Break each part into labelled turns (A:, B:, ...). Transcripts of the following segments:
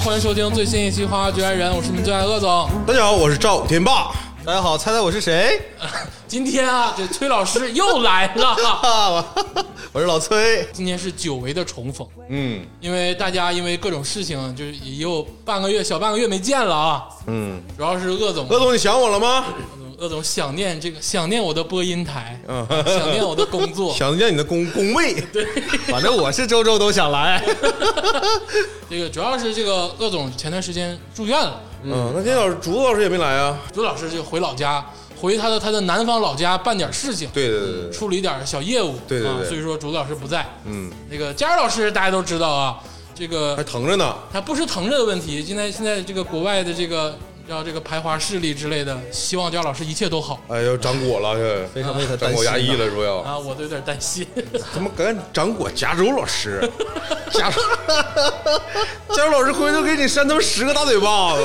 A: 欢迎收听最新一期《花花局外人》，我是你们最爱鄂总。
B: 大家好，我是赵天霸。大家好，猜猜我是谁？
A: 今天啊，这崔老师又来了，
B: 啊，我 我是老崔。
A: 今天是久违的重逢，
B: 嗯
A: 因为大家因为各种事情，就是也有半个月、小半个月没见了啊。
B: 嗯，
A: 主要是鄂总，
B: 鄂总，你想我了吗？
A: 鄂总想念这个，想念我的播音台，
B: 嗯
A: 想念我的工 作。
B: 想见你的工工位。对，反正我是周周都想来。
A: 这个主要是这个鄂总前段时间住院了，
B: 嗯，那今天老师竹子老师也没来啊？
A: 朱老师就回老家，回他的他的南方老家办点事情。
B: 对对对对，
A: 处理点小业务，
B: 对对
A: 啊
B: 对
A: 所以说竹子老师不在，
B: 嗯，
A: 那个佳儿老师大家都知道啊，这个
B: 还疼着呢。
A: 他不是疼着的问题，现在现在这个国外的这个你知道这个排华势力之类的，希望佳儿老师一切都好
B: 哎呦，长果了，这非
C: 常为他
B: 长果
C: 担
B: 牙
C: 心
B: 医了，主要
A: 啊，我都有点担心。
B: 怎么敢长果加州老 师？啊加州加州老师回头给你扇他们十个大嘴巴子。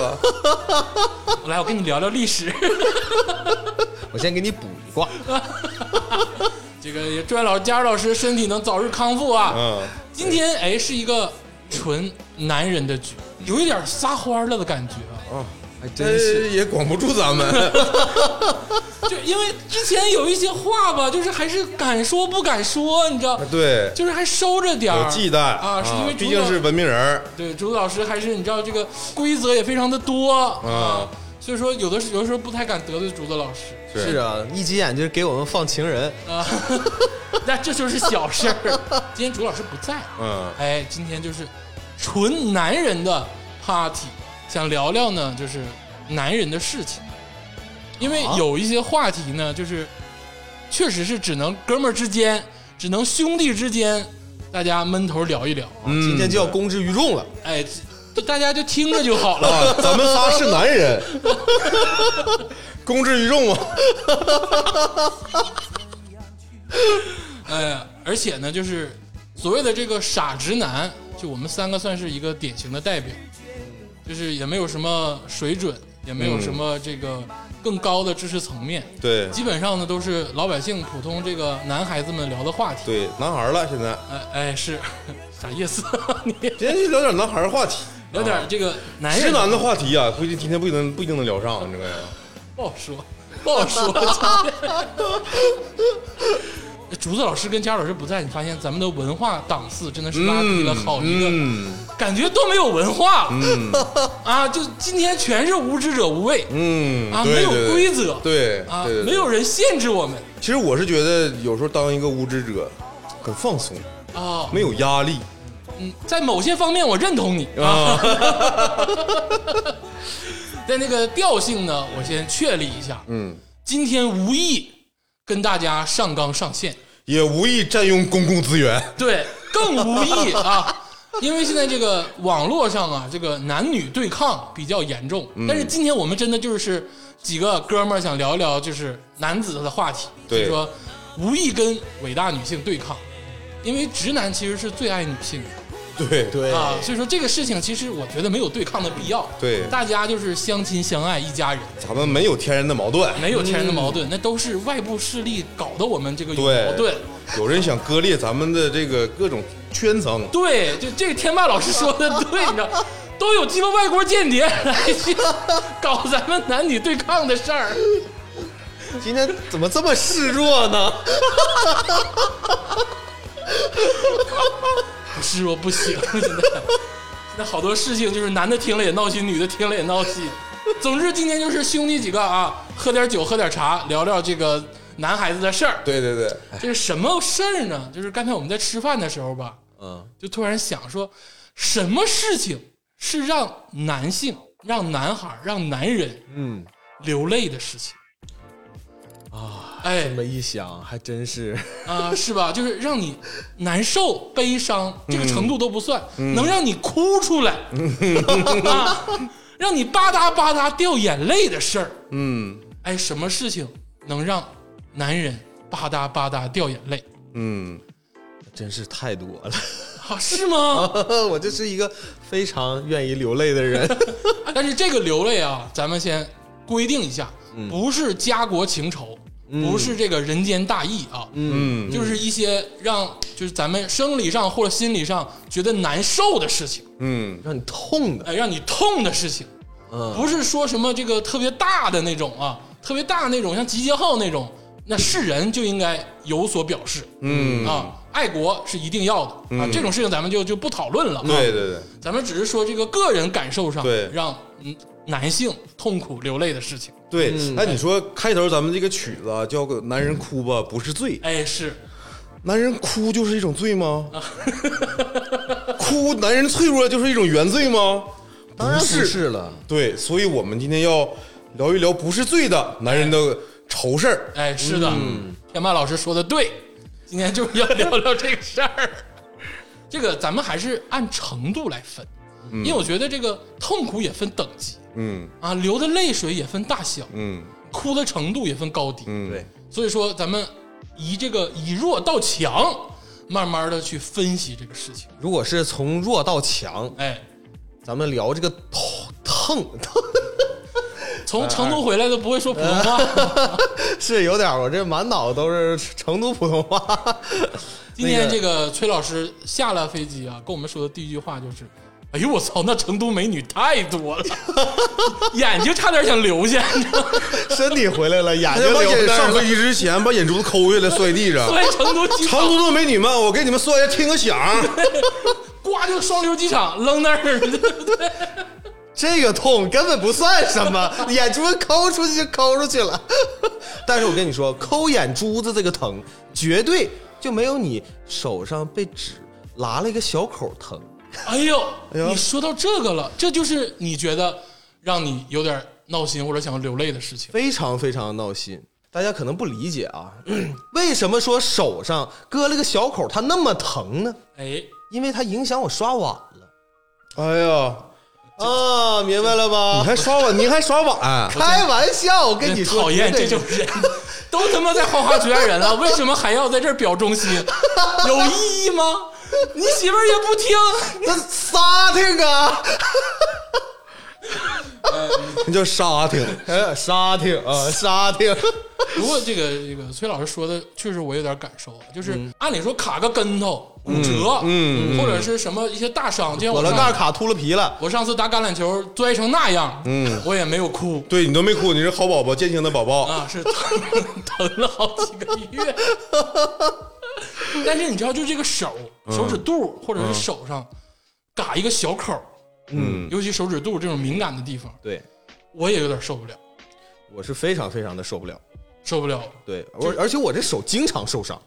A: 来，我跟你聊聊历 史，
C: 我先给你补一卦，
A: 这个也祝愿老佳儿老师身体能早日康复啊。
B: 嗯，
A: 今天哎是一个纯男人的局，有一点撒欢了的感觉啊。
C: 还哎真是
B: 这哎也管不住咱 们。嗯
A: 就因为之前有一些话吧，就是还是敢说不敢说，你知道，
B: 对，
A: 就是还收着点
B: 有
A: 儿，
B: 忌惮
A: 啊，是因为
B: 毕
A: 竹
B: 竟
A: 子
B: 是文明人儿
A: 对，竹子老师还是你知道这个规则也非常的多啊
B: 啊，
A: 所以说有的时有的时候不太敢得罪竹子老师
C: 是嗯啊，一急眼就给我们放情人，
A: 啊， 那这就是小事儿。今天竹老师不在，
B: 嗯，
A: 哎，今天就是纯男人的 party，想聊聊呢就是男人的事情，因为
C: 啊
A: 有一些话题呢，就是确实是只能哥们儿之间，只能兄弟之间，大家闷头聊一聊，
C: 嗯今天就要公之于众了。
A: 哎，就大家就听着就好了。
B: 啊，咱们仨是男人， 公之于众嘛。啊
A: 呃，而且呢，就是所谓的这个傻直男，就我们三个算是一个典型的代表，就是也没有什么水准，也没有什么这个更高的知识层面，
B: 对
A: 基本上呢都是老百姓、普通这个男孩子们聊的话题。
B: 对，男孩儿了，现在
A: 哎哎，是 啥意思？ 你
B: 今天就聊点男孩儿话题，
A: 聊点这个男
B: 直
A: 人
B: 男的话题啊，不一定今天不一定不一定能聊上，这个呀。
A: 不好说，不好 说。竹子老师跟佳老师不在，你发现咱们的文化档次真的是拉低了好一个。
B: 嗯
A: 感觉都没有文化了、啊！就今天全是无知者无畏、
B: 嗯
A: 啊
B: 对
A: 没有
B: 对对
A: 规则
B: 对
A: 啊
B: 对，对
A: 没有人限制我们
B: 其实我是觉得有时候当一个无知者很放松，
A: 啊。
B: 没有压力
A: 嗯，在某些方面我认同你，
B: 啊。
A: 但那个调性呢，我先确立一下。
B: 嗯，
A: 今天无意跟大家上纲上线，
B: 也无意占用公共资源。
A: 对，更无意啊。因为现在这个网络上啊，这个男女对抗比较严重，
B: 嗯
A: 但是今天我们真的就是几个哥们儿想聊一聊就是男子的话题，所以
B: 对
A: 说无意跟伟大女性对抗，因为直男其实是最爱女性的
B: 对
C: 对
A: 啊，所以说这个事情其实我觉得没有对抗的必要，
B: 对
A: 大家就是相亲相爱一家人，
B: 咱们没有天然的矛盾，
A: 没有天然的矛盾，那都是外部势力搞得我们这个有
B: 嗯对
A: 矛盾。
B: 有人想割裂咱们的这个各种圈层。
A: 对，就这个天霸老师说的对，你知道，都有鸡巴外国间谍来去搞咱们男女对抗的事儿。
C: 今天怎么这么示弱呢？
A: 不是我不行，现在现在好多事情就是男的听了也闹心，女的听了也闹心。总之，今天就是兄弟几个啊，喝点酒，喝点茶，聊聊这个男孩子的事儿。
B: 对对对，
A: 这是什么事儿呢？就是刚才我们在吃饭的时候吧，
C: 嗯，
A: 就突然想说，什么事情是让男性、让男孩、让男人，嗯，流泪的事情啊？哎
C: 这么一想，还真是
A: 啊、是吧？就是让你难受、悲伤，这个程度都不算，能让你哭出来、 啊，让你吧嗒吧嗒掉眼泪的事儿。
B: 嗯
A: 哎，什么事情能让男人吧嗒吧嗒掉眼泪？
B: 嗯，
C: 真是太多了。
A: 啊，是吗？
C: 我就是一个非常愿意流泪的人，
A: 啊
B: 嗯
A: 但是这个流泪啊，咱们先规定一下，不是家国情仇，不是这个人间大义啊，
B: 嗯，
A: 就是一些让就是咱们生理上或者心理上觉得难受的事情，
B: 嗯，
C: 让你痛的，
A: 哎，让你痛的事情，
C: 嗯
A: 不是说什么这个特别大的那种啊，特别大的那种，像集结号那种，那是人就应该有所表示，嗯啊，爱国是一定要的、啊，这种事情咱们就就不讨论了、啊，
B: 嗯对对对，
A: 咱们只是说这个个人感受上，
B: 对
A: 让嗯男性痛苦流泪的事情，
C: 嗯
B: 对，哎，你说开头咱们这个曲子啊叫个《男人哭
C: 嗯
B: 吧不是罪》，
A: 哎，是
B: 男人哭就是一种罪 吗？哭，男人脆弱就是一种原罪吗？
C: 当然不
B: 是
C: 是了，
B: 对，所以我们今天要聊一聊不是罪
C: 哎
B: 的男人的愁事儿。
A: 哎，是的，
B: 嗯
A: 天霸老师说的对，今天就是要聊聊这个事儿。这个咱们还是按程度来分，因为我觉得这个痛苦也分等级
B: 嗯
A: 啊，流的泪水也分大小，
B: 嗯
A: 哭的程度也分高低。
B: 嗯，
C: 对，
A: 所以说，咱们以这个以弱到强，慢慢的去分析这个事情。
C: 如果是从弱到强，
A: 哎，
C: 咱们聊这个痛 疼疼
A: 从成
B: 哎
A: 都回来都不会说普通话，
C: 是有点儿，我这满脑子都是成都普通话。
A: 今天这个崔老师下了飞机啊，跟我们说的第一句话就是：“哎呦我操，那成都美女太多了， 眼睛差点想流下，你知道吗
C: 身体回来了，眼
B: 他
C: 睛
B: 就把
C: 流
B: 眼上
C: 泪
B: 飞
C: 了。
B: 机之前把眼珠子抠下 来摔地上。
A: 在成都机
B: 长
A: 场
B: 途的美女们，我给你们说一下，听个 响。
A: 呱就双流机场扔那儿，
C: 这个痛根本不算什么， 眼珠子抠出去就抠出去了。 但是我跟你说，抠眼珠子这个疼，绝对就没有你手上被纸拉了一个小口疼。
A: 哎呦，你说到这个了，这就是你觉得让你有点闹心或者想流泪的事情。
C: 非常非常闹心。大家可能不理解啊， 为什么说手上割了个小口，它那么疼呢？
A: 哎，
C: 因为它影响我刷碗了
B: 哎呀，
C: 啊，明白了
B: 你
C: 吧？
B: 还刷碗，你还刷碗？
C: 开玩笑，我跟你说，
A: 讨厌
C: 绝
A: 这
C: 对
A: 种人，都他妈在花花绝爱人了，为什么还要在这儿表忠心？有意义吗？你媳妇儿也不听。
C: 那撒挺啊，
B: 那叫沙挺。
C: 哎沙挺啊，沙 挺，
A: 不过这个这个崔老师说的，确实我有点感受啊，就是按理说卡个跟头、骨折，嗯，或者是什么一些大伤，就像
C: 我
A: 我
C: 了
A: 上
C: 盖卡秃噜皮了，
A: 我上次打橄榄球摔成那样，嗯，我也没有哭
B: 对你都没哭，你是好宝宝，健康的宝宝。
A: 啊，是疼疼 了好几个月。但是你知道，就这个手手指肚或者是手上嘎一个小口，
B: 嗯，
A: 尤其手指肚这种敏感的地方，
C: 对
A: 我也有点受不了，
C: 我是非常非常的受不了。
A: 受不了。
C: 对，我而且我这手经常受伤，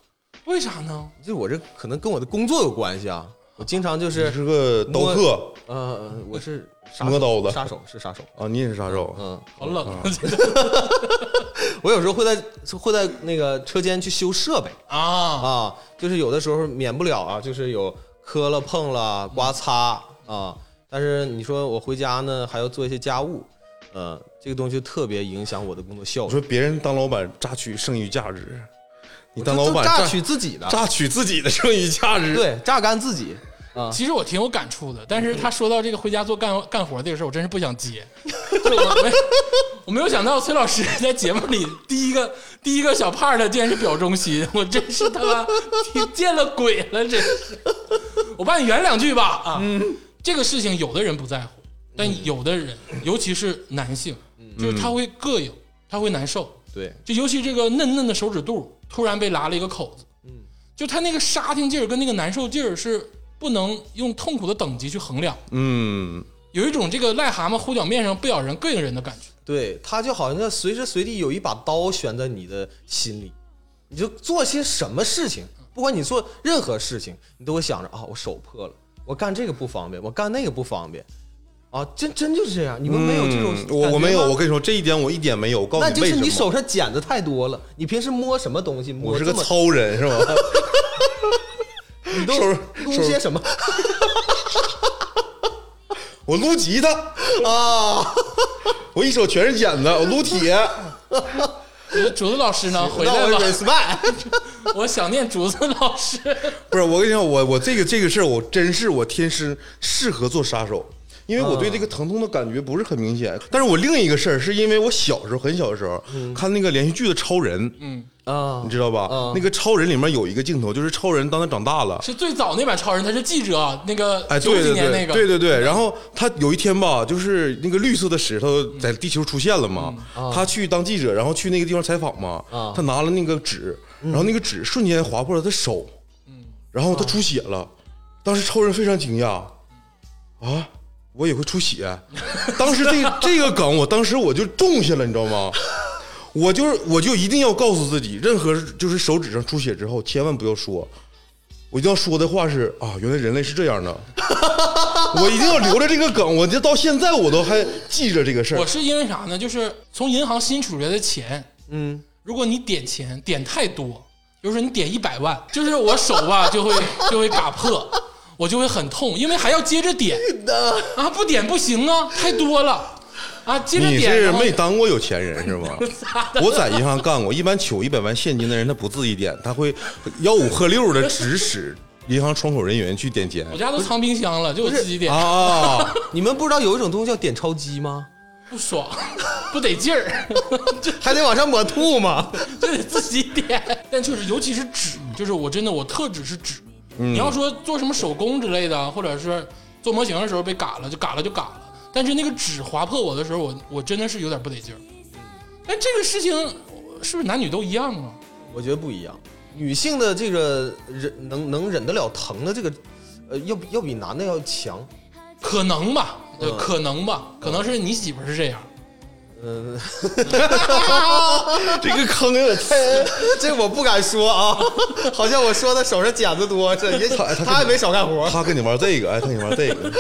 A: 为啥呢？
C: 就我这可能跟我的工作有关系啊。我经常就是
B: 你是个刀客
C: 呃，我是杀手
B: 磨刀子
C: 杀手是杀手。
B: 啊，你也是杀手。
C: 嗯，
A: 好冷啊！
C: 我有时候会在会在那个车间去修设备
A: 啊，
C: 啊，就是有的时候免不了啊，就是有磕了、碰了、刮擦啊。但是你说我回家呢，还要做一些家务，嗯，这个东西特别影响我的工作效
B: 我
C: 率。
B: 说别人当老板榨取剩余价值，你当
C: 就
B: 老板
C: 榨取自己的，
B: 榨取自己的剩余价 值。，
C: 对，榨干自己啊。
A: 其实我挺有感触的，但是他说到这个回家做干干活这个事儿，我真是不想接。就我没我没有想到崔老师在节目里 第一个第一个小胖的竟然是表忠心，我真是他妈 挺见了鬼了，真是。我帮你圆两句吧啊，这个事情有的人不在乎，但有的人，尤其是男性，就是他会膈应，他会难受。
C: 对，
A: 就尤其这个嫩嫩的手指肚突然被拉了一个口子，嗯，就他那个杀听劲儿跟那个难受劲儿是不能用痛苦的等级去衡量，
B: 嗯，
A: 有一种这个癞蛤蟆糊脚面上不咬人膈应人的感觉。
C: 对，它就好像随时随地有一把刀悬在你的心里，你就做些什么事情，不管你做任何事情，你都会想着啊，我手破了，我干这个不方便，我干那个不方便，啊，真真就是这样，你们没有这种
B: 嗯
C: 感觉吗、
B: 我我没有，我跟你说这一点我一点没有。我告诉
C: 那就
B: 为
C: 是
B: 什么？
C: 你手上茧子太多了，你平时摸什么东西摸
B: 我是
C: 这
B: 个
C: 么，
B: 糙人是吧？
C: 你都
B: 手
C: 撸
B: 手
C: 些什 么
B: 我撸吉他，
C: 啊？
B: 我一手全是茧子，我撸铁。
A: 竹子老师呢？回
C: 那
A: 来
C: 我
A: 吧，
C: respect，
A: 我想念竹子老师。
B: 不是，我跟你讲，我我这个这个事儿，我真是我天生适合做杀手，因为我对这个疼痛的感觉不是很明显。但是我另一个事儿是因为我小时候很小的时候、看那个连续剧的超人，
A: 嗯，
C: 啊
B: 你知道吧、
C: 嗯
B: 那个超人里面有一个镜头，就是超人当他长大了，
A: 是最早那版超人，他是记者啊，那个
B: 哎，
A: 九
B: 对
A: 几
B: 对
A: 年
B: 对，
A: 那个，
B: 对对对。然后他有一天吧，就是那个绿色的石头在地球出现了嘛，
A: 嗯啊
B: 他去当记者，然后去那个地方采访嘛，
C: 啊
B: 他拿了那个纸，
A: 嗯
B: 然后那个纸瞬间划破了他手，然后他
A: 啊
B: 出血了。当时超人非常惊讶，啊，我也会出血。 当时这这个梗，我当时我就种下了，你知道吗？我就是，我就一定要告诉自己，任何就是手指上出血之后，千万不要说。我一定要说的话是啊，原来人类是这 样的，我一定要留着这个梗，我这到现在我都还记着这个事
A: 我
B: 儿。
A: 是因为啥呢？就是从银行新取出来的钱，嗯，如果你点钱点太多，比如说你点一百万，就是我手 吧就会就会嘎破，我就会很痛，因为还要接着点啊，不点不行啊，太多了啊，接着
B: 你
A: 点。
B: 是
A: 然后
B: 没当过有钱人 是吗？我在银行干过，一般取一百万现金的人，他不自己点，他会吆五喝六的指使银行窗口人员去点钱
A: 我家都藏冰箱了，就我自己点，
B: 啊。
C: 你们不知道有一种东西叫点钞机吗？
A: 不啊爽， 不得劲儿，
C: 还得往上抹吐吗？
A: 就得自己点。但确实，尤其是纸，就是我真的我特指是纸。你要说做什么手工之类的，或者是做模型的时候被嘎了，就嘎了就嘎了。但是那个纸划破我的时候，我我真的是有点不得劲儿。但这个事情是不是男女都一样啊？
C: 我觉得不一样，女性的这个忍能能忍得了疼的这个，呃，要比要比男的要强。
A: 可能吧，对，
C: 嗯
A: 可能吧，可能是你媳妇儿是这样。
C: 嗯，
B: 这个坑有点太……
C: 这我不敢说啊， 好像我说的手上茧子多，这也
B: 他
C: 他也没少干活，
B: 他跟你玩这个，哎，他跟你玩这个，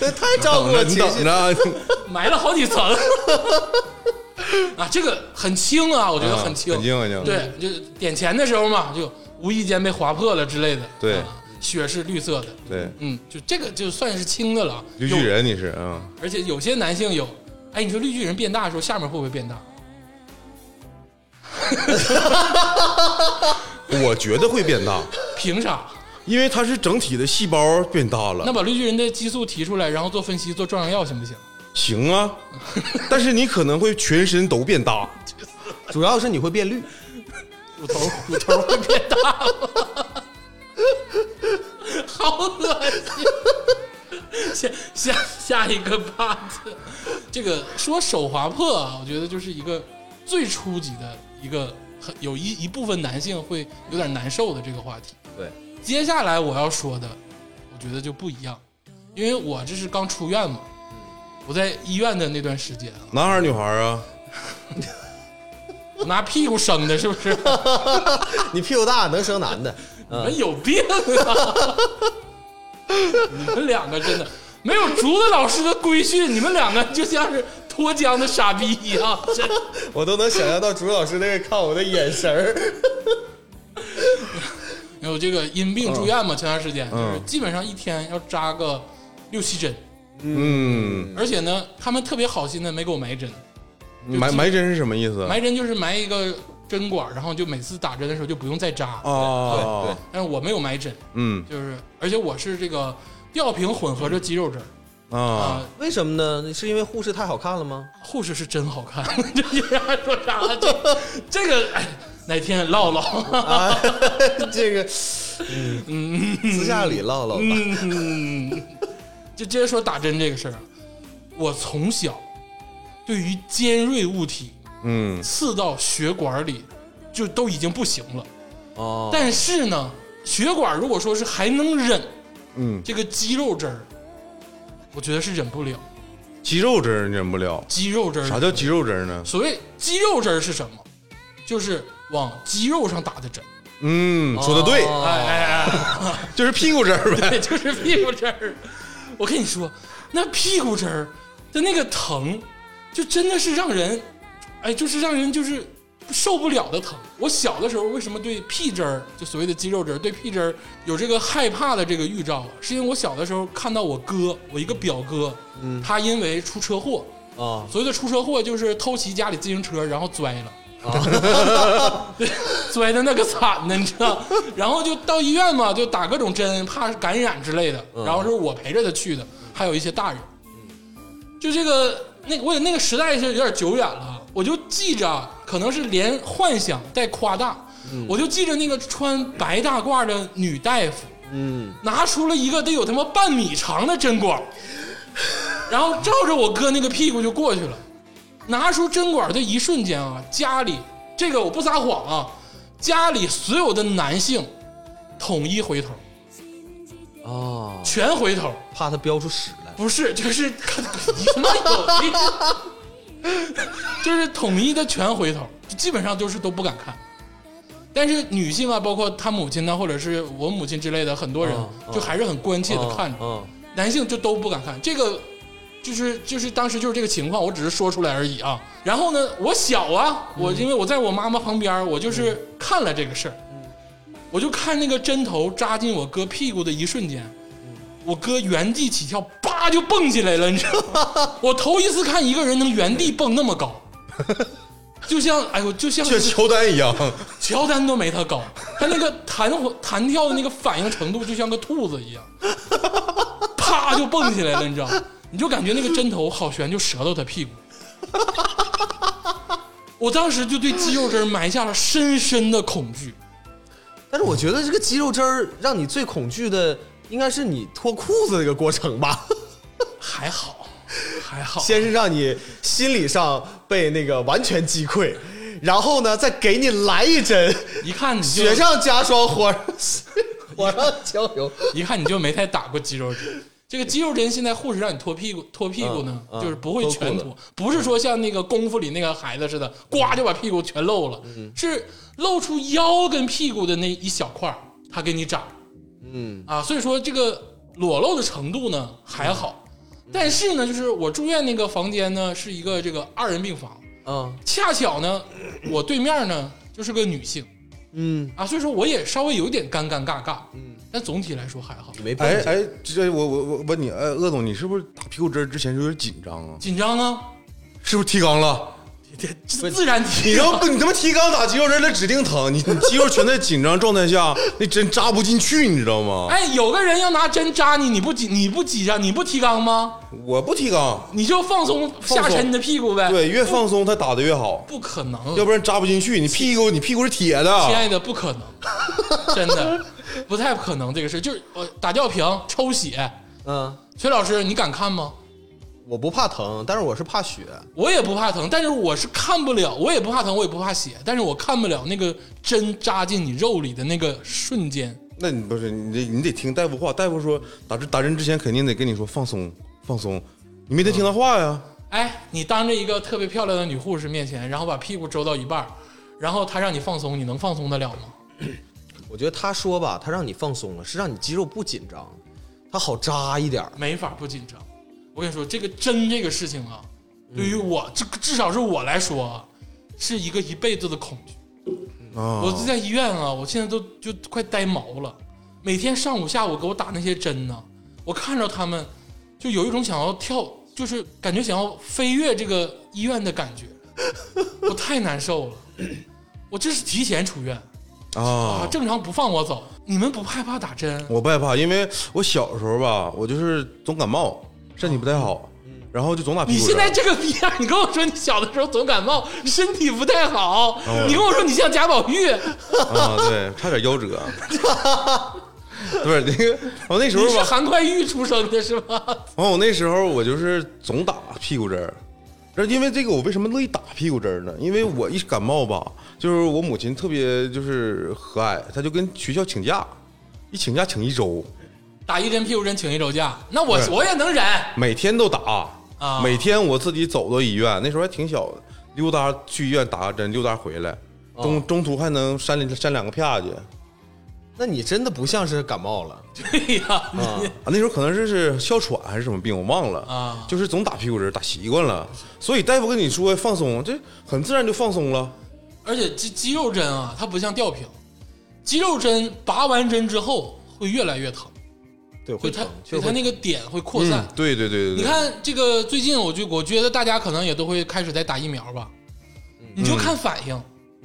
C: 这太照顾
B: 等着
C: 我
B: 你
C: 情
B: 等
C: 绪。
B: 着啊，
A: 埋了好几层。 啊，这个很轻啊，我觉得很轻，
B: 啊很轻很轻
A: 对，就点钱的时候嘛，就无意间被划破了之类的。
B: 对
A: 啊血是绿色的，
B: 对，
A: 嗯，就这个就算是轻的了。
B: 绿
A: 有
B: 巨，人你是啊？
A: 而且有些男性有，哎，你说绿巨人变大的时候，下面会不会变大？
B: 我觉得会变大，
A: 凭啥？
B: 因为它是整体的细胞变大了
A: 那。把绿巨人的激素提出来，然后做分析，做壮阳药行不行？
B: 行啊，但是你可能会全身都变大。
C: 主要是你会变绿，
A: 骨头骨头会变大吗？好恶心！下下下一个 part，这个说手划破啊，我觉得就是一个最初级的一个很有一一部分男性会有点难受的这个话题。
C: 对，
A: 接下来我要说的，我觉得就不一样，因为我这是刚出院嘛，我在医院的那段时间 啊，
B: 男孩儿女孩儿啊？
A: 我拿屁股生的，是不是？
C: 你屁股大能生男的，
A: 你们有病啊！ 你们两个真的没有竹子老师的规训，你们两个就像是脱缰的傻逼一 样。真的
C: 我都能想象到朱老师那个看我的眼神儿。
A: 有这个因病住院嘛？前段时间就是
B: 嗯
A: 基本上一天要扎个六七针，
B: 嗯，
A: 而且呢，他们特别好心的没给我埋针，
B: 埋埋针是什么意思？
A: 埋针就是埋一个针管，然后就每次打针的时候就不用再扎。
B: 啊，
C: 对对
A: 但是我没有埋针，
B: 嗯
A: 就是而且我是这个吊瓶混合着肌肉针儿
B: 啊
A: 啊，
C: 为什么呢？是因为护士太好看了吗？
A: 护士是真好看， 这你还说啥？这这个哎，哪天唠唠？
C: 啊， 这个，嗯，私下里唠唠吧。
A: 嗯，就接着说打针这个事儿啊，我从小对于尖锐物体
B: 嗯
A: 刺到血管里，就都已经不行了。
C: 哦，
A: 但是呢，血管如果说是还能忍，
B: 嗯，
A: 这个肌肉针儿，我觉得是忍不了。
B: 肌肉针儿忍不了。
A: 肌肉针儿
B: 啥叫肌肉针儿呢？
A: 所谓肌肉针儿是什么？就是往肌肉上打的针。
B: 嗯，说的对，
C: 哦
A: 哎哎哎哎。
B: 就是屁股针儿呗。
A: 对， 就是屁股针儿。我跟你说，那屁股针儿的那个疼，就真的是让人，哎，就是让人就是受不了的疼。我小的时候为什么对屁针儿，就所谓的肌肉针儿，对屁针儿有这个害怕的这个预兆啊？是因为我小的时候看到我哥，我一个表哥，他因为出车祸，
C: 啊
A: 所谓的出车祸就是偷骑家里自行车，然后摔了。
C: 啊
A: 摔的那个惨的，你知道？然后就到医院嘛，就打各种针，怕感染之类的。
C: 嗯
A: 然后是我陪着他去的，还有一些大人。就这个那我也那个时代是有点久远了，我就记着，可能是连幻想带夸大，
C: 嗯
A: 我就记着那个穿白大褂的女大夫，
C: 嗯，
A: 拿出了一个得有他妈半米长的针管儿，然后照着我哥那个屁股就过去了。拿出针管儿的一瞬间啊，家里这个我不撒谎啊，家里所有的男性统一回头，
C: 哦，
A: 全回头，
C: 怕它飙出屎来。
A: 不是就是看你他妈有病， 就是统一的全回头，基本上就是都不敢看。但是女性啊，包括她母亲呢，或者是我母亲之类的，很多人
C: 嗯嗯
A: 就还是很关切的看着。
C: 嗯，
A: 男性就都不敢看，这个就是就是当时就是这个情况，我只是说出来而已啊。然后呢，我小啊，我因为我在我妈妈旁边，我就是看了这个事儿，我就看那个针头扎进我哥屁股的一瞬间，我哥原地起跳，叭就蹦起来了，你知道吗？我头一次看一个人能原地蹦那么高，就像哎呦，就像
B: 就像乔丹一样，
A: 乔丹都没他高，他那个弹弹跳的那个反应程度就像个兔子一样，啪就蹦起来了，你知道？你就感觉那个针头好悬，就折到他屁股。我当时就对肌肉针埋下了深深的恐惧。
C: 但是我觉得这个肌肉针儿让你最恐惧的，应该是你脱裤子这个过程 吧，
A: 还好，还好，
C: 先是让你心理上被那个完全击溃，然后呢，再给你来一针，
A: 一看你就
C: 雪上加霜，火上 火上浇油。
A: 一看你就没太打过肌肉针。这个肌肉针现在护士让你脱屁股，脱屁股呢，
C: 嗯嗯
A: 就是不会全
C: 脱裤
A: 脱，不是说像那个功夫里那个孩子似的，呱就把屁股全露了，
C: 嗯
A: 是露出腰跟屁股的那一小块儿，他给你扎
C: 嗯
A: 啊。所以说这个裸露的程度呢还好，
C: 嗯
A: 但是呢，就是我住院那个房间呢是一个这个二人病房，
B: 嗯
C: 啊
A: 恰巧呢我对面呢就是个女性
C: 嗯
A: 啊，所以说我也稍微有点尴尴尬尬，
C: 嗯，
A: 但总体来说还好。
C: 你没
B: 哎
C: 碰见
B: 哎，这我我我问你，哎，鄂总，你是不是打屁股针之前就有点紧张啊？
A: 紧张啊，
B: 是不是提纲了？
A: 自自然提
B: 你要不你他妈提纲打肌肉针，那指定疼。你你肌肉全在紧张状态下，那针扎不进去，你知道吗？
A: 哎，有个人要拿针扎你，你不挤，你不挤着，你不提肛吗？
B: 我不提纲，
A: 你就放松下沉你的屁股呗。，
B: 对，越放松它打的越好，
A: 不可能，
B: 要不然扎不进去。你屁股你屁股是啊铁
A: 亲
B: 的，
A: 爱的，不可能，真的不太可能这个事。就是我打吊瓶抽血，
C: 嗯，
A: 崔老师，你敢看吗？
C: 我不怕疼，但是我是怕血。
A: 我也不怕疼，但是我是看不了，我也不怕疼，我也不怕血，但是我看不了那个针扎进你肉里的那个瞬间。
B: 那你不是你得你得听大夫话，大夫说打针打针之前肯定得跟你说放松放松，你没得听他话呀。
A: 哎，你当着一个特别漂亮的女护士面前，然后把屁股周到一半儿，然后她让你放松，你能放松得了吗？
C: 我觉得他说吧，他让你放松了，是让你肌肉不紧张，他好扎一点儿。
A: 没法不紧张。我跟你说，这个针这个事情啊，对于我至至少是我来说啊，是一个一辈子的恐惧。
B: 啊，
A: 我就在医院啊，我现在都就快呆毛了，每天上午下午给我打那些针呢、我看着他们，就有一种想要跳，就是感觉想要飞跃这个医院的感觉，我太难受了。我这是提前出院啊，
B: 啊，
A: 正常不放我走。你们不害怕打针？
B: 我不害怕，因为我小时候吧，我就是总感冒，身体不太好，然后就总打
A: 嗯
B: 屁
A: 你
B: 股
A: 现在
B: 针。
A: 这个逼样，你跟我说你小的时候总感冒，身体不太好，你跟我说你像贾宝玉，
B: 啊，对，差点 夭折。不是那个，我那时候
A: 你是
B: 吧，
A: 韩快玉出生的是吧？
B: 完我那时候我就是总打屁股针儿。那因为这个，我为什么乐意打屁股针儿呢？因为我一感冒吧，就是我母亲特别就是和蔼，她就跟学校请假，一请假请一周，
A: 打一针屁股针请一周假，那我
B: 对
A: 我也能忍。
B: 每天都打
A: 啊
B: 每天我自己走到医院，那时候还挺小的，溜达去医院打个针，溜达回来，
A: 哦
B: 中、中途还能扇两扇两个啪去。啊，
C: 那你真的不像是感冒了，啊
A: 对呀、你
B: 那时候可能是是哮喘还是什么病，我忘了
A: 啊
B: 就是总打屁股针，打习惯了，所以大夫跟你说放松，这很自然就放松了。
A: 而且肌肌肉针啊，它不像吊瓶，肌肉针拔完针之后会越来越疼，
C: 对，
A: 就
C: 会
A: 它
C: 疼，确
A: 就
C: 实
A: 它
C: 会
A: 那个点会扩散。
B: 嗯对对对对对，
A: 你看这嗯个最近，我就我觉得大家可能也都会开始在打疫苗吧，你就看反应。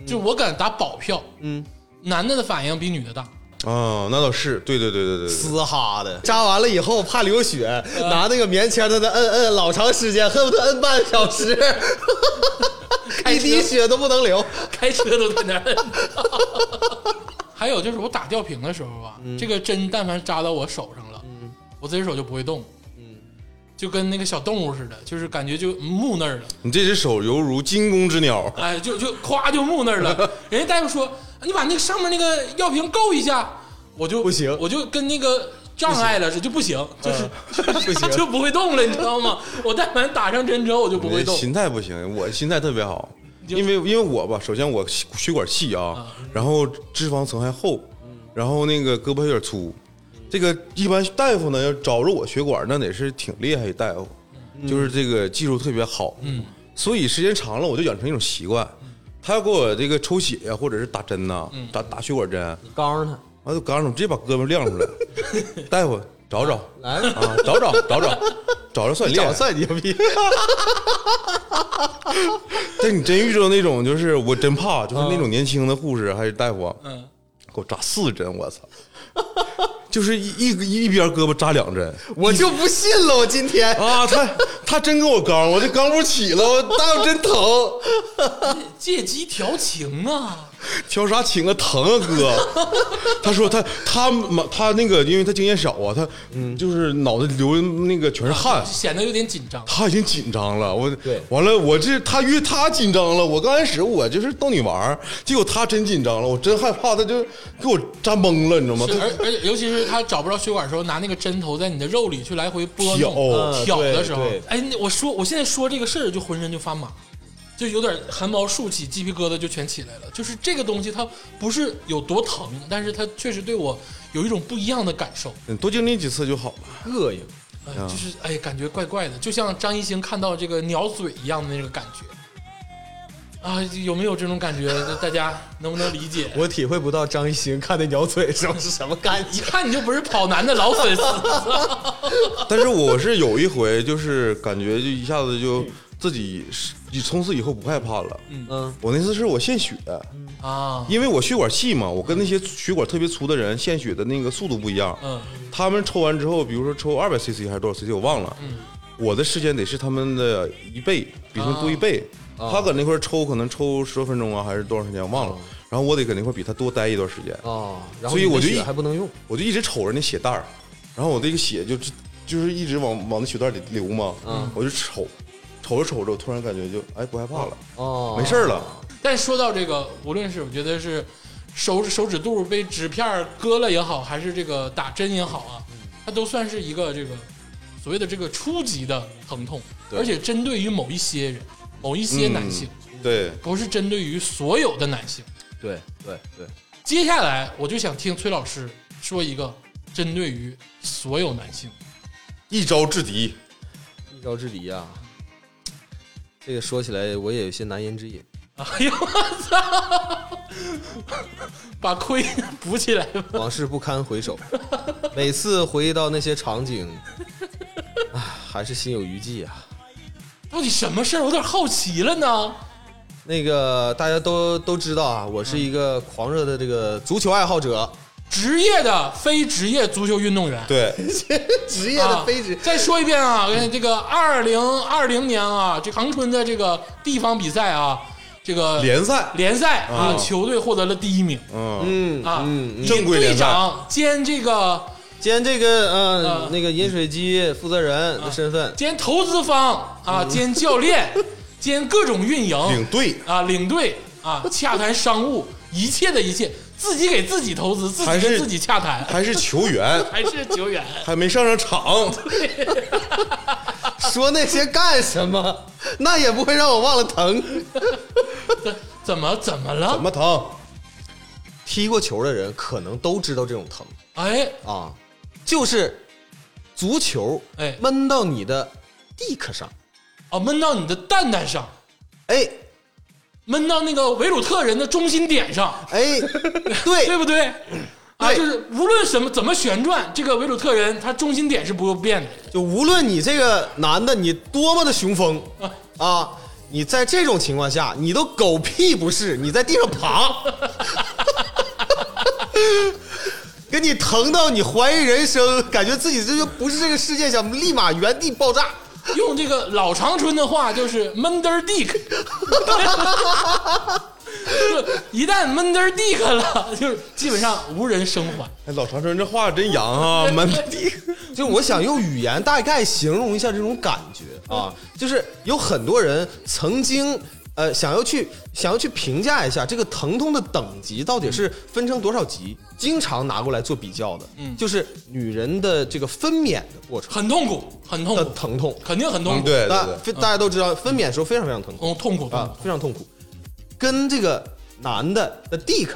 A: 就我敢打保票，
C: 嗯，
A: 男的的反应比女的大。
B: 啊，那倒是，对对对对对对，
C: 嘶哈的，扎完了以后怕流血，
B: 嗯
C: 拿那个棉签在那摁摁老长时间，恨不得摁半个 小时，一滴血都不能流。
A: 开车都在那儿摁。 还有就是我打吊瓶的时候啊，这个针但凡扎到我手上了，我这只手就不会动，就跟那个小动物似的，就是感觉就木那儿了，
B: 你这只手犹如惊弓之鸟，
A: 哎，就就咵就木那儿 了。人家大夫说你把那个上面那个药瓶够一下，我就
C: 不行嗯
A: 我就跟那个。障碍了，这就不行，就是、
C: 不 行
A: 就不会动了，你知道吗？ 我但凡打上针之后，我就不
B: 我
A: 会动。
B: 心态不行，我心态特别好，
A: 就
B: 因为因为我吧，首先我血管细啊，然后脂肪层还厚，然后那个胳膊还有点粗，这个一般大夫呢要找着我血管，那得是挺厉害的大夫，就是这个技术特别好，嗯，所以时间长了我就养成一种习惯，他要给我这个抽血呀，或者是打针呐，打打血管针，
C: 刚他
B: 完就刚上直接把胳膊亮出来，大夫找找
C: 来，
B: 啊，找找找找找着算厉害
C: 长，算牛逼，
B: 但你真遇着那种，就是我真怕，就是那种年轻的护士还是大夫啊，
A: 嗯，
B: 给我扎四针，我操！ 就是一一一边胳膊扎两针
C: 我就不信了，我今天
B: 啊，他他真跟我刚，我这刚不起了，我大夫真疼，
A: 借机调情啊，
B: 调啥情啊，疼啊哥！ 他说他他他那个，因为他经验少啊，他就是脑袋流那个全是汗，
A: 显得有点紧张。
B: 他已经紧张了，我
C: 对
B: 完了，我这他越他紧张了。我刚开始我就是逗你玩儿，结果他真紧张了，我真害怕，他就给我扎懵了，你知道吗？
A: 是，
B: 他
A: 而而且尤其是他找不着血管的时候，拿那个针头在你的肉里去来回拨
B: 挑
A: 弄、
B: 嗯
A: 挑的时候
C: 对对，
A: 哎，那我说我现在说这个事儿就浑身就发麻，就有点汗毛竖起，鸡皮疙瘩就全起来了。就是这个东西，它不是有多疼，但是它确实对我有一种不一样的感受，
B: 嗯多经历几次就好了。
C: 膈应。
A: 哎、
C: 啊
A: 就是哎，感觉怪怪的，就像张艺兴看到这个鸟嘴一样的那个感觉。啊，有没有这种感觉？大家能不能理解？
C: 我体会不到张艺兴看那鸟嘴时候是什么感
A: 一
C: 觉。
A: 看你就不是跑男的老粉丝。
B: 但是我是有一回，就是感觉就一下子就自己是从此以后不害怕了。
C: 嗯，
B: 我那次是我献血，
A: 啊，
B: 因为我血管细嘛，我跟那些血管特别粗的人献血的那个速度不一样。
A: 嗯
B: 他们抽完之后，比如说抽二百 CC 还是多少 CC，我忘了。我的时间得是他们的一倍，比他们多一倍。他搁那块儿抽，可能抽十多分钟啊，还是多长时间忘了。然后我得搁那块儿比他多待一段时间，
C: 哦，然后
B: 所以我就
C: 你的
B: 一
C: 血还不能用，
B: 我就一直瞅着那血袋儿，然后我这个血就就是一直往往那血袋里流嘛。我就瞅，瞅着瞅着，我突然感觉就哎不害怕了，
C: 哦，
B: 没事儿了。
A: 但说到这个，无论是我觉得是手手指肚被纸片儿割了也好，还是这个打针也好啊，它都算是一个这个所谓的这个初级的疼痛，
C: 对
A: 而且针对于某一些人、某一些男性，
B: 对，
A: 不是针对于所有的男性。
C: 对对对，
A: 接下来我就想听崔老师说一个针对于所有男性，
B: 一招制敌。
C: 一招制敌呀、这个说起来我也有些难言之隐。
A: 哎呦我操，把亏 补起来吧。
C: 往事不堪回首，每次回忆到那些场景，唉，还是心有余悸啊。
A: 到底什么事儿？我有点好奇了呢。
C: 那个大家都都知道啊，我是一个狂热的这个足球爱好者，
A: 职业的、非职业足球运动员。
B: 对，
C: 职业
A: 啊
C: 的非职，
A: 再说一遍啊，这个二零二零年啊，这长春的这个地方比赛啊，这个
B: 联赛，
A: 联赛啊，
B: 啊
A: 球队获得了第一名
B: 嗯，
C: 嗯
A: 啊，
C: 嗯，
A: 以
B: 正规
A: 队
B: 联赛
A: 长兼这个
C: 兼这个嗯、呃
A: 啊
C: 那个饮水机负责人的身份，
A: 兼投资方啊，兼教 练，兼各种运
B: 嗯领
A: 营
B: 队。
A: 啊，领队啊，洽谈商务，一切的一切，自己给自己投资，自己
B: 还
A: 跟
B: 是
A: 自己洽谈，
B: 还是球员，
A: 还是球员。
B: 还没上上场。
C: 说那些干什么？ 那也不会让我忘了疼。
A: 怎 怎么怎么了
B: 怎？么疼？
C: 踢过球的人可能都知道这种疼
A: 哎
C: 啊，就是足球
A: 哎，
C: 闷到你的 dick 上，
A: 啊，闷到你的蛋蛋上，
C: 哎
A: 闷到那个维鲁特人的中心点上，
C: 哎， 对
A: 对不 对？啊，
C: 对
A: 就是无论什么怎么旋转，这个维鲁特人他中心点是不变的。
C: 就无论你这个男的你多么的雄风啊，你在这种情况下，你都狗屁不是，你在地上爬，给你疼到你怀疑人生，感觉自己这就不是这个世界上，立马原地爆炸。
A: 用这个老长春的话就是闷墩儿 dick，就一旦闷墩儿 dick 了，就是基本上无人生还。
B: 哎，老长春这话真洋 啊，蛮
C: 就我想用语言大概形容一下这种感觉
A: 嗯
C: 啊，就是有很多人曾经呃想要去想要去评价一下这个疼痛的等级到底是分成多少级，经常拿过来做比较的，
A: 嗯
C: 就是女人的这个分娩的过程
A: 很痛苦，很痛
C: 的
A: 苦，
C: 疼痛，
A: 肯定很痛
B: 嗯
A: 苦，
B: 对对
C: 大
B: 对，
C: 非大家都知道分娩的时候非常非常疼痛
A: 嗯，痛苦，痛
C: 啊
A: 苦，，
C: 非常痛苦，跟这个男的的 dick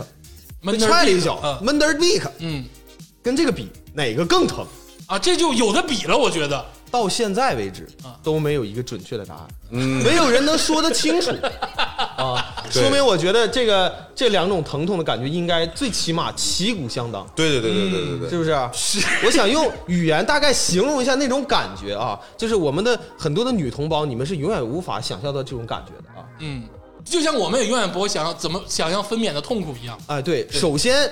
A: 闷墩儿
C: 踹了
A: dick，
C: 一脚
A: 嗯
C: 闷得 dick
A: 嗯
C: 跟这个比哪个更疼？
A: 啊，这就有的比了，我觉得。
C: 到现在为止
A: 啊
C: 都没有一个准确的答案，
B: 嗯
C: 没有人能说得清 楚啊。
B: 对
C: 说明我觉得这个这两种疼痛的感觉应该最起码旗鼓相当，
B: 对对对对对对
C: 是
B: 对，
C: 不是？是。我想用语言大概形容一下那种感觉啊，就是我们的很多的女同胞，你们是永远无法想象到这种感觉的啊。
A: 嗯，就像我们也永远不会想要怎么想象分娩的痛苦一样。
C: 哎，对，首先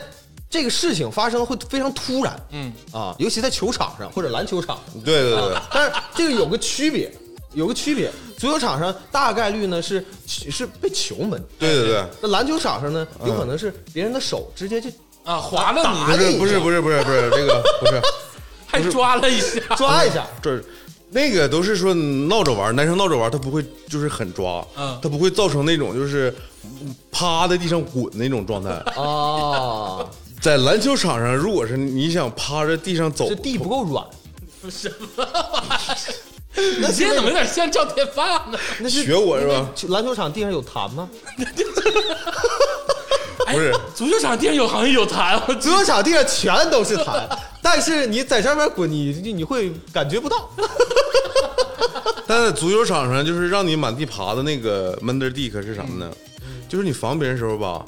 C: 这个事情发生会非常突然
A: 嗯，
C: 啊，尤其在球场上或者篮球场上。
B: 对对对，
C: 但是这个有个区别，有个区别，足球场上大概率呢是是被球门，
B: 对对对。
C: 那篮球场上呢有可能是别人的手直接就
A: 啊，划了
B: 不
A: 你，
B: 是不是不是不是不是这个不是，
A: 还抓了一下。
C: 抓一下，
B: 这那个都是说闹着玩儿，男生闹着玩儿，他不会就是狠抓，
A: 嗯
B: 他不会造成那种就是趴在地上滚那种状态。
C: 啊，
B: 在篮球场上，如果是你想趴着地上走，
C: 这地不够软，
A: 你今天怎么有点像赵天霸呢？
C: 那是
B: 学我是吧？
C: 那篮球场地上有痰吗？
A: 哎
B: 不是
A: 足球场地上有好像有痰，我
C: 足球场地上全都是痰，但是你在上面滚，你你你会感觉不到。
B: 但在足球场上，就是让你满地爬的那个闷墩地，可是什么呢？
C: 嗯
B: 就是你防别人的时候吧，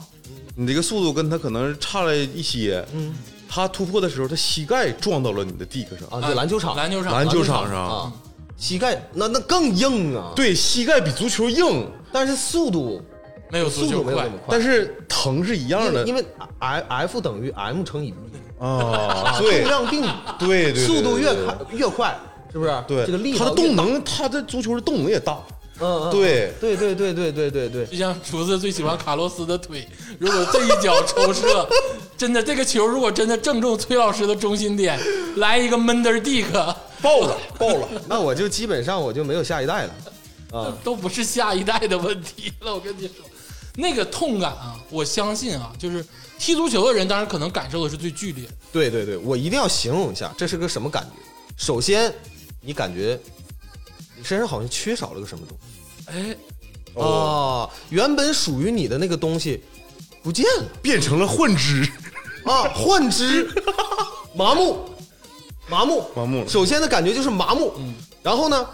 B: 你这个速度跟他可能差了一些。
C: 嗯
B: 他突破的时候，他膝盖撞到了你的地上，
C: 啊，对，篮球场，
A: 篮球场，
B: 篮球场上，
C: 啊，膝盖那那更硬啊，
B: 对，膝盖比足球硬，
C: 但是速度
A: 没有足
C: 速
A: 球
C: 度没有
A: 快
C: 那么。快，
B: 但是疼是一样
C: 因为
B: 的
C: 因为 F F 等于 m 乘以 v，
B: 啊，
C: 重
B: 对
C: 量定理。
B: 对对对，
C: 速度越
B: 对
C: 快越快，是不是？
B: 对
C: 这个力
B: 他
C: 道
B: 的
C: 越
B: 动
C: 嗯
B: 能，他的足球的动能也大，
C: 嗯，嗯
B: 对
C: 对对对对对对对，
A: 就像厨子最喜欢卡洛斯的腿，如果这一脚抽射， 真的这个球如果真的正中崔老师的中心点，来一个闷墩儿 dick，
B: 爆了爆了，
C: 那我就基本上我就没有下一代了。啊，
A: 都不是下一代的问题了。我跟你说，那个痛感啊，我相信啊，就是踢足球的人，当然可能感受的是最剧烈的。
C: 对对对，我一定要形容一下，这是个什么感觉？首先，你感觉你身上好像缺少了个什么东西
A: 哎，
B: 哦，
C: 啊，原本属于你的那个东西不见了
B: 变成了幻肢，
C: 啊，幻肢，麻木，麻木，
B: 麻木了
C: 首先的感觉就是麻木，
A: 嗯
C: 然后呢，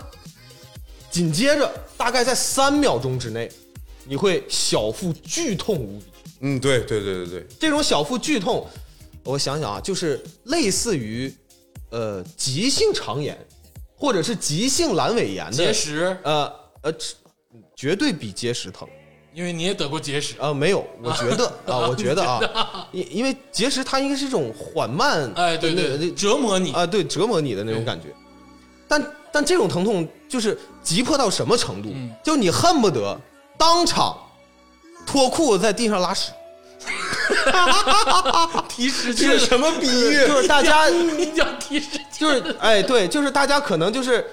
C: 紧接着大概在三秒钟之内，你会小腹剧痛无比。
B: 嗯，对对对对对，
C: 这种小腹剧痛，我想想啊，就是类似于呃急性肠炎或者是急性阑尾炎
A: 结
C: 的，
A: 石，
C: 呃呃，吃绝对比结石疼。
A: 因为你也得过结石，
C: 啊，没有，我觉得啊，我觉得 啊，因因为结石它应该是一种缓慢，
A: 哎，对
C: 那
A: 对，
C: 那
A: 折磨你，
C: 啊，对，折磨你的那种感觉。但但这种疼痛就是急迫到什么程度？
A: 嗯
C: 就你恨不得当场脱裤子在地上拉 屎，
A: 踢失
B: 这
A: 禁
B: 是
A: 了，
B: 什么比喻？
C: 就是大家
A: 一脚踢失禁，
C: 就是哎，对，就是大家可能就是。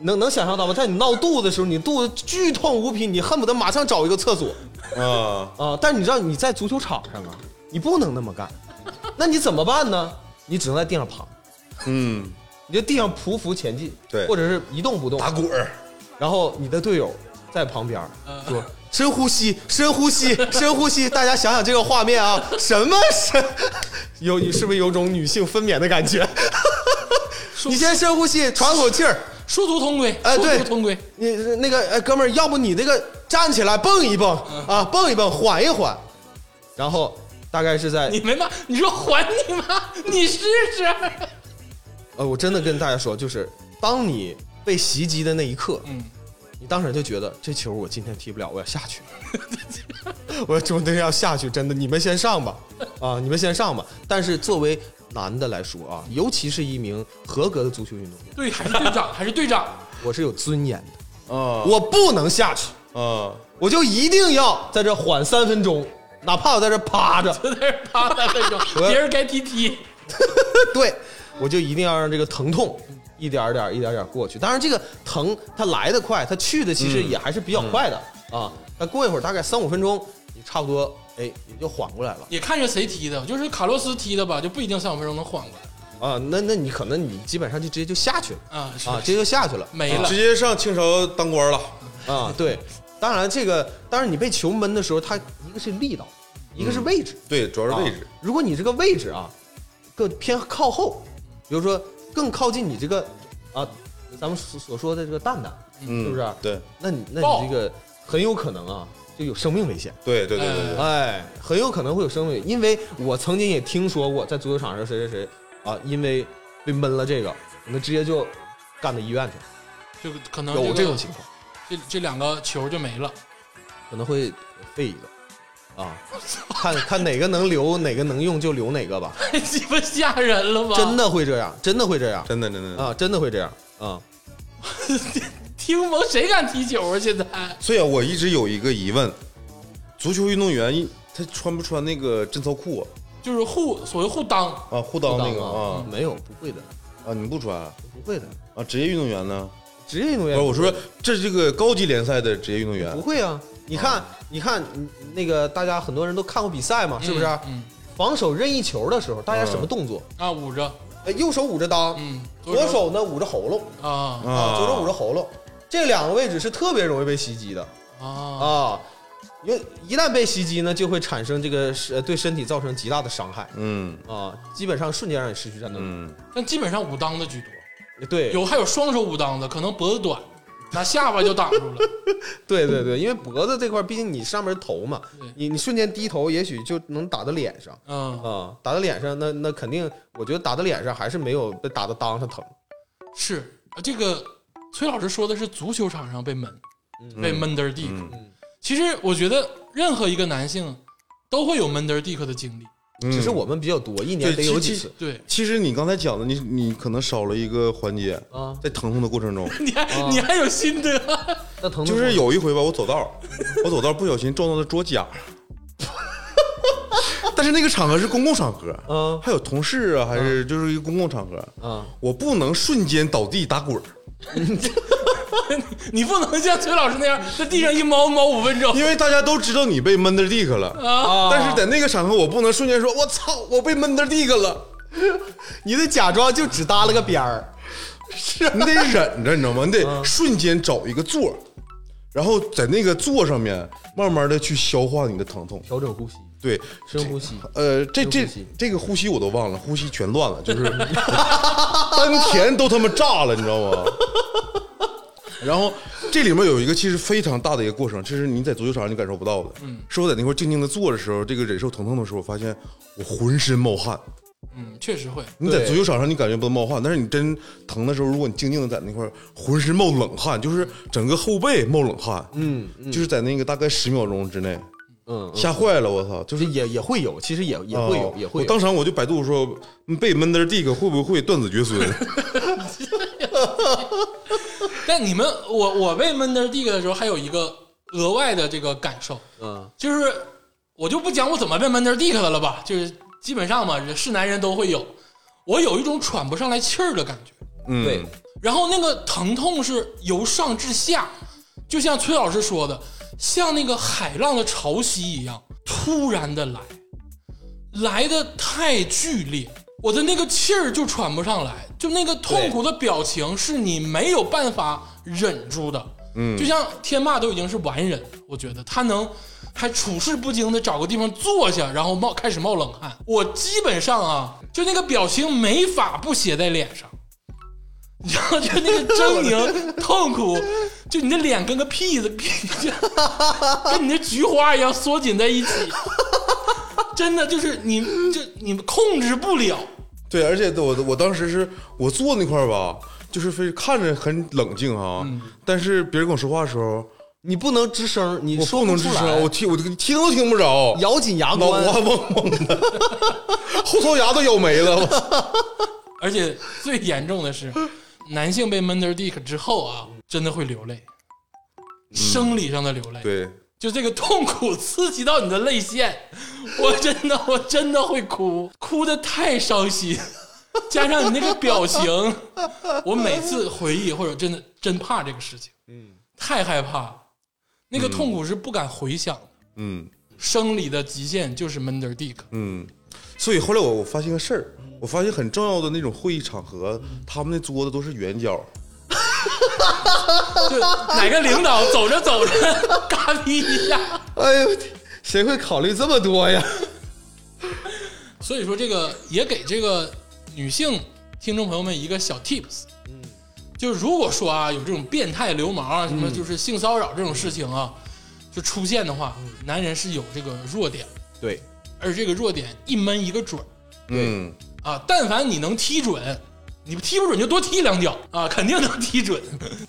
C: 能能想象到吧？在你闹肚子的时候，你肚子剧痛无比，你恨不得马上找一个厕所
B: 啊，
C: 啊、但你知道你在足球场上啊，你不能那么干，那你怎么办呢？你只能在地上爬，
B: 嗯，
C: 你就地上匍匐前进，
B: 对
C: 或者是一动不动
B: 打滚儿，
C: 然后你的队友在旁边说：“ 深呼吸，深呼吸， 深呼吸。”大家想想这个画面 啊，什么深？有你是不是有种女性分娩的感 觉？你先深呼吸，喘口气儿。
A: 殊途同归，
C: 哎
A: 殊
C: 对
A: 途同归，
C: 你那个哎，哥们儿，要不你这个站起来蹦一蹦啊，蹦一蹦，缓一缓。然后大概是在
A: 你没骂，你说还你妈，你试试，
C: 呃，我真的跟大家说，就是当你被袭击的那一刻，
A: 嗯，
C: 你当时就觉得这球我今天踢不了，我要下去， 我要真的要下去，真的，你们先上吧，啊，你们先上吧。但是作为男的来说啊，尤其是一名合格的足球运动员，
A: 对，还是队长，还是队长，
C: 我是有尊严的，
B: 啊
C: 我不能下去，
B: 啊，
C: 我就一定要在这缓三分钟，哪怕我在这趴着，
A: 就在这趴三分钟， 别人该踢踢。
C: 对，我就一定要让这个疼痛一点儿点儿、一点儿点儿过去。当然，这个疼它来得快，它去的其实
B: 嗯
C: 也还是比较快的、啊。那过一会儿大概三五分钟，你差不多哎也就缓过来了
A: 也看着谁踢的，就是卡洛斯踢的吧，就不一定三五分钟能缓过来
C: 啊。那那你可能你基本上就直接就下去了
A: 啊是
C: 啊，直接就下去了
A: 没了
B: 直。接上清朝当官了，
C: 啊。对，当然这个当然你被球闷的时候，它一个是力道，一个是位置。
B: 对，主要嗯是位置
C: 啊。如果你这个位置啊更偏靠后，比如说更靠近你这个啊，咱们所所说的这个蛋蛋，
B: 嗯，
C: 是不是
B: 对
C: 那你那
A: 爆
C: 你这个很有可能啊，就有生命危险。
B: 对对对对对，
C: 哎，很有可能会有生命危险，因为我曾经也听说过，在足球场上谁谁谁啊，因为被闷了这个，那直接就干到医院去了，
A: 就可能
C: 有
A: 这
C: 啊这
A: 个
C: 种情况，
A: 这这两个球就没了。
C: 可能会废一个啊，看看哪个能留，哪个能用就留哪个吧，
A: 太鸡巴吓人了吧！
C: 真，的会这样，真的会这样
B: 真的真的。
C: 啊，真的会这样啊，
A: 听不谁敢踢球啊？现在
B: 所以啊，我一直有一个疑问：足球运动员他穿不穿那个贞操裤啊？
A: 就是护所谓护裆，
B: 啊，护裆那
C: 不
B: 个
C: 当
B: 啊
C: 没有不会的，
B: 啊，你不穿
C: 不会的，
B: 啊？职业运动员呢？
C: 职业运动
B: 不
C: 员
B: 是，我说这是这个高级联赛的职业运动员
C: 不会啊，你看，你看，嗯那个大家很多人都看过比赛嘛，是不是？
A: 哦
C: 啊
A: 嗯
C: 防守任意球的时候，大家什么动作？
A: 啊，捂着，
C: 哎，右手捂着裆，
A: 嗯，
C: 左手呢捂着喉咙
A: 啊
C: 啊，
B: 啊，
C: 左手捂着喉咙，这两个位置是特别容易被袭击的
A: 啊
C: 啊。因为一旦被袭击呢，就会产生这个是呃对身体造成极大的伤害
B: 嗯
C: 啊，基本上瞬间让你失去战斗力。
B: 嗯，
A: 但基本上捂裆的居多，嗯
C: 对，
A: 有还有双手捂裆的，可能脖子短，拿下巴就挡住了。
C: 对对对，因为脖子这块，毕竟你上面是头嘛
A: 对，
C: 你你瞬间低头，也许就能打到脸上。
A: 嗯，
C: 啊、打到脸上，那那肯定，我觉得打到脸上还是没有被打到裆上疼。
A: 是啊这个崔老师说的是足球场上被闷，
C: 嗯
A: 被闷得儿地。
B: 嗯
A: 其实我觉得任何一个男性都会有闷得儿地的经历。
B: 嗯
C: 只是我们比较多，一年
B: 对
C: 得
B: 其
C: 有几
B: 其
C: 次
A: 对，
B: 其实你刚才讲的，你你可能少了一个环节，
C: 啊。
B: 在疼痛的过程中，
A: 你还、你还有心得，
C: 那疼痛
B: 就是有一回吧，我走道，我走道不小心撞到了桌角，但是那个场合是公共场合，
C: 嗯
B: 还有同事啊，还是就是一个公共场合，
C: 啊，
B: 我不能瞬间倒地打滚儿，
A: 你不能像崔老师那样在地上一猫猫五分钟
B: 因为大家都知道你被闷在地下了。
A: 啊！
B: 但是在那个场合，我不能瞬间说“我操，我被闷在地下了
C: 你得假装就只搭了个边儿，”，
B: 你得忍着，你知道吗？你得瞬间找一个座儿，然后在那个座上面慢慢的去消化你的疼痛。
C: 调整呼吸，
B: 对，
C: 深呼吸。
B: 呃，这
C: 深
B: 这
C: 呼吸
B: 这个呼吸我都忘了，呼吸全乱了，就是 丹田都他妈炸了，你知道吗？然后这里面有一个其实非常大的一个过程，这是你在足球场上你感受不到的。嗯，是我在那块儿静静的坐的时候，这个忍受疼痛的时候，我发现我浑身冒汗。
A: 嗯，确实会，
B: 你在
C: 对
B: 足球场上你感觉不到冒汗，但是你真疼的时候，如果你静静的在那块儿，浑身冒冷汗，就是整个后背冒冷汗，
C: 嗯嗯
B: 就是在那个大概十秒钟之内，
C: 嗯，
B: 吓坏了，我操！就
C: 这
B: 是哦
C: 也也会有，其实也也会有，也会
B: 我
C: 有。
B: 当场我就百度说嗯被闷在地可会不会断子绝 孙？
A: 但你们我我被闷得儿地的时候，还有一个额外的这个感受，
C: 嗯
A: 就是我就不讲我怎么被闷得儿地的了吧，就是基本上嘛，是男人都会有，我有一种喘不上来气儿的感觉，
B: 嗯，
C: 对，
A: 然后那个疼痛是由上至下，就像崔老师说的，像那个海浪的潮汐一样，突然的来，来的太剧烈，我的那个气儿就喘不上来，就那个痛苦的表情是你没有办法忍住的。嗯，就像天霸都已经是完人，我觉得他能还处事不惊的找个地方坐下，然后冒开始冒冷汗。我基本上啊，就那个表情没法不写在脸上。你知道，就那个狰狞、痛苦，就你的脸跟个屁子 屁，跟你的菊花一样缩紧在一起，真的就是你这你控制不了，
B: 对，而且我我当时是我坐那块儿吧，就是非看着很冷静啊，
A: 嗯
B: 但是别人跟我说话的时候，
C: 你不能吱声，你
B: 我
C: 说
B: 不能吱啊
C: 出来
B: 声，我听我这个听都听不着，
C: 咬紧牙
B: 脑
C: 关
B: 瓜。嗡嗡 的，后槽牙都咬没了。我操
A: 而且最严重的是，男性被闷 e dick 之后啊，真的会流泪，生理上的流泪，
B: 对，
A: 就这个痛苦刺激到你的泪腺， 我真的我真的会哭，哭的太伤心， 加上你那个表情， 我每次回忆或者真的真怕这个事情，嗯，太害怕了，那个痛苦是不敢回想的，
B: 嗯
A: 生理的极限就是闷 e dick，
B: 嗯，所以后来我我发现个事儿，我发现很重要的那种会议场合，
C: 嗯
B: 他们那桌子都是圆角，
A: 就哪个领导走着走着， 嘎逼一下。
C: 哎呦，谁会考虑这么多 呀？
A: 所以说，这个也给这个女性听众朋友们一个小 tips，嗯，就是如果说啊有这种变态流氓啊，什么就是性骚扰这种事情啊，就出现的话，
B: 嗯
A: 男人是有这个弱点，
C: 对，
A: 而这个弱点一闷一个准儿
B: 嗯，
A: 啊，但凡你能踢准。你踢不准就多踢两脚啊，肯定能踢准，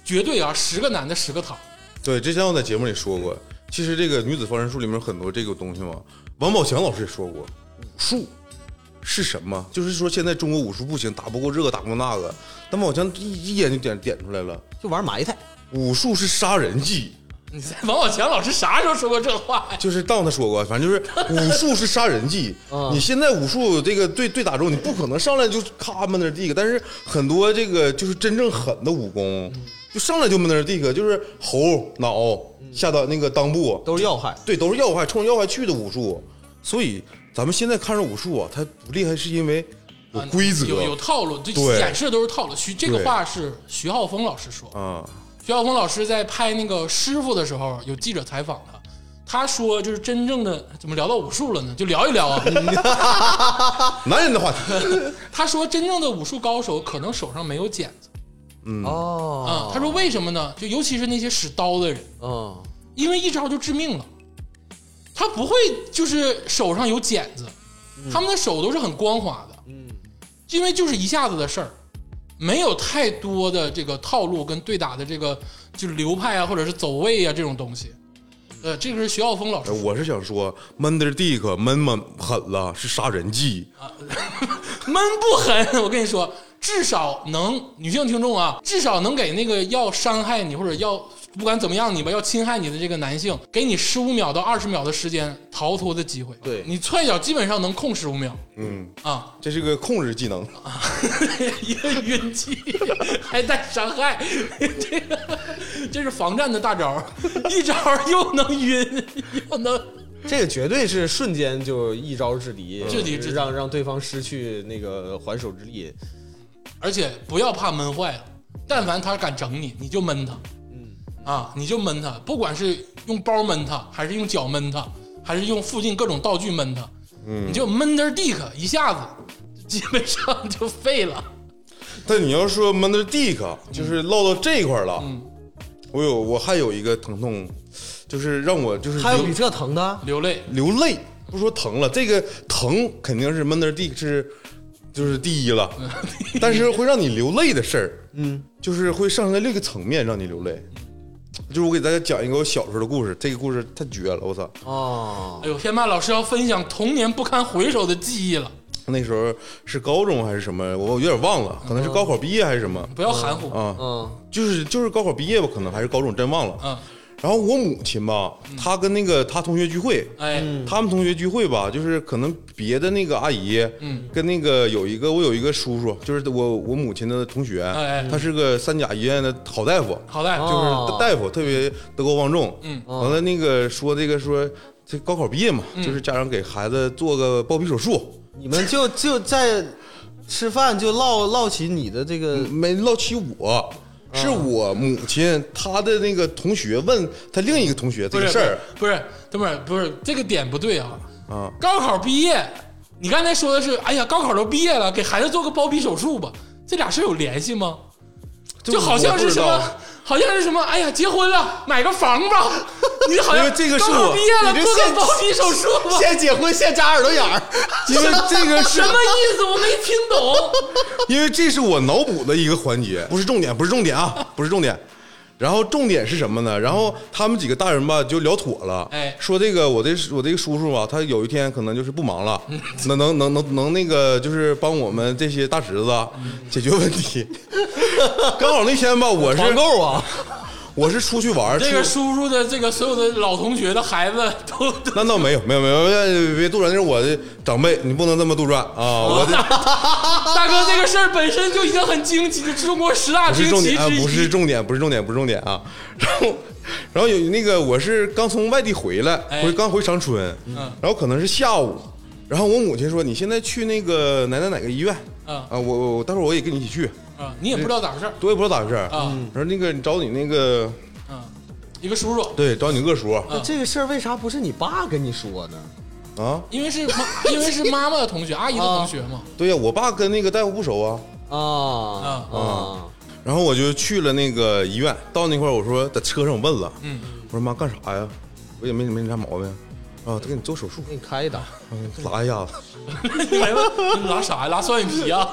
A: 绝对 啊，十个男的十个躺。
B: 对，之前我在节目里说过，其实这个女子方程式里面有很多这个东西嘛，王宝强老师也说过，武术是什么？就是说现在中国武术不行，打不过这个，打不过那个，但王宝强一一眼就点点出来了，
C: 就玩埋汰。
B: 武术是杀人技。
A: 你在王宝强老师啥时候说过这话呀？
B: 就是当他说过，反正就是武术是杀人技
C: 嗯。
B: 你现在武术这个对对打中，你不可能上来就咔闷那地个。但是很多这个就是真正狠的武功，就上来就闷那地个，就是猴脑下到那个裆部，
C: 都是要害。
B: 对，都是要害，冲着要害去的武术。所以咱们现在看上武术啊，它不厉害是因为有
A: 啊
B: 规则
A: 有有套路，这
B: 对
A: 演示的都是套路。徐这个
B: 对
A: 话是徐浩峰老师说的
B: 啊，
A: 徐晓峰老师在拍那个《师傅》的时候，有记者采访他，他说就是真正的怎么聊到武术了呢？就聊一聊啊。
B: 男人的话题，
A: 他说真正的武术高手可能手上没有剪子
B: 嗯
A: 啊、
C: 哦，
A: 他说为什么呢？就尤其是那些使刀的人，
C: 嗯，
A: 因为一招就致命了，他不会就是手上有剪子，他们的手都是很光滑的，嗯，因为就是一下子的事儿，没有太多的这个套路跟对打的这个就流派啊，或者是走位啊这种东西。呃，这个是徐浩峰老师说的
B: 我是想说，闷的地可闷闷狠了是杀人技，
A: 啊闷不狠，我跟你说，至少能女性听众啊，至少能给那个要伤害你或者要不管怎么样你吧，要侵害你的这个男性，给你十五秒到二十秒的时间逃脱的机会。
C: 对
A: 你踹脚基本上能控十五秒
B: 嗯，
A: 啊，
B: 这是个控制技能。
A: 一个晕机还带伤害， 这个这是防战的大招，一招又能晕又能。
C: 这个绝对是瞬间就一招制敌，
A: 制嗯敌制敌
C: 让让对方失去那个还手之力。
A: 而且不要怕闷坏了，但凡他敢整你，你就闷他，嗯啊，你就闷他，不管是用包闷他，还是用脚闷他，还是用附近各种道具闷他，嗯，你就闷他 dick 一下子，基本上就废了。
B: 但你要说 m o t h e r
A: 嗯
B: dick，就是唠到这块儿了。我有，我还有一个疼痛，就是让我就是
C: 还有
B: 流
C: 比这疼的？
A: 流泪，
B: 流泪，不说疼了，这个疼肯定是 m o t h e r dick 是就是第一了，但是会让你流泪的事儿，嗯，就是会上升到另一个层面让你流泪。就是我给大家讲一个我小时候的故事，这个故事太绝了，我操！
C: 哦，
A: 哎呦，天霸老师要分享童年不堪回首的记忆了，
B: 那时候是高中还是什么，我有点忘了，可能是高考毕业还是什么
A: 不要含糊，
B: 啊，
C: 嗯，
B: 就是就是高考毕业吧，可能还是高中，真忘了。
A: 嗯，
B: 然后我母亲吧，她跟那个她同学聚会，
A: 哎，
B: 他们同学聚会吧，就是可能别的那个阿姨，
A: 嗯，
B: 跟那个有一个我有一个叔叔，就是我我母亲的同学，
A: 哎
B: 他是个三甲医院的好大夫，
A: 好嘞，
C: 哦
B: 就是大夫特别德高望重，
A: 嗯
B: 完了那个说这个说这高考毕业嘛，就是家长给孩子做个包皮手术，
C: 你们就就在吃饭就唠唠起你的这个，
B: 没落起
A: 啊
B: 我。是我母亲，她的那个同学问她另一个同学
A: 不
B: 这个
A: 是
B: 事儿，
A: 不是，不是，不是，这个点不对啊。
B: 啊，
A: 高考毕业，你刚才说的是，哎呀，高考都毕业了，给孩子做个包皮手术吧，这俩事有联系吗？
B: 这
A: 就好像
B: 我
A: 是
B: 不知
A: 什
B: 道
A: 么，好像是什么，哎呀，结婚了，买个房 吧，你好
B: 因
A: 像
B: 为这个是
A: 高考
B: 我
A: 毕业了，
C: 你这
A: 做
C: 现
A: 个包皮手术吧，
C: 先结婚，先扎耳朵眼儿。
B: 因为这个是
A: 什么意思？我没听懂。
B: 因为这是我脑补的一个环节，不是重点，不是重 点啊，不是重点。然后重点是什么呢？然后他们几个大人吧就聊妥了，
A: 哎
B: 说这个我这我这个叔叔啊，他有一天可能就是不 忙了，能能能能能那个就是帮我们这些大侄子啊
A: 嗯
B: 解决问题。 刚好那天 吧，我是
C: 团购啊，
B: 我是出去玩儿，
A: 这个
B: 出
A: 叔叔的这个所有的老同学的孩子 都都
B: 那倒没有没有没有，别别杜撰，那是我的长辈，你不能这么杜撰啊！
A: 哦
B: 我这
A: 大哥，这个事儿本身就已经很惊奇，就中国十大
B: 不
A: 惊
B: 是重
A: 奇
B: 点啊，
A: 之一。
B: 不是重点，不是重点，不是重点啊。 然后，然后有那个我是刚从外地回来，
A: 哎嗯
B: 回刚回长春，然后可能是下午，然后我母亲说你现在去那个哪哪哪个医院
A: 嗯
B: 啊，我我我待会儿我也跟你一起去，
A: 啊，你也不知道咋回事儿
B: 我也不知道咋回事儿
A: 啊。
B: 然后那个你找你那个
A: 嗯，一个叔叔，
B: 对找你二叔
A: 嗯
C: 这个事儿为啥不是你爸跟你说呢？
B: 啊，
A: 因为是妈，因为是妈妈的同学，阿姨的同学 嘛。
B: 对呀，我爸跟那个大夫不熟啊。
A: 嗯
C: 啊
B: 啊！然后我就去了那个医院，到那块儿我说在车上我问了，
A: 嗯，
B: 我说妈干啥呀？我也没没啥毛病啊，他给你做手术，啊
C: 给你开一打，
B: 拉一下子。
A: 你来吧你拉啥呀？拉双眼皮啊？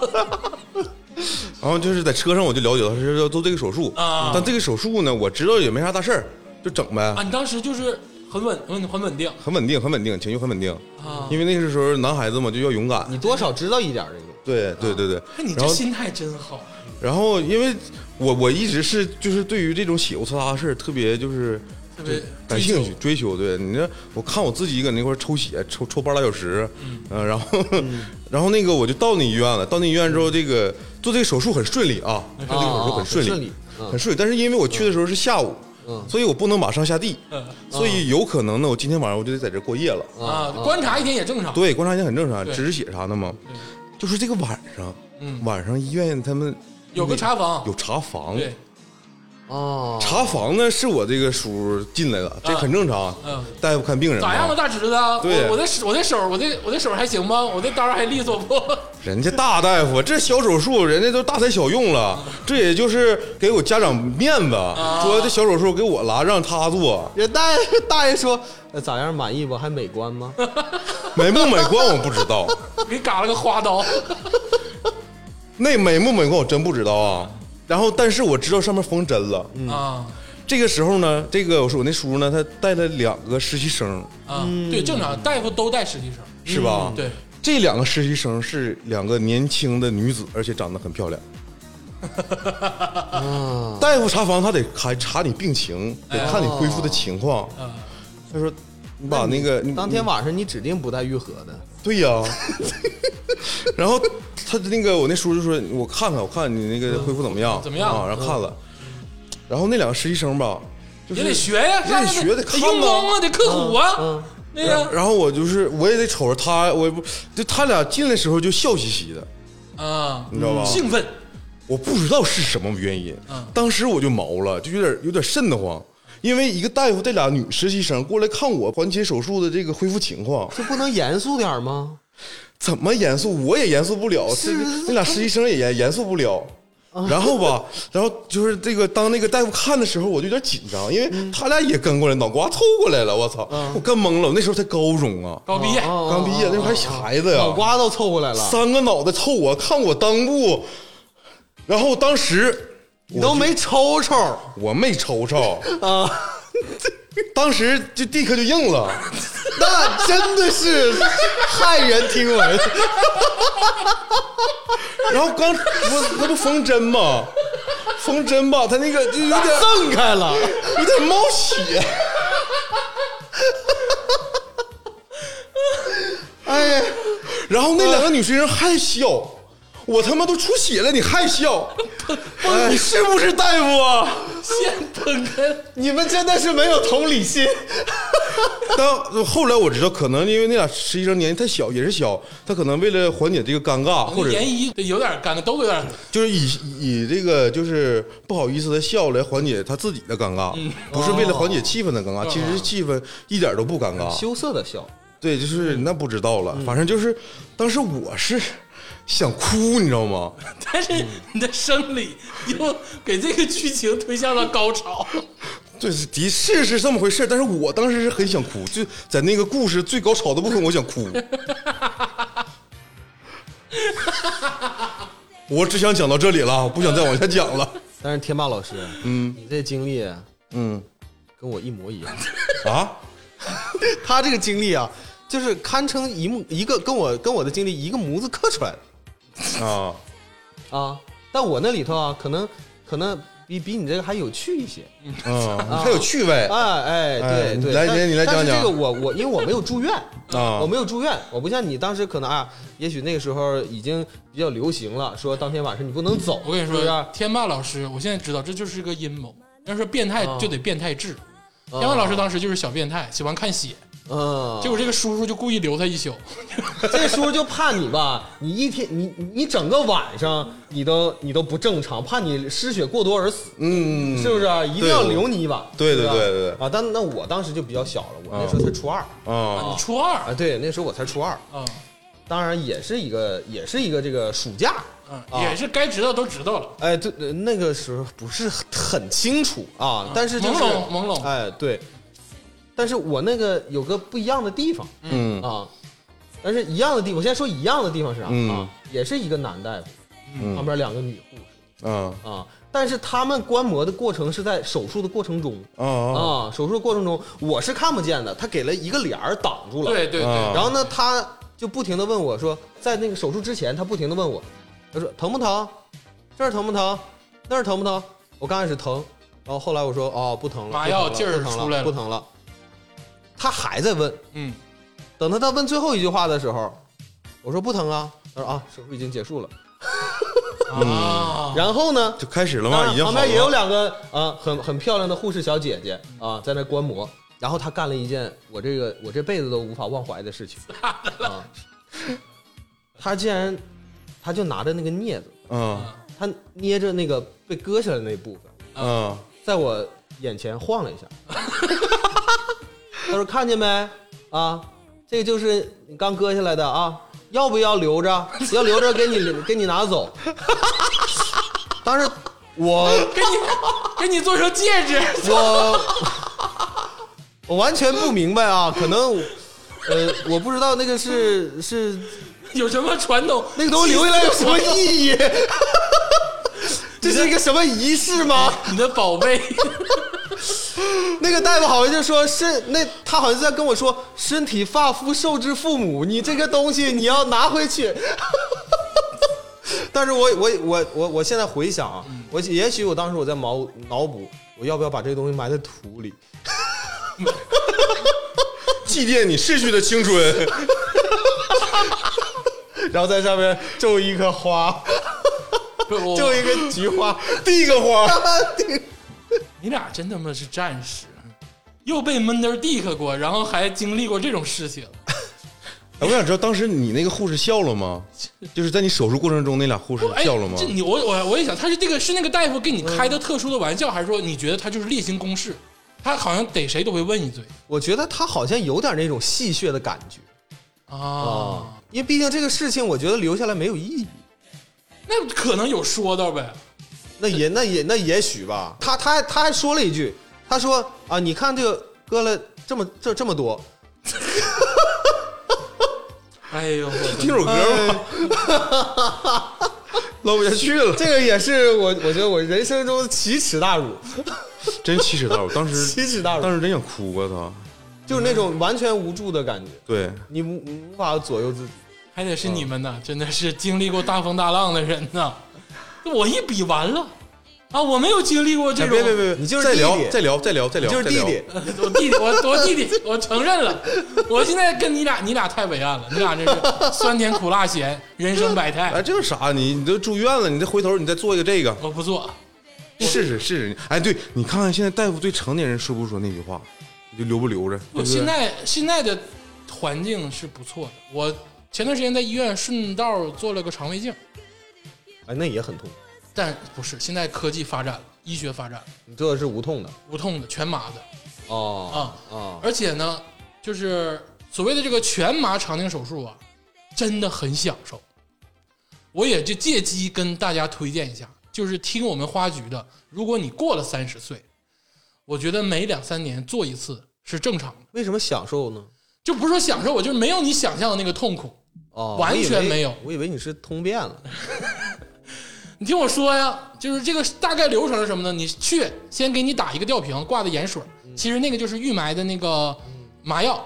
B: 然后就是在车上我就了解到他是要做这个手术
A: 啊
B: 但这个手术呢，我知道也没啥大事儿，就整呗
A: 啊，，你当时就是很稳，嗯很很稳定
B: 很稳定，很稳定，情绪很稳定。
A: 啊。
B: 因为那个时候男孩子嘛就要勇敢，
C: 你多少知道一点儿这个。
B: 对对对对。
A: 啊那你
B: 然
A: 这
B: 后
A: 心态真好，
B: 然后因为我我一直是就是对于这种喜忧特大的事儿特别就是
A: 特别
B: 感
A: 追
B: 兴
A: 求
B: 趣，追求。对你这，我看我自己搁那块儿抽血，抽抽半拉小时，嗯、然后、然后那个我就到那医院了，到那医院之
A: 嗯
B: 后，这个做这个手术很顺利啊，做这个手术很顺利，
C: 啊很顺利嗯
B: 很顺利但是因为我去的时候是下午，
C: 嗯
B: 所以我不能马上下地，
A: 嗯
B: 所以有可能呢，我今天晚上我就得在这儿过夜了。
A: 啊。观察一天也正常。
B: 对，观察一天很正常，
A: 对
B: 止血啥的嘛。
A: 对
B: 就是这个晚上，
A: 嗯
B: 晚上医院他们
A: 有个查房，
B: 有查房，
A: 对，
C: 啊，
B: 查房呢是我这个叔进来的，这很正常。
A: 嗯
B: 大夫看病人嘛
A: 咋样了，大侄子？啊
B: 对
A: 我我的手我的手，我的我的手还行吗？我的刀还利索不？
B: 人家大大夫，这小手术人家都大材小用了，这也就是给我家长面子，说这小手术给我拉，让他做，
C: 人大爷大爷说，呃咋样满意不？还美观 吗？
B: 美不美观我不知道，
A: 给嘎了个花刀，
B: 那美不美观我真不知道啊。然后，但是我知道上面缝针了。
A: 啊
B: 这个时候呢，这个我说我那叔呢，他带了两个实习生，
A: 啊，
B: 嗯
A: 对，正常，大夫都带实习生，
B: 是吧？
A: 对，
B: 这两个实习生是两个年轻的女子，而且长得很漂亮。
A: 啊
B: 大夫查房，他得还查你病情，得看你恢复的情况。
A: 啊，
B: 他说：“你把那个你
C: 当天晚上你指定不带愈合的，
B: 对呀、 然后他那个我那叔就说：“我看看，我看你那个恢复怎么样？
A: 怎么样嗯
B: 啊？”然后看了，然后那两个实习生吧，就是
A: 也得学呀，
B: 也得
A: 上
B: 学
A: 来
B: 得看
A: 用功啊，得刻苦啊
C: 嗯，
A: 对
B: 然
A: 呀
B: 后，然后我就是啊我也得瞅着他，我也不就他俩进来的时候就笑嘻嘻的，
A: 啊，
B: 你知道吧？
A: 兴奋，
B: 我不知道是什么原因，
A: 嗯
B: 当时我就毛了，就有点有点瘆得慌，因为一个大夫带俩女实习生过来看我环切手术的这个恢复情况，
C: 就不能严肃点儿吗？
B: 怎么严肃我也严肃不了，这
C: 是哦
B: 个那俩实习生也严严肃不了。然后吧，然后就是这个，当那个大夫看的时候，我就有点紧张，因为
C: 嗯
B: 他俩也跟过来，脑瓜凑过来了，我操，我干懵了，我那时候才高中啊，
A: 高毕业，
C: 啊
B: 刚毕业，那时候还小孩子呀，
C: 脑瓜都凑过来了，
B: 三个脑袋凑我，看我裆部，然后当时
C: 你都没抽抽
B: 我没抽抽，
C: 啊？
B: 当时就立刻就硬了，
C: 那真的是骇人听 闻。
B: 然后刚我我不缝针嘛，缝针吧，他那个就有点
C: 挣开了，
B: 有点冒血，
C: 哎呀，
B: 然后那两个女学生还笑，我他妈都出血了，你还笑，哎你是不是大夫啊？
A: 先喷开，
C: 你们真的是没有同理心。
B: 当后来我知道，可能因为那俩实习生年纪太小，也是小，他可能为了缓解这个尴尬，或者
A: 研一对有点尴尬，都有点
B: 就是以以这个就是不好意思的笑来缓解他自己的尴尬，不是为了缓解气氛的尴尬，其实气氛一点都不尴
C: 嗯
B: 尬。
C: 羞涩的笑，
B: 对，就是那不知道了，反正就是当时我是想哭，你知道吗？
A: 但是你的生理又给这个剧情推向了高潮。
B: 对，的是是这么回事，但是我当时是很想哭，就在那个故事最高潮的部分，我想 哭。我只想讲到这里了，不想再往下讲 了。
C: 但是天霸老师，嗯，你这经历，
B: 嗯，
C: 跟我一模一样。
B: 啊，
C: 他这个经历啊，就是堪称一模一个跟我跟我的经历一个模子刻出来的
B: 啊，
C: 啊。但我那里头啊，可能可能比比你这个还有趣一些。
B: 嗯，还有趣味，
C: 哎
B: 哎
C: 哎，对对，
B: 来
C: 但
B: 你来你来
C: 但是
B: 讲讲
C: 这个我我因为我没有住院
B: 啊
C: 我没有住院，我不像你当时可能啊，也许那个时候已经比较流行了，说当天晚上你不能走。
A: 我跟你
C: 是不啊是
A: 说，天霸老师，我现在知道这就是个阴谋。要说变态就得变态治，天霸老师当时就是小变态，喜欢看血，
C: 嗯，
A: 结果这个叔叔就故意留他一宿。
C: 这时候就怕你吧，你一天你你你整个晚上你都你都不正常，怕你失血过多而死，
B: 嗯，
C: 是不是啊？一定要留你一晚。
B: 对
C: 是吧
B: 对对对对
C: 啊！但那我当时就比较小了，我那时候才初二
B: 啊
A: 你初二
C: 啊，对，那时候我才初二，
A: 啊，
C: 当然也是一个也是一个这个暑假。
A: 嗯，也是该知道都知道了。
C: 哎，对，呃那个时候不是很很清楚啊，但是就是
A: 朦胧朦
B: 哦
A: 胧
C: 哎，对，但是我那个有个不一样的地方
B: 嗯
C: 啊，但是一样的地，我先说一样的地方是啥
B: 嗯
C: 啊？也是一个男大夫，旁边两个女护士
B: 啊
C: 啊，但是他们观摩的过程是在手术的过程中
B: 啊啊
C: 啊，手术的过程中我是看不见的，他给了一个帘儿挡住了，
A: 对对
B: 啊
A: 对，
C: 然后呢，他就不停的问我说，在那个手术之前，他不停的问我，他说疼不疼？这儿疼不疼？那儿疼不疼？我刚开始疼，然后后来我说哦不疼了，
A: 麻药
C: 不
A: 劲儿
C: 疼了不疼
A: 出来了
C: 不疼了。他还在问，
A: 嗯，
C: 等到他问最后一句话的时候，我说不疼啊，他说啊手术已经结束了。
A: 啊，
C: 然后呢，
B: 就开始了
C: 当
B: 吗？
C: 然
B: 已经好
C: 旁边也有
B: 了。
C: 两个啊、很很漂亮的护士小姐姐啊、在那观摩。然后她干了一件我这个我这辈子都无法忘怀的事 情啊，她竟然，她就拿着那个镊子，
B: 嗯
C: 她捏着那个被割下来的那部分，
B: 嗯
C: 在我眼前晃了一下。 她说：“看见没啊，这就是你刚割下来的啊，要不要留着？要留着给你给你拿走。” 当时我
A: 给你给你做成戒指，
C: 我我完全不明白啊，可能呃，我不知道那个是是
A: 有什么传统？
C: 那个东西留下来有什么意义？这是一个什么仪式吗？
A: 你的宝 贝，
C: 那个大夫好像就说身那他好像在跟我说身体发肤受之父母，你这个东西你要拿回去。但是我我我我我现在回想啊，我也许我当时我在脑脑补，我要不要把这个东西埋在土里？
B: 祭奠你逝去的青春。
C: 然后在上面种一棵花，
A: 不 是我
C: 种一个菊花。
B: 第一个花，
A: 你俩真他妈是战士，又被闷墩儿 dick 过，然后还经历过这种事情。
B: 哎我想知道当时你那个护士笑了吗？就是在你手术过程中，那俩护士
A: 哎
B: 笑了吗？
A: 这你我我我也想，他是这个是那个大夫给你开的特殊的玩笑，还是说你觉得他就是例行公事？他好像逮谁都会问一嘴
C: 我觉得他好像有点那种戏谑的感觉
A: 啊，
C: 啊，因为毕竟这个事情，我觉得留下来没有意义。
A: 那可能有说道呗。
C: 那也 那也那也许吧。他他还他还说了一句，他说啊，你看这个割了这么这这么多，
A: 哎呦，我的
B: 听首歌吧，哎唠不下去了，
C: 这个也是我我觉得我人生中奇耻大 辱，
B: 真奇耻大辱。当时
C: 奇耻大辱
B: 当，时真想哭，我操！
C: 就是那种完全无助的感觉，
B: 对，
C: 你无无法左右自己。
A: 还得
B: 嗯
A: 是你们呐，真的是经历过大风大浪的人呐。我一比完了啊，我没有经历过这
B: 哎
A: 种。
B: 别别别，
C: 你就是
B: 再
C: 弟弟
B: 聊再聊再聊再聊，
C: 就是弟
B: 再
C: 弟
B: 聊，
A: 我弟弟，我我弟弟，我承认了。我现在跟你俩，你俩太伟岸了，你俩这是酸甜苦辣咸，人生百态
B: 哎，。这有啥？你你都住院了，你再回头你再做一个这个，
A: 我不做，
B: 试试试试。哎，对你看看现在大夫对成年人说不说那句话，你就留不留着？
A: 我
B: 对不
A: 哦现
B: 对？
A: 在现在的环境是不错的。我前段时间在医院顺道做了个肠胃镜，
C: 哎，那也很痛，
A: 但不是现在科技发展了，医学发展了，
C: 你这是无痛的
A: 无痛的全麻的
C: 哦
A: 啊，
C: 哦，
A: 而且呢，就是所谓的这个全麻肠镜手术啊，真的很享受。我也就借机跟大家推荐一下，就是听我们花局的，如果你过了三十岁，我觉得每两三年做一次是正常的，
C: 为什么享受呢？
A: 就不是说享受，我就是没有你想象的那个痛苦。
C: 哦，
A: 完
C: 我以为
A: 全没有
C: 我以为你是通便了。
A: 你听我说呀，就是这个大概流程是什么呢？你去先给你打一个吊瓶，挂的盐水，
B: 嗯
A: 其实那个就是预埋的那个麻药。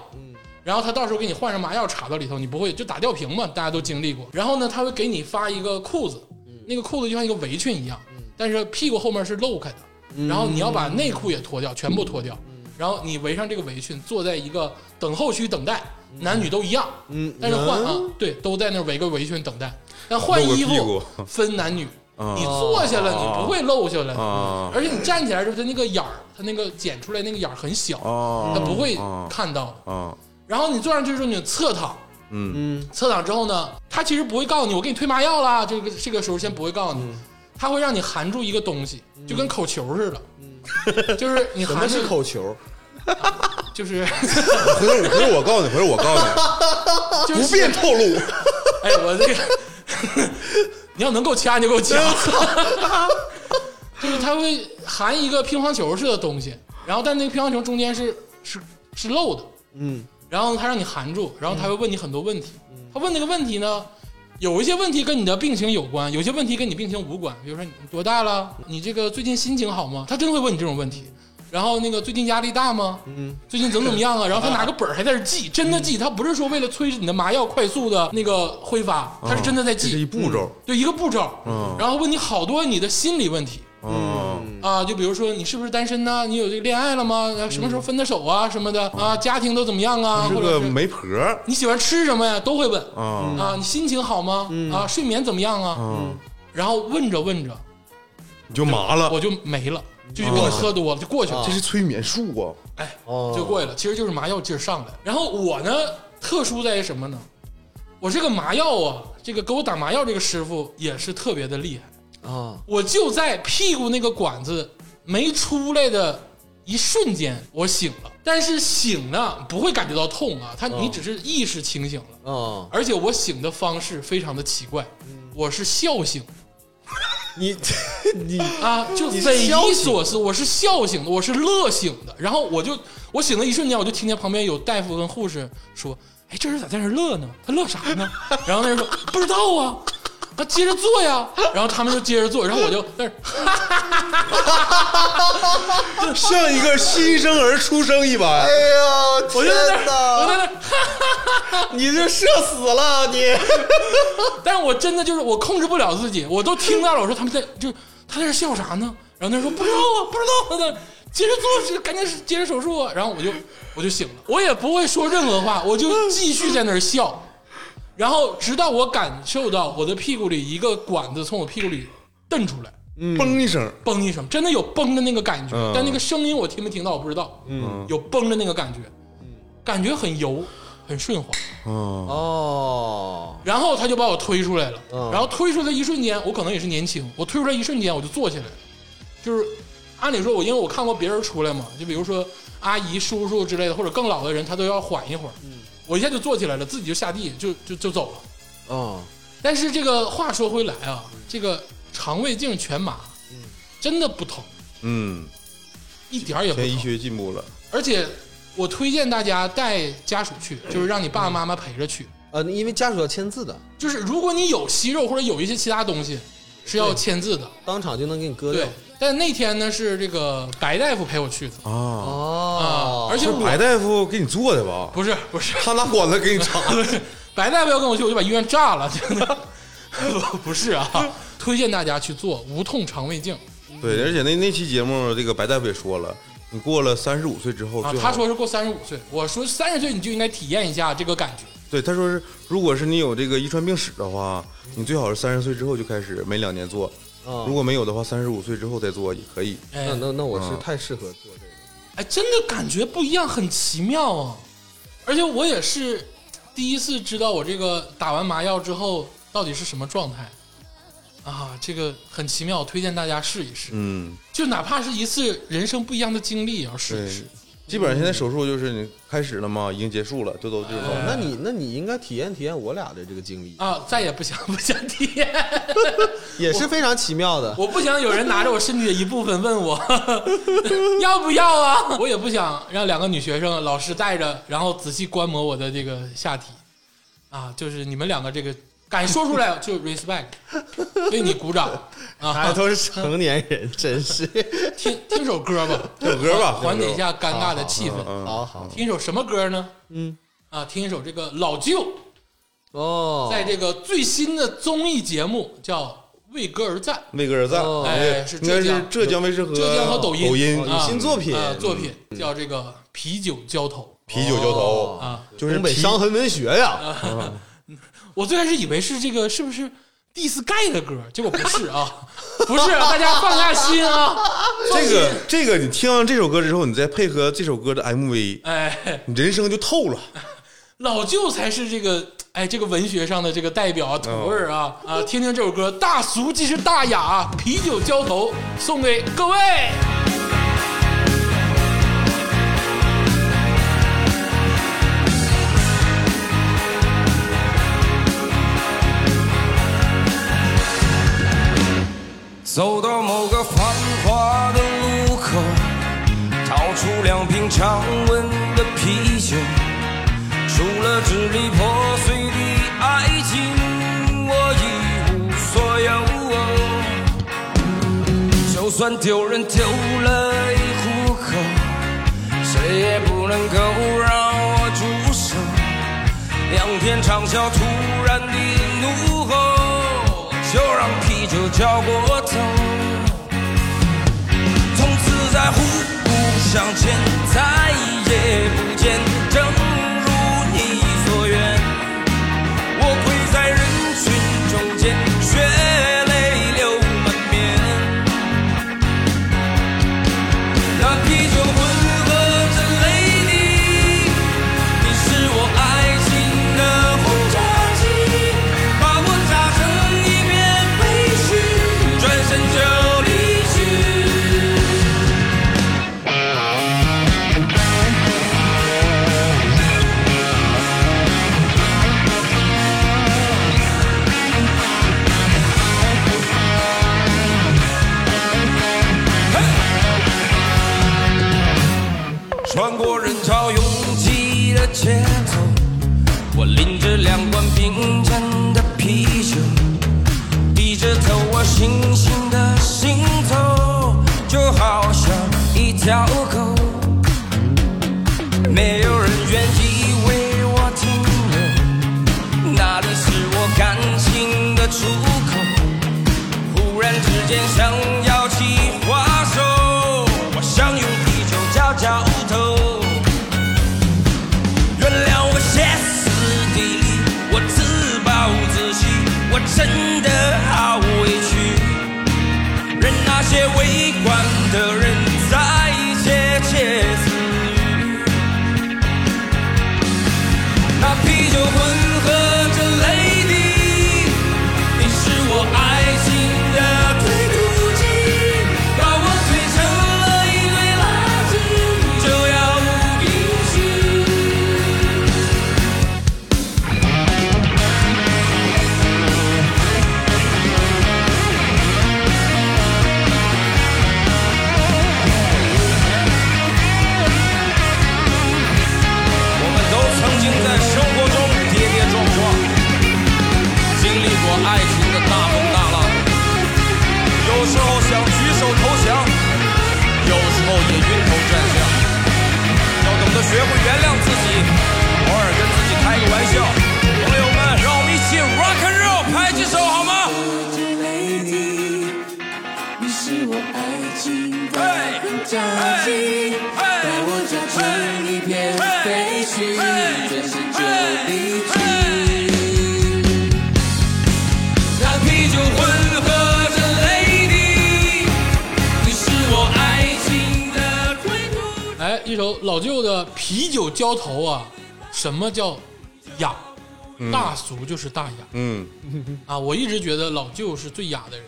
A: 然后他到时候给你换上麻药插到里头，你不会就打吊瓶嘛？大家都经历过。然后呢，他会给你发一个裤子，
B: 嗯
A: 那个裤子就像一个围裙一样，但是屁股后面是露开的。
B: 嗯
A: 然后你要把内裤也脱掉，全部脱掉。然后你围上这个围裙，坐在一个等候区等待，男女都一样。
C: 嗯，
A: 但是换啊
C: 嗯，
A: 对，都在那儿围个围裙等待。但换
B: 露个
A: 衣
B: 屁
A: 服
B: 股
A: 分男女，
C: 嗯
B: 啊
A: 你坐下了你不会漏下来，
B: 啊
A: 而且你站起来的时候，它那个眼儿，它那个剪出来那个眼儿很小，
B: 啊
A: 它
C: 嗯
A: 不会
B: 啊
A: 看到的。
B: 啊，
A: 然后你坐上去之后，你侧躺，
B: 嗯
C: 嗯
A: 侧躺之后呢，他其实不会告诉你我给你推麻药啦，这个这个时候先不会告诉
C: 嗯
A: 你，他会让你含住一个东西，就跟口球似的，就是你
C: 嗯什
A: 含
C: 么
A: 住
C: 是，口球？
A: 就是
B: 回头回头我告诉你，回头我告诉
A: 就
B: 你，
A: 是
B: 不便透露。
A: 哎，我这个，你要能够掐，你就给我 掐。就是它会含一个乒乓球似的东西，然后但那个乒乓球中间是是是漏的，
C: 嗯
A: 然后它让你含住，然后它会问你很多问题。他问那个问题呢，有一些问题跟你的病情有关，有些问题跟你病情无关。比如说你多大了，
C: 嗯
A: 你这个最近心情好吗？他真会问你这种问题。然后那个最近压力大吗？
C: 嗯，
A: 最近怎么怎么样 啊？然后他拿个本儿还在这儿记，真的记，他不是说为了催你的麻药快速的那个挥发，他是真的在
B: 这是
A: 记，
B: 一步骤
A: 对一个步骤，然后问你好多你的心理问题
B: 啊
A: 啊，就比如说你是不是单身呢？你有这个恋爱了吗？啊什么时候分的手啊什么的啊？家庭都怎么样啊？
B: 这
A: 或
B: 个
A: 者是
B: 媒婆
A: 你喜欢吃什么呀？都会问
B: 啊
A: 啊，你心情好吗？啊，睡眠怎么样啊？
B: 啊，
A: 然后问着问着
B: 你就麻了
A: 我，就没了，就跟你喝多了就过去了
B: 嗯这。是催眠术啊！
A: 哎，
C: 哦
A: 就过去了。其实就是麻药劲儿上来。然后我呢，特殊在于什么呢？我这个麻药啊，这个给我打麻药这个师傅也是特别的厉害。
C: 啊，
A: 我就在屁股那个管子没出来的一瞬间，我醒了。但是醒了不会感觉到痛啊，
C: 嗯
A: 他你只是意识清醒了。
C: 啊，
A: 而且我醒的方式非常的奇怪，我是笑醒
C: 你 你
A: 啊，就
C: 嗯你是
A: 匪
C: 笑
A: 夷
C: 醒
A: 所思。我是笑醒的，我是乐醒的。然后我就我醒的一瞬间，我就听见旁边有大夫跟护士说：“哎，这人咋在那儿乐呢？他乐啥呢？” 然后那人说：“不知道啊。”他接着做呀，然后他们就接着做，然后我就在那儿
B: 像一个新生儿出生一般
C: 哎，呀，
A: 我就在那
C: 天
A: 儿 我在
C: 哪！
A: 那儿，
C: 你这社死了你！
A: 但是我真的就是我控制不了自己，我都听到了。我说他们在就是他在这儿笑啥呢？然后那人说不知道啊，不知道他在接着做，赶紧接着手术啊。然后我就我就醒了，我也不会说任何话，我就继续在那儿笑。然后直到我感受到我的屁股里一个管子从我屁股里蹬出来，
B: 嘣一声，
A: 嘣一声，真的有嘣的那个感觉，
B: 嗯
A: 但那个声音我听没听到我不知道，
B: 嗯
A: 有嘣的那个感觉，感觉很油，很顺滑。
B: 啊
C: 哦，
A: 然后他就把我推出来了，
C: 嗯
A: 然后推出来一瞬间，我可能也是年轻，我推出来一瞬间我就坐起来了，就是按理说我因为我看过别人出来嘛，就比如说阿姨、叔叔之类的，或者更老的人，他都要缓一会儿，我一下就坐起来了，自己就下地就就就走了。
C: 哦，
A: 但是这个话说回来啊，这个肠胃镜全麻，真的不疼，
B: 嗯，
A: 一点儿也
B: 现
A: 不
B: 在医
A: 疼，
B: 学进步了，
A: 而且我推荐大家带家属去，就是让你爸爸妈妈陪着去。
C: 呃，因为家属要签字的，
A: 就是如果你有息肉或者有一些其他东西，是要签字的。
C: 当场就能给你割掉
A: 对。，但那天呢是这个白大夫陪我去的
B: 啊，
A: 啊
C: 哦，，
A: 而且
B: 是白
A: 我
B: 大夫给你做的吧？
A: 不是不是
B: 他拿管子给你插，
A: 白大夫要跟我去，我就把医院炸了，真的 不不是啊，推荐大家去做无痛肠胃镜
B: 对，而且那那期节目，这个白大夫也说了，你过了三十五岁之后，
A: 啊
B: 最。好
A: 他说是过三十五岁，我说三十岁你就应该体验一下这个感觉。
B: 对，他说是，如果是你有这个遗传病史的话，你最好是三十岁之后就开始，每两年做。
C: 啊
B: 如果没有的话，三十五岁之后再做也可以。
A: 哎
C: 那那那我是太适合做这个，
A: 哎，真的感觉不一样，很奇妙啊！而且我也是第一次知道我这个打完麻药之后到底是什么状态啊，这个很奇妙，推荐大家试一试。
B: 嗯，
A: 就哪怕是一次人生不一样的经历，也要试
B: 对
A: 一试。，
B: 基本上现在手术就是你开始了嘛，已经结束了，就都这种。
A: 哎
C: 那你那你应该体验体验我俩的这个经历，
A: 啊，再也不想 不想体验，
C: 也是非常奇妙的。
A: 我不想有人拿着我身体的一部分问我 要不要啊，我也不想让两个女学生老师带着，然后仔细观摩我的这个下体，啊，就是你们两个这个敢说出来 就 respect，为你鼓掌
B: 哎
A: 啊，
C: 都是成年人，真是。
A: 听听首歌吧，
B: 听首歌吧
A: 缓解一下尴尬的气氛。
B: 嗯，
C: 好好
A: 听一首什么歌呢？
C: 嗯，
A: 啊，听一首这个老舅
C: 哦，
A: 在这个最新的综艺节目叫《为歌而战
B: 为个人赞
C: 哦，
A: 哎是
B: 应该
A: 浙江
B: 是浙江卫视和
A: 浙江和抖
B: 抖嗯
A: 音
C: 有
A: 啊
C: 新作品》嗯
A: 啊，作品叫这个《啤酒浇头
B: 啤酒浇头
C: 哦，》
A: 啊。
B: 就是
C: 东北
B: 啤
C: 伤痕文学 呀，
A: 我最开始以为是这个是不是 Diss Guy 的歌，结果不是啊，不是，大家放下心啊。
B: 这个这个，你听完这首歌之后，你再配合这首歌的 MV，
A: 哎，
B: 你人生就透了。
A: 老舅才是这个哎这个文学上的这个代表啊，土味儿啊啊！听听这首歌，大俗即是大雅啊，《啤酒浇头》送给各位。
D: 走到某个繁华的路口，掏出两瓶常温的啤酒，除了支离破碎的爱情，我一无所有。就算丢人丢了一户口，谁也不能够让我住手。仰天长啸，突然的怒吼，就让啤酒浇过头。从此再互不相欠，再也不见。正如你所愿，我跪在人群中间，血泪流满面。那啤酒混合着泪滴，你是我爱情的轰炸机，把我炸成一片废墟，转身就离去。穿过人潮拥挤的街头，我拎着两罐冰镇的啤酒，低着头我悻悻啊的行走，就好像一条狗，没有人愿意为我停留，那里是我感情的出口。忽然之间想要起花手，我想用啤酒浇浇头。原谅我歇斯底里，我自暴自弃，我真的好委屈。任那些围观的人在窃窃私语。那啤酒混合着泪滴，你是我爱情的推土机，把我推成了一堆垃圾，就要无比无尽。我们都曾经在生活中跌跌撞撞，经历过爱情的大风大浪，有时候想举手投降，有时候也晕头转向。要懂得学会原谅自己，偶尔跟自己开个玩笑。朋友们，让我们一起 rock and roll，拍起手好吗？
E: 你是我爱情的
D: 哎
E: 轰炸机，
D: 哎
E: 把我炸成一片废墟，转身就离去。
D: 那啤酒混合着泪滴，你是我爱情的归途。
A: 哎，一首老舅的《啤酒浇头》啊，什么叫雅？大俗就是大雅、
B: 嗯，
A: 啊！我一直觉得老舅是最雅的人，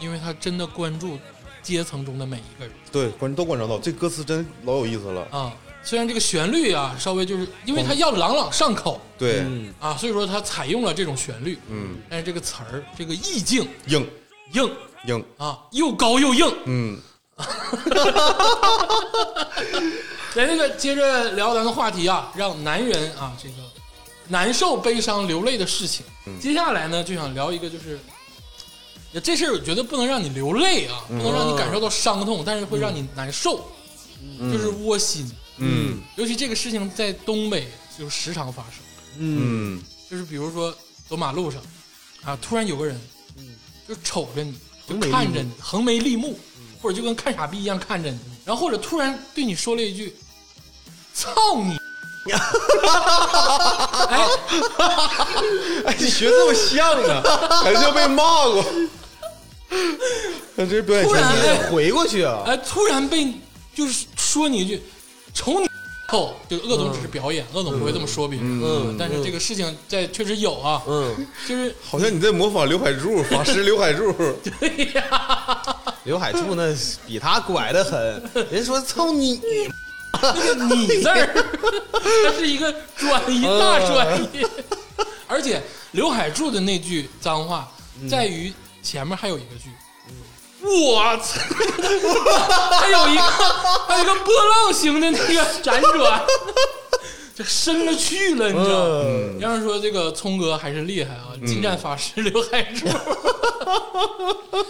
A: 因为他真的关注阶层中的每一个人
B: 对，关都关照到，这歌词真老有意思了。
A: 啊。虽然这个旋律啊，稍微就是因为它要朗朗上口
B: 对，
A: 啊，所以说它采用了这种旋律，
B: 嗯，
A: 但是这个词儿这个意境
B: 硬
A: 硬
B: 硬，
A: 啊，又高又硬。
B: 嗯，
A: 来，那个接着聊咱们话题啊，让男人啊这个难受、悲伤、流泪的事情。接下来呢，就想聊一个就是。这事儿我觉得不能让你流泪啊，不能让你感受到伤痛，但是会让你难受，就是窝心。
B: 嗯
A: 尤其这个事情在东北就时常发生，
B: 嗯
A: 就是比如说走马路上啊，突然有个人，就瞅着你，就
C: 嗯眉立嗯
A: 看着你，横眉立目，或者就跟看傻逼一样看着你，然后或者突然对你说了一句“操你”， 哎，
B: 哎，你学这么像啊呢， 感觉被骂过。那这是表演
A: 突
B: 前
A: 然
B: 提，
A: 哎
C: 回过 去啊，
A: 哎，突然被就是说你一句“瞅你”，哦，就恶总只是表演，恶总不会这么说别人，
C: 嗯
A: 但是这个事情在确实有啊，
C: 嗯，
A: 就是
B: 好像你在模仿刘海柱，法师刘海柱。
C: 刘海柱 那比他拐的 很，人说操你，
A: 你字儿，它是一个转移，大转移。而且刘海柱的那句脏话，在于前面还有一个句，我操，还有一个还有一个波浪形的那个辗转，这深了去了，你知道吗？嗯要是说这个聪哥还是厉害啊，近战法师刘海柱，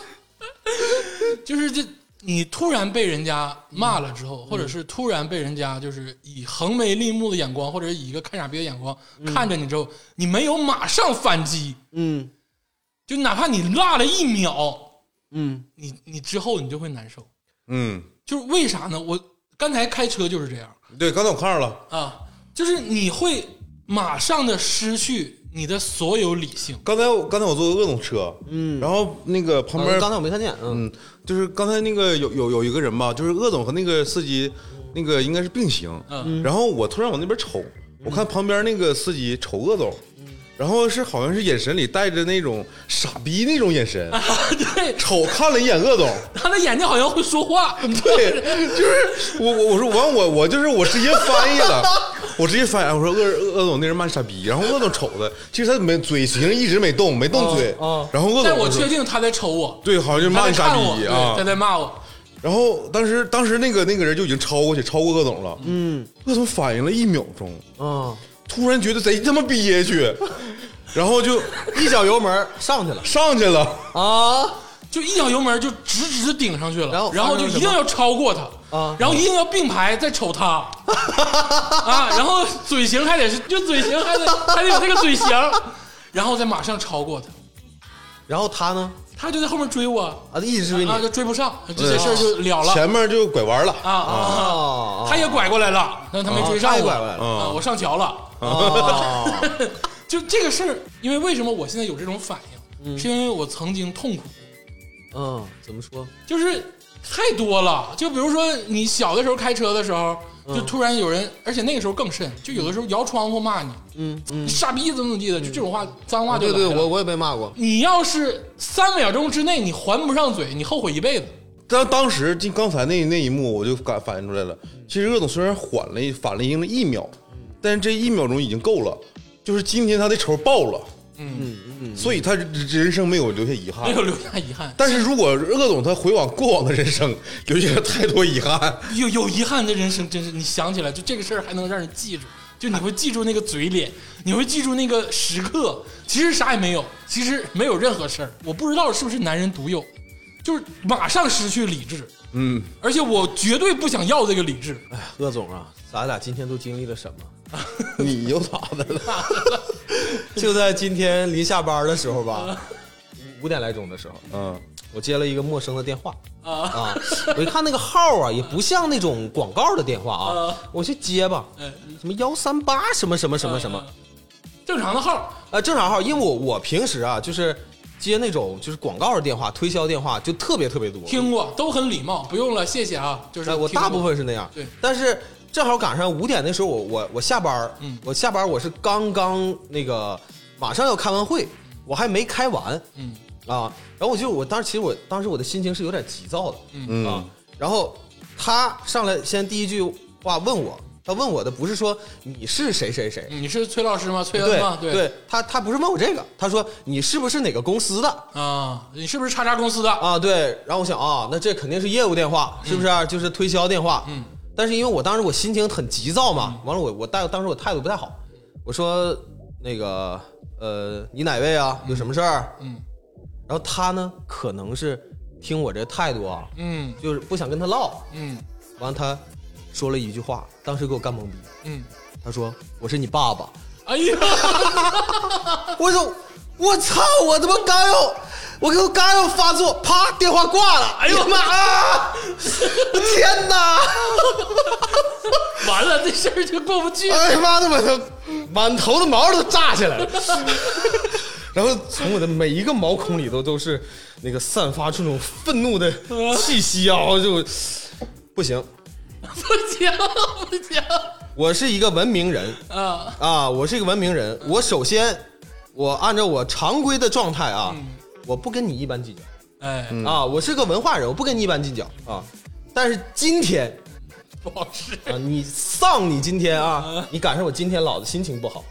A: 就是这你突然被人家骂了之后，或者是突然被人家就是以横眉立目的眼光，或者以一个看傻逼的眼光、看着你之后，你没有马上反击，
C: 嗯
A: 就哪怕你落了一秒，
C: 嗯
A: 你你之后你就会难受。
B: 嗯，
A: 就是为啥呢？我刚才开车就是这样
B: 对，刚才我看上了，
A: 啊，就是你会马上的失去你的所有理性。
B: 刚才我刚才我坐的恶总车，嗯，然后那个旁边
C: 嗯，刚才我没看见，嗯，
B: 嗯，就是刚才那个有有有一个人吧，就是鄂总和那个司机，那个应该是并行。
A: 嗯
B: 然后我突然往那边瞅，
C: 嗯
B: 我看旁边那个司机瞅鄂总，然后是好像是眼神里带着那种傻逼那种眼 神，
A: 对，
B: 瞅看了一眼鄂总，
A: 他的眼睛好像会说话，
B: 对，就是我我我说完我我就是我直接翻译 了，我直接翻译，我说鄂鄂总那人骂你傻逼，然后鄂总瞅他，其实他没嘴其实一直没动，没动嘴，
C: 哦
B: 然后鄂
A: 但
B: 总
A: 我
B: 就说
A: 确定他在瞅我，
B: 对， 好像就
A: 他
B: 骂
A: 在
B: 你傻
A: 看我，
B: 逼啊
A: 对，他，在骂我。
B: 然后当时当时那个那个人就已经超过去，超过鄂总了。嗯，鄂总反应了一秒钟，
C: 啊，
B: 突然觉得贼他妈憋 屈，然后就
C: 一脚油门上 去了
B: 上去了。
C: 啊，
A: 就一脚油门就直直地顶上去了，
C: 然后
A: 就一定要超过他
C: 啊
A: 然后一定要并排再瞅 他啊，然后嘴型还得是，就嘴型还得还得有这个嘴型，然后再马上超过他，
C: 然后他呢
A: 他就在后面追我
C: 啊，一直追你
A: 啊，就追不上，这事儿就了了
B: 前面就拐弯了。
A: 啊啊，
C: 啊
A: 他也拐过来了，但他没追上
C: 啊他也
A: 我
C: 拐过来了
A: 啊，我上桥了，
C: 啊，
A: 就这个事儿，因为为什么我现在有这种反应，是因为我曾经痛苦过
C: 嗯，怎么说？
A: 就是太多了。就比如说你小的时候开车的时候，
C: 嗯
A: 就突然有人，而且那个时候更甚，就有的时候摇窗户骂你，
C: 嗯
A: 你
C: 嗯，啊
A: 傻逼怎么怎么地的，就这种话脏话就
C: 对
A: 来
C: 对，
A: 了。
C: 我我也被骂过，
A: 你要是三秒钟之内你还不上嘴，你后悔一辈子。
B: 当当时就刚才那那一幕，我就感反应出来了。其实鄂总虽然缓了一反了应了一秒，但是这一秒钟已经够了。就是今天他的仇报了，
A: 嗯，
B: 所以他人生没有留下遗
A: 没
C: 哎
B: 憾。
A: 有留下遗憾，
B: 但是如果鄂总他回望过往的人生，留下了太多遗憾。
A: 有有遗憾的人生真是，你想起来就这个事儿还能让人记住，就你会记住那个嘴脸，你会记住那个时刻。其实啥也没有，其实没有任何事儿，我不知道是不是男人独有，就是马上失去理智。
B: 嗯，
A: 而且我绝对不想要这个理智。
C: 鄂总啊，咱俩今天都经历了 什么？
B: 你又咋的了？
C: 就在今天临下班的时候吧，五点来钟的时候，
B: 嗯
C: 我接了一个陌生的电话
A: 啊
C: 啊，我一看那个号啊，也不像那种广告的电话啊
A: 啊，
C: 我去接吧，
A: 嗯，
C: 什么幺三八什么什么什么什么，
A: 正常的号，
C: 呃，正常号，因为我我平时啊就是接那种就是广告的电话、推销电话就特别特别多，
A: 听过都很礼貌，不用了，谢谢啊。就是
C: 哎，我
A: 听过
C: 大部分是那样，
A: 对
C: 但是正好赶上五点那时候我，我我下班儿
A: 嗯
C: 我下班儿我是刚刚那个马上要开完会，我还没开完，
A: 嗯
C: 啊，然后我就我当时其实我当时我的心情是有点急躁的，嗯啊，然后他上来先第一句话问我，他问我的不是说你是谁谁谁，
A: 嗯你是崔老师吗？崔恩
C: 对
A: 吗？
C: 对，他他不是问我这个，他说你是不是哪个公司的
A: 啊，你是不是叉叉公司的？
C: 啊？对，然后我想啊，那这肯定是业务电话，是不是、啊
A: 嗯
C: 就是推销电话？嗯，但是因为我当时我心情很急躁嘛，完了我我带当时我态度不太好，我说那个呃，你哪位啊？有什么事儿？
A: 嗯
C: 然后他呢，可能是听我这态度啊，
A: 嗯
C: 就是不想跟他唠，
A: 嗯
C: 完了他说了一句话，当时给我干懵逼，
A: 嗯，
C: 他说我是你爸爸。
A: 哎呀，
C: 我说我操，我他妈刚要，我给我刚要发作，啪，电话挂了。哎呦妈啊！天哪！
A: 完了，这事儿就过不去。
C: 哎呀妈的，我都满头的毛都炸起来了。 然后从我的每一个毛孔里头都是那个散发出那种愤怒的气息啊！我就不行，
A: 不行不行
C: 我是一个文明人，
A: 啊！
C: 啊，我是一个文明人，我首先我按照我常规的状态啊，我不跟你一般计较、
A: 哎，
C: 啊，我是个文化人，我不跟你一般计较啊。但是今天
A: 不好使。
C: 啊，你丧你今天啊，你赶上我今天老子心情不好，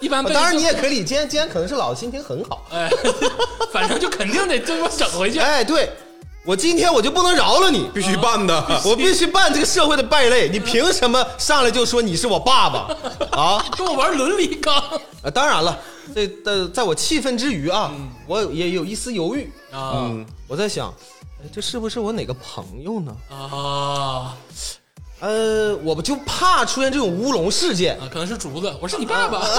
A: 一般
C: 啊
A: 被
C: 当然你也可以理解，今天今天可能是老子心情很好，
A: 哎， 反正就肯定得这么整 回去。
C: 哎，对我今天我就不能饶了你。
B: 必须办的。
C: 我必须办这个社会的败类，你凭什么上来就说你是我爸爸啊？
A: 跟我玩伦理纲
C: 啊，当然了，这在在我气愤之余啊，我也有一丝犹豫，
A: 啊
C: 我在想，哎，这是不是我哪个朋友呢？
A: 啊
C: 呃，我不就怕出现这种乌龙事件，
A: 啊！可能是竹子，我是你爸爸
C: 啊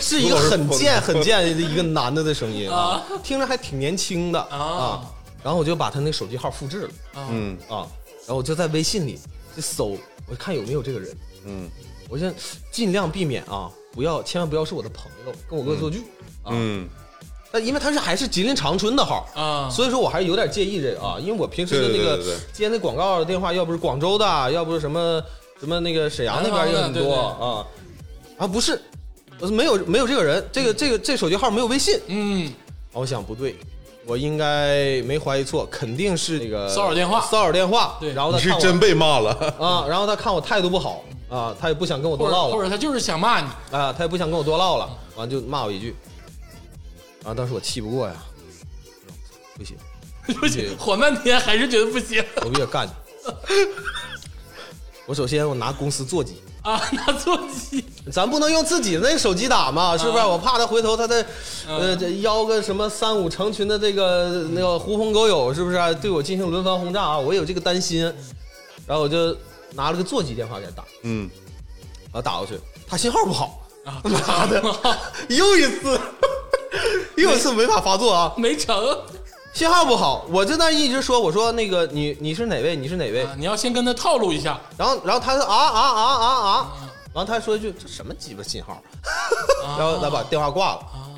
C: 是一个很贱很贱的一个男的的声音啊，听着还挺年轻的啊
A: 啊。
C: 然后我就把他那手机号复制了
B: 嗯
C: 啊，然后我就在微信里就搜，我看有没有这个人，
B: 嗯
C: 我现在尽量避免啊，不要千万不要是我的朋友跟我恶作剧啊。
B: 嗯，
C: 但因为他是还是吉林长春的号
A: 啊
C: 所以说我还是有点介意这个啊，因为我平时的
B: 对
C: 那
B: 对
C: 个
B: 对对对
C: 接那广告的电话，要不是广州的，要不是什么什么那个沈阳那边也很
A: 南
C: 多
A: 方
C: 啊啊不是，我没有没有这个人，这个这个这手机号没有微信，啊
A: 嗯，
C: 我想不对。我应该没怀疑错，肯定是那个
A: 骚扰电话
C: 骚扰电话。
A: 对
C: 然后
B: 你
C: 他
B: 是
C: 看我
B: 真被骂了。
C: 啊，然后他看我态度不好啊，他也不想跟我
A: 或
C: 多唠
A: 者
C: 了
A: 或。者他就是想骂你，
C: 啊，他也不想跟我多唠了，完就骂我一句，然后当时我气不过呀，不行，
A: 不行，缓半天还是觉得不行
C: 我必须得干你。我首先我拿公司座机，
A: 啊！拿座机
C: 咱不能用自己的那个手机打嘛，是不是？
A: 啊
C: 我怕他回头他再呃这邀个什么三五成群的这个那个狐朋狗友，是不是啊、对我进行轮番轰炸啊？我有这个担心，然后我就拿了个座机电话给他打，
B: 嗯，
C: 然后打过去，他信号不好，
A: 啊，
C: 妈 的，又一次， 又一次违法发作啊！
A: 没成。
C: 信号不好，我就那一直说，我说那个你你是哪位？你是哪位？
A: 啊你要先跟他套路一下
C: 然后然后他说啊啊啊啊啊，然后他说一句这什么鸡巴信号，然后他把电话挂了。
A: 啊，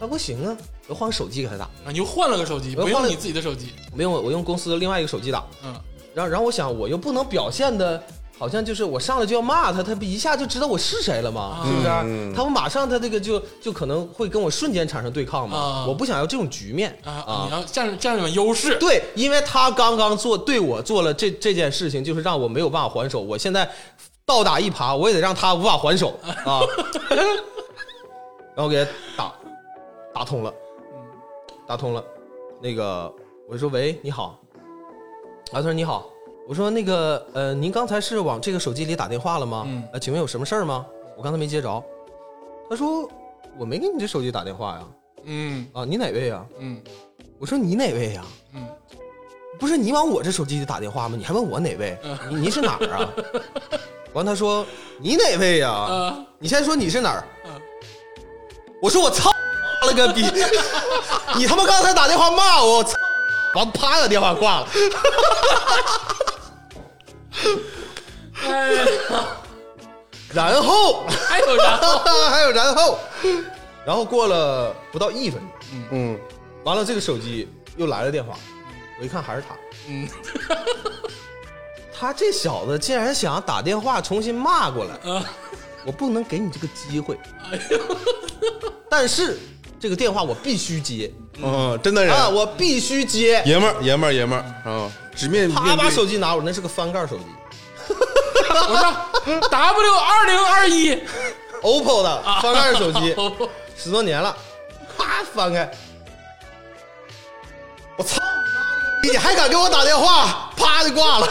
C: 那不行啊，我换个手机给他打，
A: 啊你就换了个手机，
C: 我
A: 不
C: 换了
A: 用你自己的手机。
C: 没有我用公司的另外一个手机打。
A: 嗯，
C: 然后然后我想我又不能表现的。好像就是我上来就要骂他，他不一下就知道我是谁了
A: 啊
C: 吗？是不是？
B: 嗯
C: 他们马上他这个就就可能会跟我瞬间产生对抗嘛。
A: 啊
C: 我不想要这种局面
A: 啊，你要占占有优势。
C: 对，因为他刚刚做对我做了这这件事情，就是让我没有办法还手。我现在倒打一耙，我也得让他无法还手啊。然后给他打打通了，打通了。那个我说喂，你好。啊，他说你好。我说那个呃，您刚才是往这个手机里打电话了吗？
A: 嗯
C: 呃，请问有什么事儿吗？我刚才没接着。他说我没给你这手机打电话呀。
A: 嗯
C: 啊，你哪位呀？
A: 嗯
C: 我说你哪位呀？
A: 嗯，
C: 不是你往我这手机里打电话吗？你还问我哪位？
A: 嗯
C: 你你是哪儿 啊？完，他说你哪位呀、
A: 啊
C: 你先说你是哪儿？
A: 嗯
C: 我说我操了个 逼！你他妈刚才打电话骂我，我操！完啪把电话挂了。
A: 哎，
C: 然后，
A: 还有然后，
C: 还有然后，然后过了不到一分钟，嗯完了这个手机又来了电话，我一看还是他。
A: 嗯
C: 他这小子竟然想打电话重新骂过来，
A: 啊，
C: 我不能给你这个机会。但是这个电话我必须接
B: 嗯，真男人，
C: 啊，我必须接。
B: 爷们儿，爷们儿，爷们儿啊，直面
C: 啪，
B: 面
C: 把
B: 对
C: 手机拿我，那是个翻盖手机
A: 我说嗯 W 二零二一，
C: ，OPPO 的翻盖手机，
A: 哦
C: 十多年了，啪翻开，我操你妈！你还敢给我打电话？啪就挂了。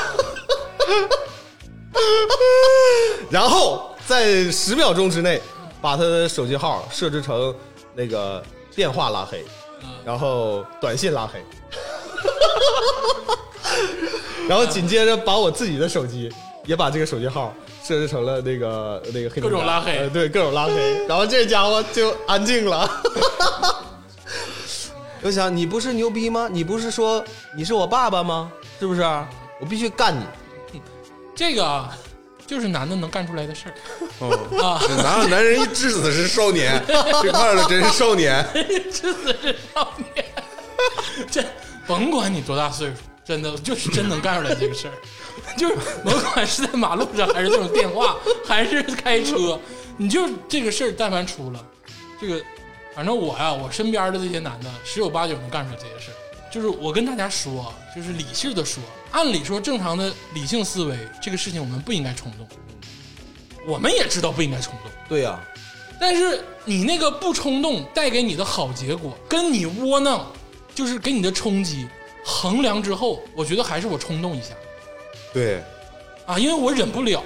C: 然后在十秒钟之内，把他的手机号设置成那个电话拉黑，
A: 嗯
C: 然后短信拉黑， 然后紧接着把我自己的手机也把这个手机号设置成了那个那个黑名单
A: 各种拉黑
C: 呃对，各种拉 黑。然后这家伙就安静了。 我想，你不是牛逼吗？你不是说你是我爸爸吗？是不是？我必须干你！
A: 啊这个啊，就是男的能干出来的事儿。嗯啊
B: 哪有男人一至死是少年？这看着真是少年。
A: 至死是少年。 这甭管你多大岁数，真的就是真能干出来这个事儿， 就是甭管是在马路上，还是这种电话，还是开车， 你就这个事儿，但凡出了，这个反正我呀、我身边的这些男的，十有八九能干出来这些事儿。就是我跟大家说啊，就是理性的说，按理说正常的理性思维，这个事情我们不应该冲动，我们也知道不应该冲动。
C: 对呀、
A: 但是你那个不冲动带给你的好结果，跟你窝囊，就是给你的冲击，衡量之后，我觉得还是我冲动一下
B: 对，
A: 啊，因为我忍不了，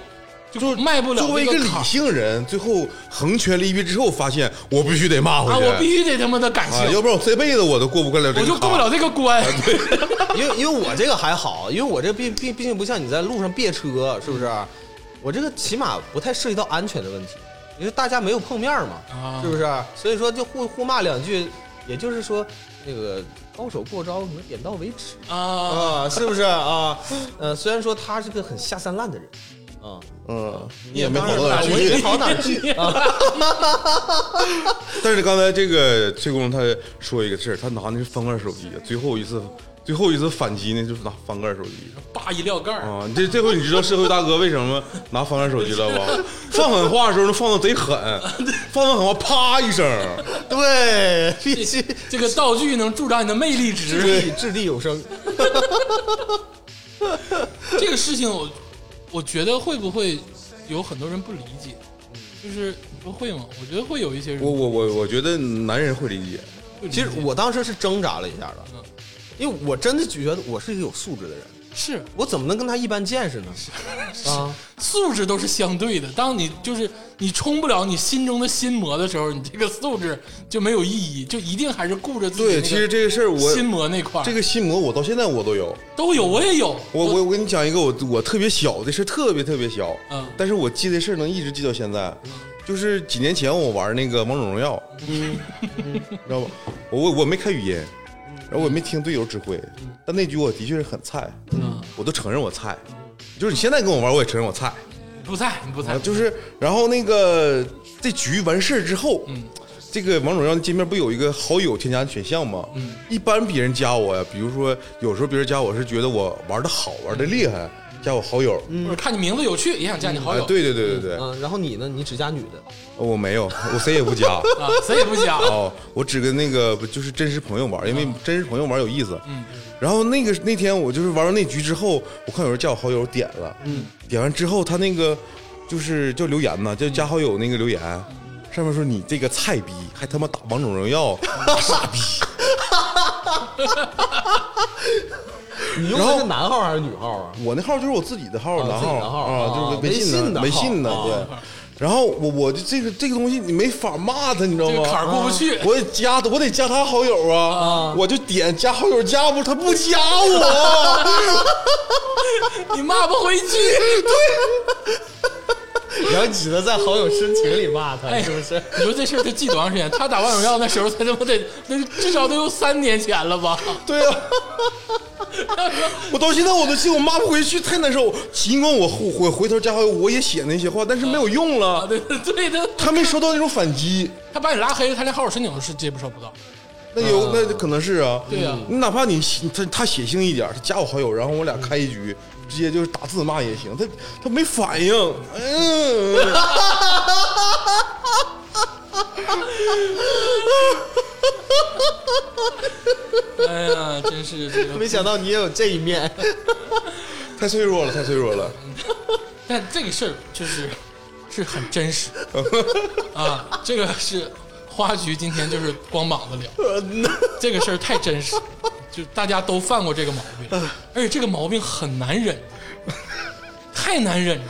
A: 就迈不了
B: 作为一
A: 这
B: 个理
A: 坎儿
B: 性人，最后横权立壁之后，发现我必须得骂回
A: 啊，
B: 去，
A: 我必须得他妈的感性，
B: 啊要不然我这辈子我都过不过了这
A: 我
B: 个坎
A: 就过不
B: 儿，啊
A: 了这个关。
C: 因为因为我这个还好，因为我这毕毕毕竟不像你在路上别车，是不是？我这个起码不太涉及到安全的问题，因为大家没有碰面嘛，
A: 啊
C: 是不是？所以说就互互骂两句，也就是说那个高手过招，你们点到为止
A: 啊，
C: 啊，是不是啊？呃，虽然说他是个很下三滥的人啊，
B: 嗯，你也没好到
C: 当
B: 哪
C: 然
B: 儿
C: 我也没
B: 去。
C: 好哪儿去啊，
B: 但是刚才这个崔工他说一个事儿，他拿的是翻盖手机，最后一次最后一次反击呢，就是拿翻盖手机。
A: 叭一撂盖儿，
B: 啊，这这回你知道社会大哥为什么拿翻盖手机了吧？放狠话的时候能放的贼狠，放完狠话啪一声，
C: 对，必须
A: 这个道具能助长你的魅力
C: 掷
A: 值。
C: 地掷地有声，
A: 这个事情我，我觉得会不会有很多人不理解？就是你说会吗？我觉得会有一些人
B: 我我我我觉得男人会理解，
A: 会理
C: 其
A: 解。
C: 实我当时是挣扎了一下的
A: 嗯，
C: 因为我真的觉得我是一个有素质的人，
A: 是
C: 我怎么能跟他一般见识呢？啊，
A: 素质都是相对的。当你就是你冲不了你心中的心魔的时候，你这个素质就没有意义，就一定还是顾着自己、那
B: 对，
A: 个。
B: 其实这个事儿我
A: 心魔啊那块儿
B: 这个心魔我到现在我都有，
A: 都有，我也有。
B: 我我我跟你讲一个我我特别小的事，特别特别小，
A: 嗯
B: 但是我记这事儿能一直记到现在，就是几年前我玩那个王者荣耀，
A: 嗯
B: 知道吧？我我我没开语音，然后我也没听队友指挥，但那局我的确是很菜，
A: 嗯
B: 我都承认我菜，就是你现在跟我玩我也承认我菜，
A: 不在，你不在
B: 啊，，就是然后那个这局完事儿之后，
A: 嗯
B: 这个王者荣耀界面不有一个好友添加选项吗？
A: 嗯
B: 一般别人加我呀，比如说有时候别人加我是觉得我玩的好，玩的厉害，加我好友。嗯，
A: 或者看你名字有趣，也想加你好
B: 哎
A: 友，，
B: 对对对对对，
C: 嗯，然后你呢？你只加女的，
B: 我没有，我谁也不加。
A: 啊，谁也不 加。
B: 哦，我只跟那个就是真实朋友玩，因为真实朋友玩有意思。嗯，然后那个那天我就是玩完那局之后，我看有人加我好友点了，嗯，点完之后他那个就是叫留言嘛，叫加好友那个留言，上面说你这个菜逼还他妈打王者荣耀，傻逼。
C: 你用
B: 然
C: 的
B: 后
C: 是男号还是女号啊？
B: 我那号就是我自己的号，
C: 啊
B: 男
C: 自己
B: 号
C: 的号
B: 啊，
C: 啊
B: 就是微信
C: 微
B: 微
C: 信
B: 信
C: 的
B: 的
C: 号
B: 对。然后我我就这个这个东西你没法骂他，你知道
A: 这个
B: 吗？
A: 坎儿过不去，
B: 我得加，我得加他好友啊！
A: 啊
B: 我就点加好友加不，他不加我，
A: 你骂不 回去。
C: 然后只能在好友申请里骂他
A: 哎，
C: 是不是？
A: 你说这事儿他记多长时间？他打王者荣耀那时候，他他妈得那至少都有三年前了吧？
B: 对呀、我到现在我都气，我骂不回去，太难受。尽管我回回回头加好友，我也写那些话，但是没有用
A: 啊，
B: 了。
A: 对对，他
B: 他没收到那种反击，
A: 他把你拉黑，他连好友申请都是接不收不到。
B: 那有那可能是啊。
A: 对呀
B: 你哪怕你写他他写性一点，他加我好友，然后我俩开一局，直接就是打字骂也行。他他没反应，哎 嗯。
A: 哎呀，真是这个
C: 没想到你也有这一 面。
B: 太脆弱了，太脆弱了。
A: 但这个事儿就是 是很真 实啊，这个是花局今天就是光膀子聊， 这个事儿太真实，就大家都犯过这个毛病，而且这个毛病很难忍，太难忍了。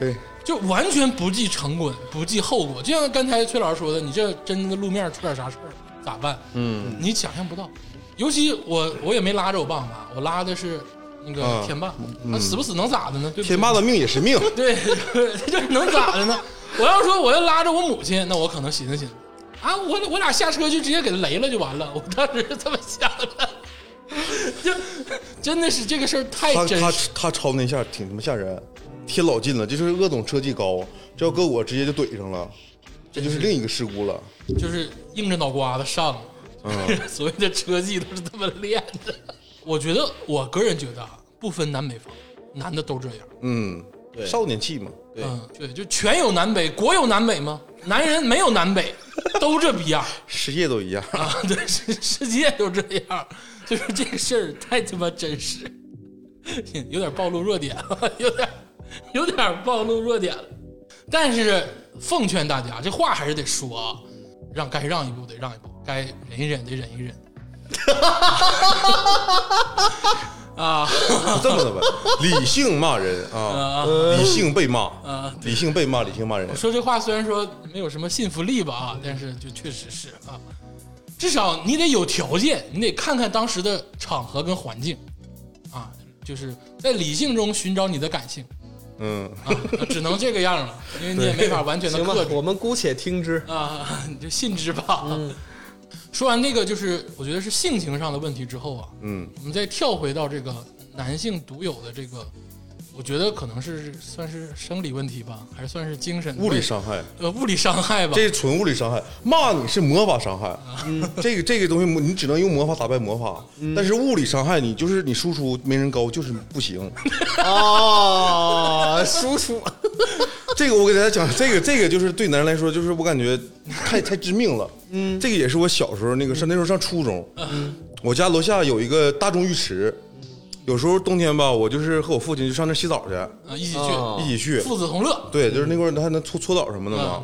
B: 对，
A: 就完全不计成本，不计后果。就像刚才崔老师说的，你这真的路面出点啥事儿咋办？嗯，你想象不到。尤其我我也没拉着我爸我妈，我拉的是那个
B: 啊
A: 天霸，他死不死能咋的呢？对不对
B: 天霸的命也是命，
A: 对， 这能咋的呢？我要说我要拉着我母亲，那我可能寻思寻思，啊，我我俩下车就直接给他雷了就完了。我当时是这么想的，就真的是这个事儿太
B: 他
A: 真
B: 他
A: 实，
B: 他抄那下挺他妈吓人，贴老近了，就是鄂总车技高，这要搁我直接就怼上了，这就是另一个事故了。
A: 就是硬着脑瓜子上了。
B: 嗯
A: 所谓的车技都是这么练的。我觉得我个人觉得啊，不分南北方，男的都这样。
B: 嗯，
C: 对
B: 少年气嘛，
C: 对
A: 嗯，对，就全有南北，国有南北吗？男人没有南北，都这逼样。
B: 世界都一样。
A: 啊， 对，世世界都这样，就是这个事儿太他妈真实，有点暴露弱点了，有点有点暴露弱点了。但是奉劝大家，这话还是得说啊，让该让一步得让一步，该忍一忍得忍一忍。啊
B: 这么的吧，理性骂人啊，理性被骂，理性被骂，理性骂人。
A: 说这话虽然说没有什么信服力吧啊，但是就确实是啊，至少你得有条件，你得看看当时的场合跟环境啊，就是在理性中寻找你的感性
B: 嗯，
A: 啊，只能这个样了，因为你也没法完全的
C: 行吧
A: 克，制
C: 我们姑且听之。
A: 啊，你就信之吧。说完这个，就是我觉得是性情上的问题之后啊，
B: 嗯，
A: 我们再跳回到这个男性独有的这个，我觉得可能是算是生理问题吧，还是算是精神
B: 物理伤害，
A: 呃物理伤害吧，
B: 这是纯物理伤害。骂你是魔法伤害，这个这个东西你只能用魔法打败魔法，但是物理伤害你就是你输出没人高就是不行。
C: 啊，叔叔，
B: 这个我给大家讲，这个这个就是对男人来说，就是我感觉太太致命了。嗯，这个也是我小时候那个上那时候上初中，我家楼下有一个大众浴池，有时候冬天吧，我就是和我父亲就上那洗澡去，
A: 啊，一起去、
C: 哦
B: 一起去。
A: 父子同乐，
B: 对，就是那块儿还能搓搓澡什么的嘛。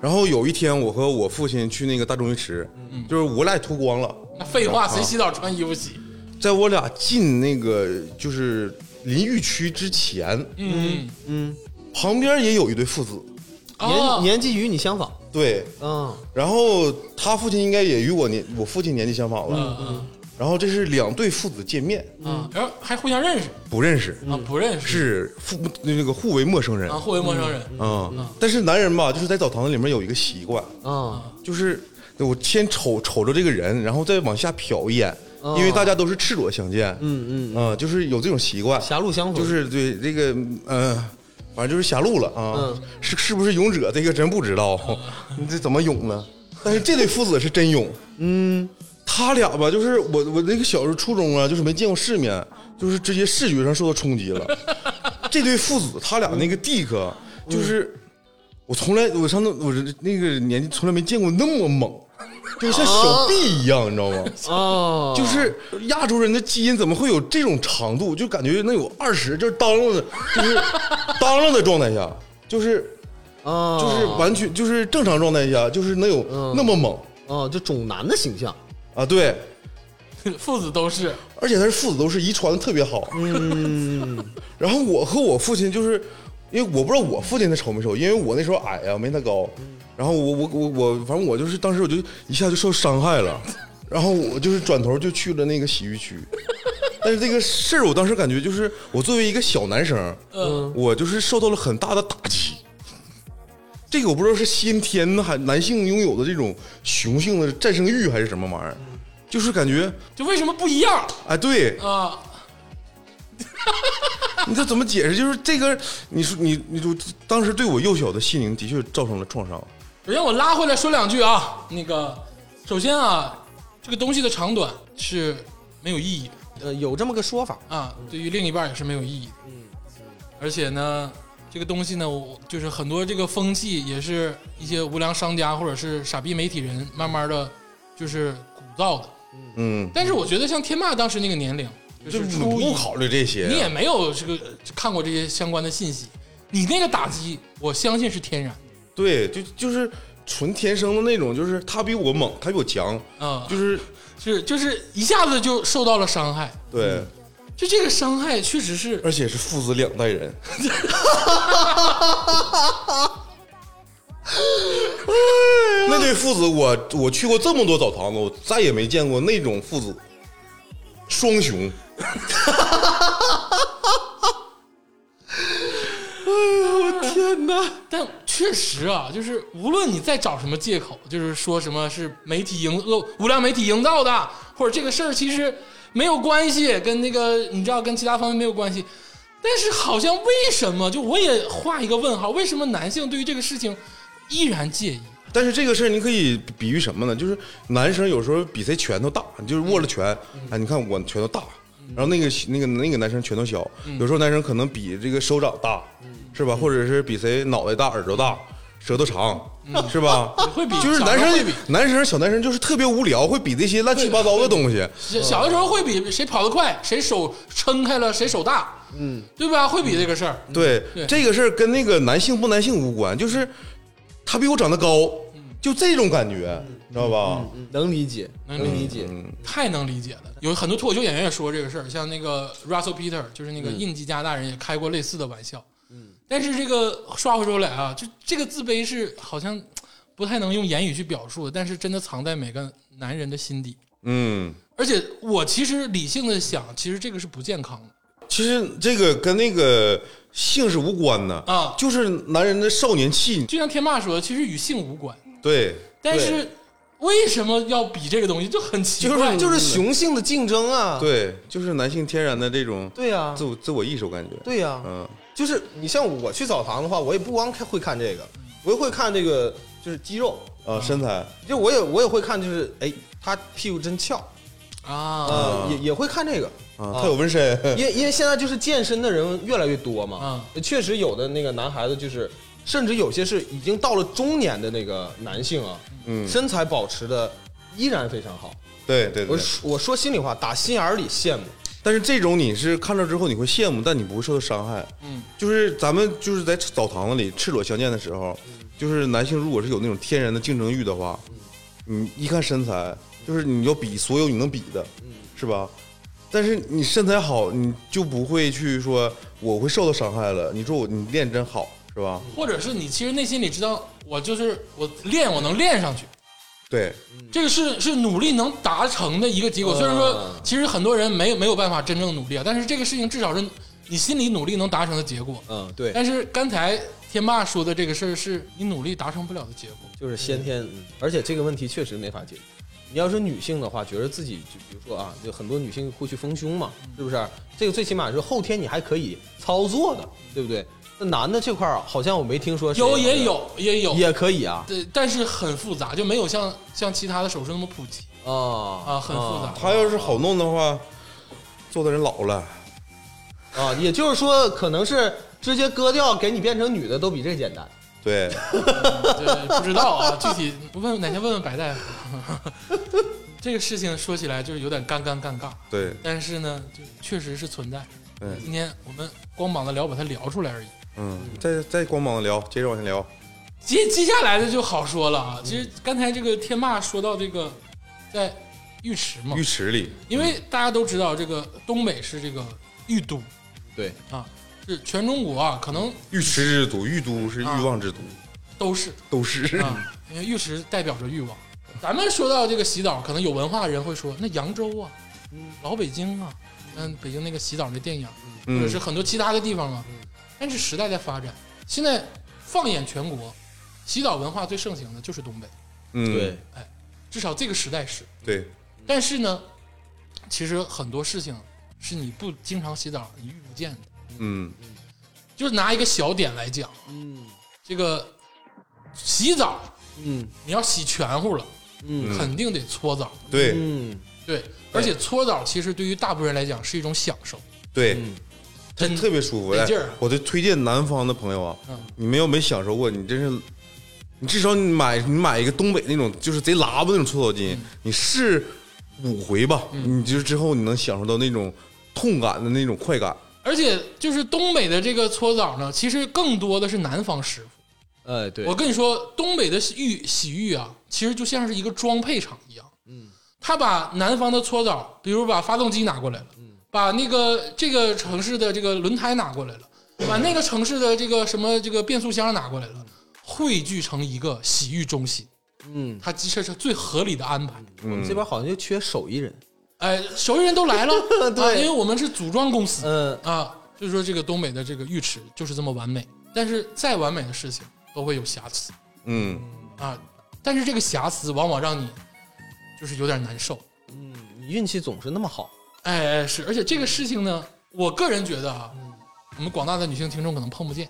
B: 然后有一天，我和我父亲去那个大众浴池，就是我俩也脱光了，
A: 那废话，谁洗澡穿衣服洗？
B: 在我俩进那个就是淋浴区之前，
A: 嗯，
B: 旁边也有一对父子，
A: 啊
C: 年年纪与你相仿。
B: 对，
C: 嗯，
B: 然后他父亲应该也与我年我父亲年纪相仿了，
A: 嗯
B: 然后这是两对父子见面，
A: 嗯啊，然后还互相认识
B: 不认识，
A: 啊，不认识
B: 是父那个互为陌生人
A: 啊，互为陌生人
B: 啊。但是男人吧，就是在澡堂子里面有一个习惯，
C: 啊，
B: 就是我先瞅瞅着这个人，然后再往下瞟一眼，因为大家都是赤裸相见，嗯嗯，啊，就是有这种习惯，
C: 狭路相
B: 就
C: 逢
B: 是对这个，呃，反正就是狭路了啊，
C: 嗯
B: 是是不是勇者这个真不知道，
C: 啊
B: 你这怎么勇呢？但是这对父子是真勇，嗯，他俩吧，就是我我那个小时候初中啊，就是没见过世面，就是直接视觉上受到冲击 了。这对父子他俩那个 dick 啊
C: 嗯
B: 就是。我从来我上那我这那个年纪从来没见过那么 猛，就是像小臂一样，你知道吗？
C: 哦，
B: 就是亚洲人的基因怎么会有这种长度？就感觉能有二十，就是当啷的，就是当啷的状态下， 就是
C: 啊，
B: 就是完全就是正常状态下，就是能有那么猛
C: 哦，就种男的形象。
B: 啊！对，
A: 父子都是
B: 而且他是父子都是遗传的特别好。嗯， 然后我和我父亲就是，因为我不知道我父亲他丑没丑，因为我那时候矮呀、没他高。然后我我我我，反正我就是当时我就一下就受伤害了，然后我就是转头就去了那个洗浴区。但是这个事儿，我当时感觉就是我作为一个小男生，
A: 嗯
B: 我就是受到了很大的打击。这个我不知道是先天呢，还男性拥有的这种雄性的战胜欲还是什么玩意儿，就是感觉
A: 就为什么不一样
B: 哎，对，
A: 啊？
B: 你这怎么解释？就是这个，你说你你就当时对我幼小的心灵的确造成了创伤。
A: 首先我拉回来说两句啊，那个首先啊，这个东西的长短是没有意义的
C: 呃，有这么个说法，
A: 啊，
B: 嗯
A: 对于另一半也是没有意义的。嗯，而且呢，这个东西呢，我就是很多这个风气也是一些无良商家或者是傻逼媒体人慢慢的就是鼓噪的。
B: 嗯，
A: 但是我觉得像天霸当时那个年龄，就
B: 就是
A: 初一
B: 不考虑这些，
A: 你也没有这个看过这些相关的信息，你那个打击，我相信是天然的。
B: 对，就就是纯天生的那种，就是他比我猛，他比我强，
A: 嗯，
B: 就是
A: 是就是一下子就受到了伤害，
B: 对，
A: 就这个伤害确实是
B: 而且是父子两代人， 那对父子我，我去过这么多澡堂子，我再也没见过那种父子双雄，
A: 但确实啊，就是无论你再找什么借口，就是说什么是媒体营呃无良媒体营造的，或者这个事儿其实没有关系，跟那个你知道跟其他方面没有关系。但是好像为什么就我也画一个问号，为什么男性对于这个事情依然介意？
B: 但是这个事儿，你可以比喻什么呢？就是男生有时候比谁拳头大，就是握了拳，
A: 嗯
B: 哎，你看我拳头大，然后那个那个那个男生拳头小，
A: 嗯
B: 有时候男生可能比这个手掌大，是吧？或者是比谁脑袋大、耳朵大、舌头长，是吧？
A: 嗯 会比
B: 就是
A: 小
B: 男
A: 时候会
B: 生
A: 比
B: 男生小男生就是特别无聊，会比这些乱七八糟的东西。
A: 小小的时候会比谁跑得快，谁手撑开了，谁手大，嗯，对吧？会比这个事儿，
B: 对
A: 对，
B: 这个事儿跟那个男性不男性无关，就是他比我长得高，
A: 嗯
B: 就这种感觉，你知道吧？
C: 嗯能理解，
A: 能
C: 能
A: 理
C: 理解。
A: 太能理解了。有很多脱口秀演员也说这个事儿，像那个 Russell Peter，就是那个
C: 嗯
A: 应籍加拿大人，也开过类似的玩笑。嗯，但是这个话话说回来啊，就这个自卑是好像不太能用言语去表述的，但是真的藏在每个男人的心底。
B: 嗯。
A: 而且我其实理性的想，其实这个是不健康的。
B: 其实这个跟那个性是无关的
A: 啊
B: 就是男人的少年气。
A: 就像天霸说的，其实与性无关，
B: 对，
A: 但是为什么要比这个东西，就很奇怪。
C: 就是就是雄性的竞争啊，
B: 对，就是男性天然的这种
C: 对啊呀
B: 自，我自我意识，我感觉。
C: 对啊呀，
B: 嗯，
C: 就是你像我去澡堂的话，我也不光看会看这个，我也会看这个就是肌肉，
B: 啊，身材，
C: 就我也我也会看就是哎他屁股真翘，
A: 啊
C: 呃也也会看这个，
B: 啊，他有纹身，
C: 因为因为现在就是健身的人越来越多嘛，确实有的那个男孩子就是，甚至有些是已经到了中年的那个男性啊，
B: 嗯
C: 身材保持的依然非常好。
B: 对对
C: 我
B: 对。
C: 说我说心里话，打心眼儿里羡慕。
B: 但是这种你是看着之后你会羡慕，但你不会受到伤害。
A: 嗯，
B: 就是咱们就是在澡堂子里赤裸相见的时候，就是男性如果是有那种天然的竞争欲的话，你一看身材，就是你要比所有你能比的，是吧？但是你身材好，你就不会去说我会受到伤害了。你说我你练真好，是吧？
A: 或者是你其实内心里知道，我就是我练，我能练上去。
B: 对，
A: 这个是是努力能达成的一个结果。
C: 嗯
A: 虽然说，其实很多人没有没有办法真正努力啊，但是这个事情至少是你心里努力能达成的结果。
C: 嗯，对，
A: 但是刚才天霸说的这个事儿，是你努力达成不了的结果。
C: 就是先天，嗯而且这个问题确实没法解决。你要是女性的话，觉得自己就比如说啊，就很多女性会去丰胸嘛，
A: 嗯
C: 是不是？这个最起码是后天你还可以操作的，对不对？那男的这块儿好像我没听说谁
A: 有也有也有，
C: 也可以啊
A: 对，但是很复杂，就没有像像其他的手术那么普及
C: 啊
A: 啊，
C: 啊
A: 很复杂。
B: 他要是好弄的话，做的人老了，
C: 啊，也就是说，可能是直接割掉给你变成女的都比这简单。
B: 对，
A: 对，不知道啊，具体我问哪天问问白大夫。 这个事情说起来就是有点尴尬尴尬，
B: 对，
A: 但是呢，就确实是存在。
B: 嗯
A: 今天我们光膀子聊把它聊出来而已。
B: 嗯，再再光膀子聊，接着往下聊，
A: 接接下来的就好说了啊。其实刚才这个天霸说到这个在浴池嘛
B: 浴，池里，
A: 因为大家都知道这个东北是这个浴都
C: 对，
A: 啊，是全中国啊，可能
B: 浴池之都，浴都是欲望之都，
A: 都是
B: 都是。
A: 啊，因为浴池代表着欲望。咱们说到这个洗澡，可能有文化的人会说，那扬州啊，老北京啊，嗯，北京那个洗澡那电影，
B: 嗯
A: 或者是很多其他的地方啊。但是时代在发展，现在放眼全国，洗澡文化最盛行的就是东北，
B: 嗯，
C: 对，
A: 至少这个时代是。
B: 对，
A: 但是呢，其实很多事情是你不经常洗澡你遇不见的。
B: 嗯，
A: 就是拿一个小点来讲，
C: 嗯
A: 这个洗澡
C: 嗯
A: 你要洗全乎了，
C: 嗯
A: 肯定得搓澡。
B: 对
C: 嗯，
A: 对，而且搓澡其实对于大部分人来讲是一种享受，
B: 对，
A: 真
B: 特别舒服，
A: 得
B: 哎
A: 嗯劲儿啊
B: 我就推荐南方的朋友啊
A: 嗯，
B: 你们要没享受过，你真是你至少你买你买一个东北那种就是贼喇叭那种搓澡
A: 嗯
B: 巾，你试五回吧，你就是之后你能享受到那种痛感的那种快感。
A: 而且就是东北的这个搓澡呢，其实更多的是南方师傅。
C: 哎，对
A: 我，跟你说，东北的洗浴洗浴啊，其实就像是一个装配厂一样。嗯，他把南方的搓澡，比如把发动机拿过来了，
C: 嗯
A: 把那个这个城市的这个轮胎拿过来了，把那个城市的这个什么这个变速箱拿过来了，汇聚成一个洗浴中心。
C: 嗯，
A: 它其实是最合理的安排。
C: 我们这边好像就缺手艺人，
A: 哎，手艺人都来了，
C: 对
A: 啊，因为我们是组装公司，
C: 嗯，
A: 啊，就是说这个东北的这个浴池就是这么完美，但是再完美的事情都会有瑕疵
B: 嗯，
A: 啊，但是这个瑕疵往往让你就是有点难受，
C: 你运气总是那 么好，
A: 哎哎是，而且这个事情呢，我个人觉得啊，我们广大的女性听众可能碰不见，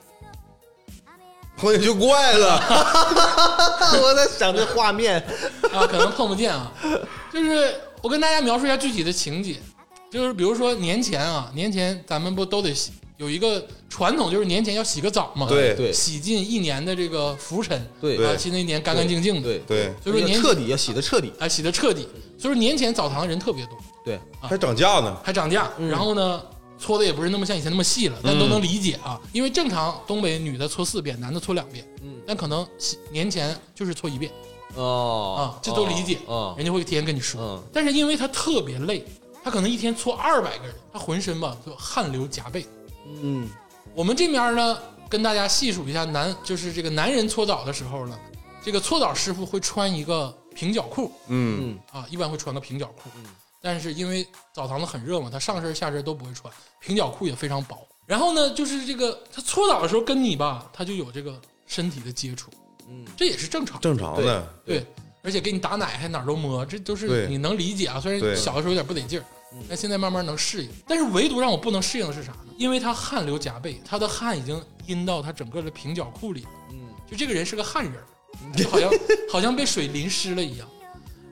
B: 碰见就怪 了。
C: 我在想这画面，
A: 啊，可能碰不见啊。 就是我跟大家描述一下具体的情节，就是比如说年前啊，年前咱们不都得洗有一个传统，就是年前要洗个澡嘛，
B: 对
C: 对
A: 洗尽一年的这个浮尘，
C: 对
A: 啊，新的一年干干净净的，
C: 对，
B: 对，
A: 所以说年
C: 彻底要洗的彻底，
A: 啊洗的彻底，所以说年前澡堂人特别多，
C: 对，
A: 啊
B: 还涨价呢。
A: 还涨价，然后呢。搓的也不是那么像以前那么细了，但都能理解啊，因为正常东北女的搓四遍，男的搓两遍，
C: 嗯
A: 但可能洗年前就是搓一遍，
C: 哦
A: 啊，这都理解，
C: 啊，
A: 人家会提前跟你说。
C: 嗯
A: 但是因为他特别累，他可能一天搓二百个人，他浑身吧就汗流浃背。
C: 嗯，
A: 我们这边呢，跟大家细数一下男，就是这个男人搓澡的时候呢，这个搓澡师傅会穿一个平角裤
B: 嗯，
A: 啊，一般会穿个平角裤。
C: 嗯
A: 但是因为澡堂子很热嘛，他上身下身都不会穿，平角裤也非常薄。然后呢，就是这个他搓澡的时候跟你吧，他就有这个身体的接触，
C: 嗯，
A: 这也是正常的。
B: 正常的。
A: 对，而且给你打奶还哪儿都摸，这都是
B: 对
A: 你能理解啊。虽然
B: 对
A: 小的时候有点不得劲儿，但现在慢慢能适应。但是唯独让我不能适应的是啥呢？因为他汗流浃背，他的汗已经阴到他整个的平角裤里。
C: 嗯，
A: 就这个人是个汗人儿，就好像好像被水淋湿了一样。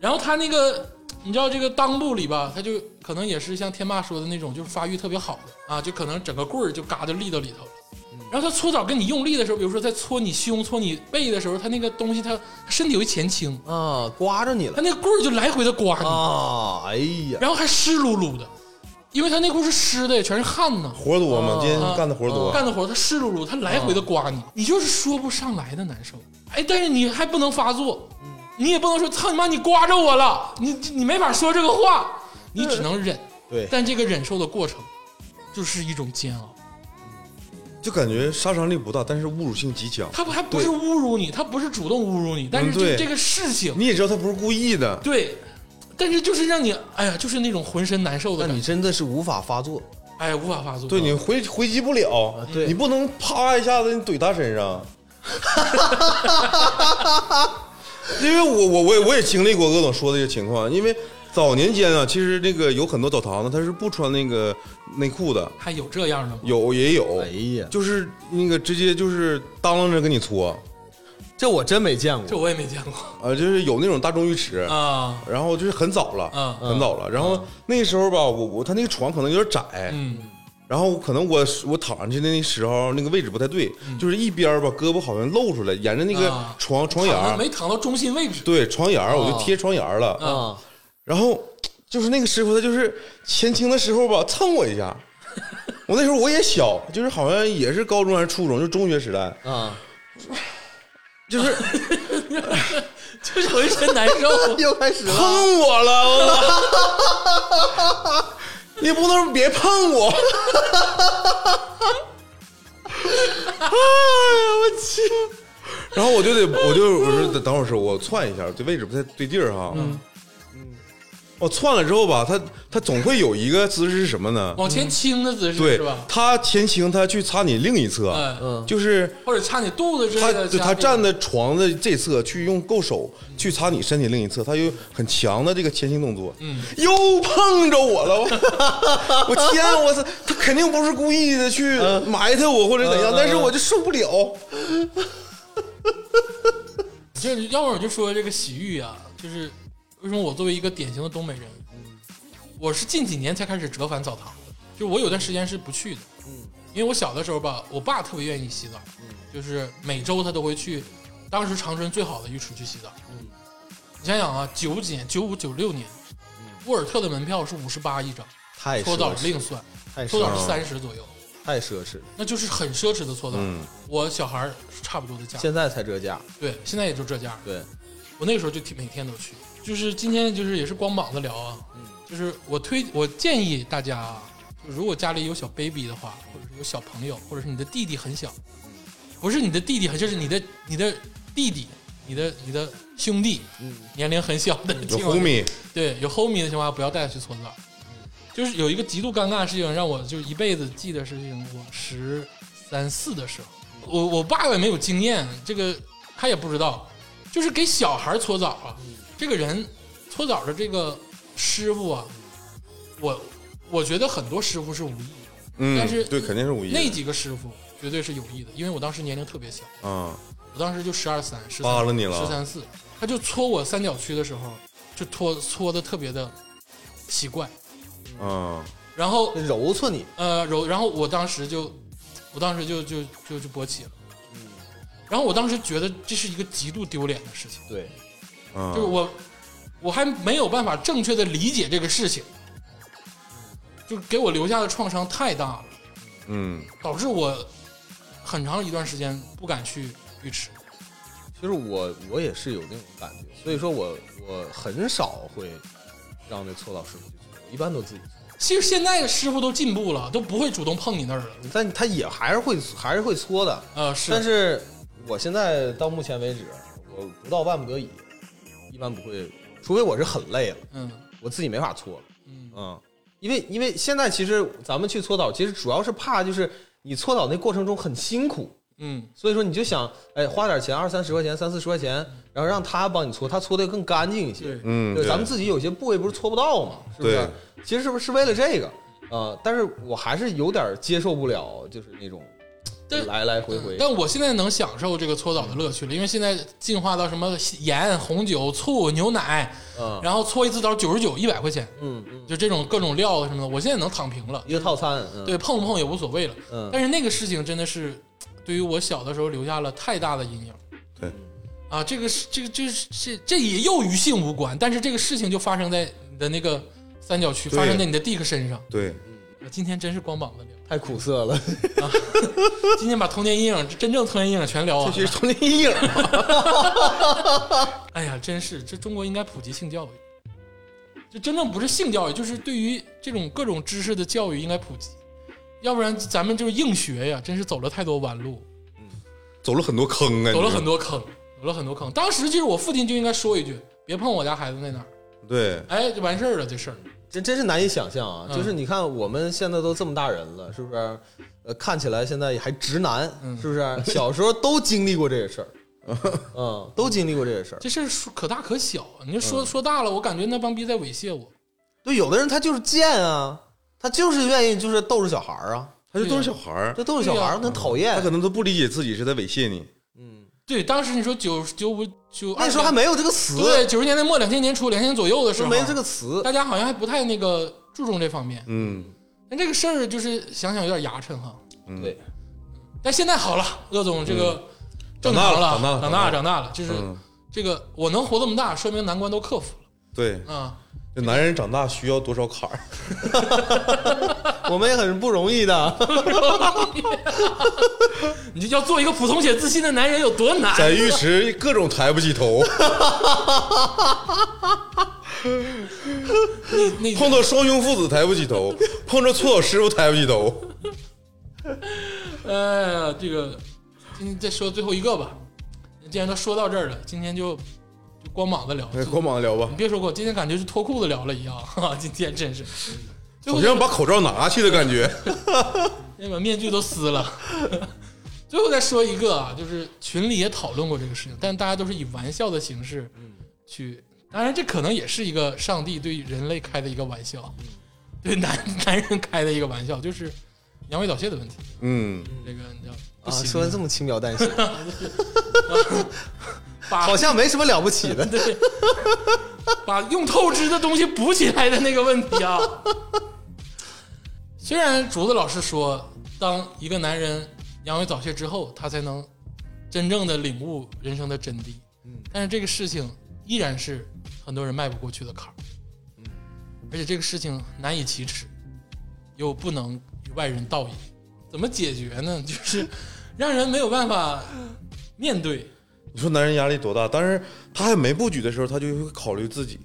A: 然后他那个，你知道这个裆部里吧，他就可能也是像天霸说的那种，就是发育特别好的啊，就可能整个棍儿就嘎就立到里头了。然后他搓澡跟你用力的时候，比如说在搓你胸、搓你背的时候，他那个东西他他身体有一前倾，
C: 啊，刮着你
A: 他
C: 了
A: 那个棍儿就来回的刮你，
C: 啊，哎呀，
A: 然后还湿漉漉的，因为他内裤是湿的，全是汗呢。
B: 活多吗？今天
A: 啊
B: 干的活多。
A: 干的活儿他湿漉漉，他来回的刮你，你就是说不上来的难受。哎，但是你还不能发作，你也不能说操你妈你刮着我了，你你没法说这个话，你只能忍。
C: 对
A: 但这个忍受的过程就是一种煎熬，
B: 就感觉杀伤力不大，但是侮辱性极强。
A: 他还不是侮辱你，他不是主动侮辱你，但是
B: 嗯
A: 就
B: 对
A: 这个事情，
B: 你也知道他不是故意的，
A: 对，但是就是让你哎呀，就是那种浑身难受的
C: 那
A: 感
C: 你
A: 觉，
C: 真的是无法发作，
A: 哎呀，无法发作。
B: 对你回回击不了，
C: 啊对
B: 你不能啪一下子你怼他身上。 因为我我我也我也经历过鄂总说的这个情况，因为早年间啊，其实那个有很多澡堂子他是不穿那个内裤的，
A: 还有这样的吗？
B: 有也有，
C: 哎呀，
B: 就是那个直接就是当啷着给你搓，
C: 这我真没见
A: 这
C: 过，
A: 我也没见过
B: 啊，就是有那种大众浴池
A: 啊。
B: 然后就是很早了，
A: 嗯
B: 很早了。然后那时候吧，我我他那个床可能有点窄，
A: 嗯，
B: 然后可能我我躺上去的那时候那个位置不太对，就是一边儿吧胳膊好像露出来，沿着那个
A: 嗯啊
B: 床、床沿
A: 躺着
B: 儿，
A: 没哦嗯躺到中心位置，
B: 对床沿儿我就贴床沿儿了。
C: 啊，
B: 然后就是那个师傅他就是前倾的时候吧蹭我一下，我那时候我也小，就是好像也是高中还是初中，就中学时代，
C: 啊，
B: 就是
A: 就是浑身难受。 啊
C: 又开始了，
B: 碰我了， 我操你不能别碰我。哎然后我就得，我就我说等会儿说，我窜一下，这位置不太对劲儿哈。嗯，我窜了之后吧，他他总会有一个姿势是什么呢？
A: 往前倾的哦姿势
B: 对
A: 是吧，？
B: 他前倾，他去擦你另一侧，
A: 嗯，
C: 嗯
B: 就是
A: 或者掐你肚子之
B: 他
A: 类的。
B: 对
A: 掐
B: 他
A: 地
B: 站在床的这侧去用够手去擦你身体另一侧，他有很强的这个前倾动作，嗯，又碰着我了，我 我天，我操，他肯定不是故意的去埋汰我或者怎
A: 嗯
B: 样，但是我就受不了，
A: 这要不然我就说这个洗浴啊，就是为什么我作为一个典型的东北人，
B: 嗯
A: 我是近几年才开始折返澡堂的，就我有段时间是不去的，
B: 嗯
A: 嗯，因为我小的时候吧，我爸特别愿意洗澡，就是每周他都会去当时长春最好的浴池去洗澡。嗯，你想想啊，九几年、九五、九六年，
B: 嗯
A: 沃尔特的门票是五十八一张，
C: 太奢
A: 搓澡
C: 侈，
A: 另算，
C: 太
A: 搓
C: 奢
A: 澡是
C: 侈，
A: 三十左右，
C: 太奢侈了，
A: 那就是很奢侈的搓澡。我小孩儿是差不多的价格，
C: 现在才折价。
A: 对，现在也就这价。
C: 对，
A: 我那时候就挺每天都去，就是今天就是也是光膀子聊啊，就是我推我建议大家啊，就如果家里有小 baby 的话，或者是有小朋友，或者是你的弟弟很小，不是你的弟弟，就是你的你的弟弟，你的你的兄弟，年龄很小的
B: 有
A: 情况下，
B: homie，
A: 对有 homie 的情况下，不要带他去搓澡。就是有一个极度尴尬的事情，让我就一辈子记的事情。我十三四的时候，我我爸爸没有经验，这个他也不知道，就是给小孩搓澡啊。这个人搓澡的这个师傅啊，我我觉得很多师傅是无意的，
B: 嗯，
A: 但是
B: 对，肯定是五一
A: 那几个师傅绝对是有意的，因为我当时年龄特别小，
B: 啊，
A: 我当时就十二三、十
B: 扒拉你了
A: 十三四，他就搓我三角区的时候，就搓搓的特别的奇怪，
B: 啊，
A: 然后
C: 揉搓你，
A: 呃，揉，然后我当时就，我当时就就就就勃起了，然后我当时觉得这是一个极度丢脸的事情，
C: 对，
B: 啊
A: 就是我我还没有办法正确的理解这个事情，就给我留下的创伤太大了，
B: 嗯，
A: 导致我很长一段时间不敢去浴池。
C: 其实我我也是有那种感觉，所以说我我很少会让那搓澡师傅去搓，一般都自己搓。
A: 其实现在的师傅都进步了，都不会主动碰你那儿了。
C: 但他也还是会还是会搓的，
A: 呃，是，
C: 但是我现在到目前为止，我不到万不得已，一般不会，除非我是很累了，
A: 嗯
C: 我自己没法搓了，
A: 嗯
C: 嗯，因为因为现在其实咱们去搓澡，其实主要是怕就是你搓澡那过程中很辛苦，
A: 嗯，
C: 所以说你就想，哎，花点钱二三十块钱、三四十块钱，然后让他帮你搓，他搓的更干净一些
A: 对。
B: 嗯
C: 对，
B: 对
C: 咱们自己有些部位不是搓不到嘛，是不是？其实是不是是为了这个？呃，但是我还是有点接受不了，就是那种
A: 但
C: 来来回回。
A: 嗯但我现在能享受这个搓澡的乐趣了，因为现在进化到什么盐、红酒、醋、牛奶，
C: 嗯
A: 然后搓一次澡九十九、一百块钱，
C: 嗯嗯，
A: 就这种各种料什么的，我现在能躺平了，
C: 一个套餐，嗯，
A: 对，碰不碰也无所谓了。
C: 嗯
A: 但是那个事情真的是对于我小的时候留下了太大的阴影。
B: 对，
A: 啊，这个是这个这是这这也又与性无关，但是这个事情就发生在你的那个三角区，
B: 对
A: 发生在你的 Dick 身上。
B: 对，
A: 我今天真是光膀子聊，
C: 太苦涩了，
A: 今天把童年阴影真正童年阴影全 聊完了。
C: 童年阴影。
A: 哎呀，真是这中国应该普及性教育，这真正不是性教育，就是对于这种各种知识的教育应该普及，要不然咱们就是硬学呀，真是走了太多弯路，
B: 走了很多坑啊，
A: 走了
B: 你说
A: 很，多坑，走了很多坑。当时就是我父亲就应该说一句：“别碰我家孩子那哪儿。
B: 对”，
A: 哎，就完事儿了，这事儿。
C: 真真是难以想象啊！
A: 嗯
C: 就是你看，我们现在都这么大人了，是不是？呃，看起来现在还直男，
A: 嗯
C: 是不是？小时候都经历过这 个事儿，嗯，都经历过这个事儿。
A: 这事儿说可大可小，啊你就
C: 嗯
A: 说、说大了，我感觉那帮逼在猥亵我。
C: 对，有的人他就是贱啊，他就是愿意就是逗着小孩儿啊，
B: 他就都是小孩儿
C: 这，逗着小孩儿很讨
B: 他
C: 厌
B: 可。能都不理解自己是在猥亵你，
A: 对，当时你说九九五九，
C: 那时候还没有这个词，
A: 对九十年代末两千年初两千年左右的时
C: 就
A: 候，
C: 没这个词。
A: 大家好像还不太那个注重这方面。
B: 嗯，
A: 但这个事儿就是想想有点牙碜哈。
B: 嗯
C: 对，
A: 但现在好了，鄂总这个正
B: 长大
A: 常
B: 了
A: 了，
B: 嗯长大了
A: 长大了，长大了，就是
B: 嗯
A: 这个我能活这么大，说明难关都克服
B: 对，
A: 了啊。
B: 这男人长大需要多少坎儿？
C: 我们也很不容易的。
A: 你就要做一个普通且自信的男人有多难？
B: 在浴池各种抬不起头，
A: 那
B: 碰到双雄父子抬不起头，碰着搓澡师傅抬不起头。
A: 哎呀，这个今天再说最后一个吧。既然都说到这儿了，今天就就光膀子聊。
B: 哎，光膀子聊吧
A: 你，别说过，今天感觉是脱裤子聊了一样，哈哈，今天真是，最后
B: 好像把口罩拿去的感觉。
A: 先把面具都撕了。 最后再说一个啊，就是群里也讨论过这个事情，但大家都是以玩笑的形式去，当然这可能也是一个上帝对人类开的一个玩笑，对男 男人开的一个玩笑，就是阳痿早泄的问题。
B: 嗯，
A: 这个你知道 不
C: 啊，
A: 行，
C: 说的这么轻描淡写，
A: 把
C: 好像没什么了不起的。
A: 对，把用透支的东西补起来的那个问题 啊。虽然竹子老师说，当一个男人阳痿早泄之后，他才能真正的领悟人生的真谛。嗯，但是这个事情依然是很多人迈不过去的坎儿。嗯，而且这个事情难以启齿，又不能与外人道也。怎么解决呢？就是让人没有办法面对。
B: 你说男人压力多大？当然，他还没布局的时候，他就会考虑自己，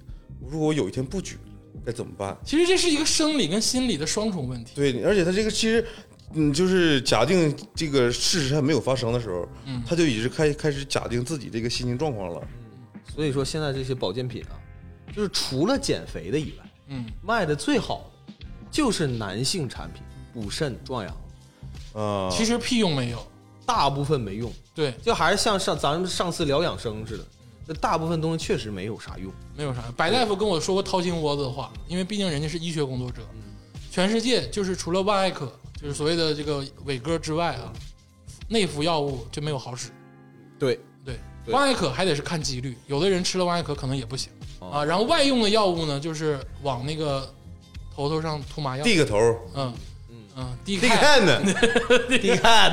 B: 如果我有一天布局了，该怎么办？
A: 其实这是一个生理跟心理的双重问题。
B: 对，而且他这个其实，嗯，就是假定这个事实还没有发生的时候，他就已经开开始假定自己这个心情状况了。
C: 所以说现在这些保健品啊，就是除了减肥的以外，
A: 嗯，
C: 卖的最好的就是男性产品，补肾壮阳，
B: 啊、
A: 其实屁用没有。
C: 大部分没用，
A: 对，
C: 就还是像上咱们上次聊养生似的，那大部分东西确实没有啥用。
A: 没有啥。白大夫跟我说过掏心窝子的话，因为毕竟人家是医学工作者，
C: 嗯
A: 全世界就是除了万艾可，就是所谓的这个伟哥之外啊，内服药物就没有好使。
C: 对，
A: 对，
C: 对
A: 万艾可还得是看几率，有的人吃了万艾可可能也不行
C: 哦
A: 啊。然后外用的药物呢，就是往那个头头上涂麻药，
B: 低个头，
A: 嗯嗯，低
B: 低个
A: 开，
B: 汉子，
C: 你看，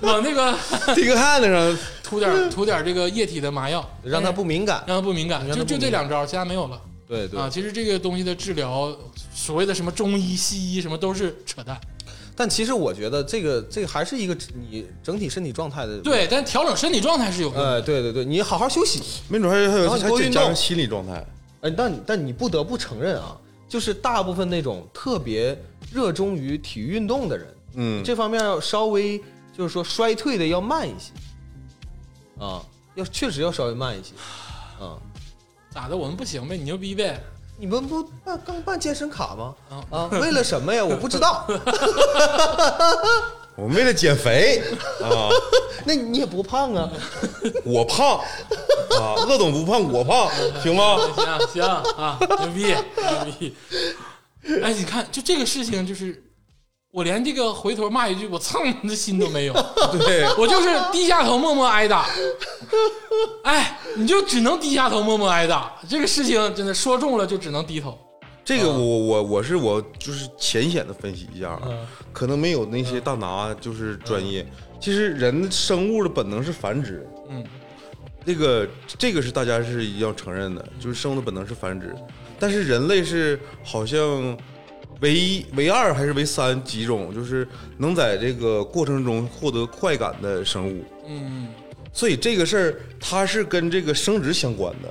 A: 往那个
B: 低个汉子上，
A: 涂点涂点这个液体的麻药，
C: 让他不敏感。
A: 让他不敏感，
C: 让
A: 就
C: 他
A: 就
C: 不
A: 这
C: 敏
A: 两招，其他没有了。
C: 对对
A: 啊，，其实这个东西的治疗，所谓的什么中医、西医，什么都是扯淡。
C: 但其实我觉得这个这个还是一个你整体身体状态的。，
A: 对，但调整身体状态是有用的。
C: 呃，对对对，你好好休息。
B: 没准还有还有
C: 然后你
B: 还
C: 多
B: 得
C: 运
B: 加上
C: 动
B: 心理状态。
C: 哎，但你但你不得不承认啊，就是大部分那种特别热衷于体育运动的人，
B: 嗯，
C: 这方面要稍微就是说衰退的要慢一些，啊，要确实要稍微慢一些，啊，
A: 咋的？我们不行呗？你牛逼呗？
C: 你们不办刚办健身卡吗？
A: 啊
C: 啊，为了什么呀？我不知道。
B: 我为了减肥啊，
C: 那你也不胖啊？
B: 我胖啊， 乐总不胖，我胖，行吗？
A: 行行啊，牛逼牛逼！ 哎，你看，就这个事情，就是我连这个回头骂一句“我操你”的心都没有，
B: 对，
A: 我就是低下头默默挨打。哎，你就只能低下头默默挨打，这个事情真的说中了就只能低头。
B: 这个我我我是我就是浅显的分析一下啊，
A: 嗯
B: 可能没有那些大拿就是专业。其实人生物的本能是繁殖，
A: 嗯，
B: 这个这个是大家是一定要承认的，就是生物的本能是繁殖，但是人类是好像唯一、唯二还是唯三几种，就是能在这个过程中获得快感的生物。
A: 嗯，
B: 所以这个事儿它是跟这个生殖相关的，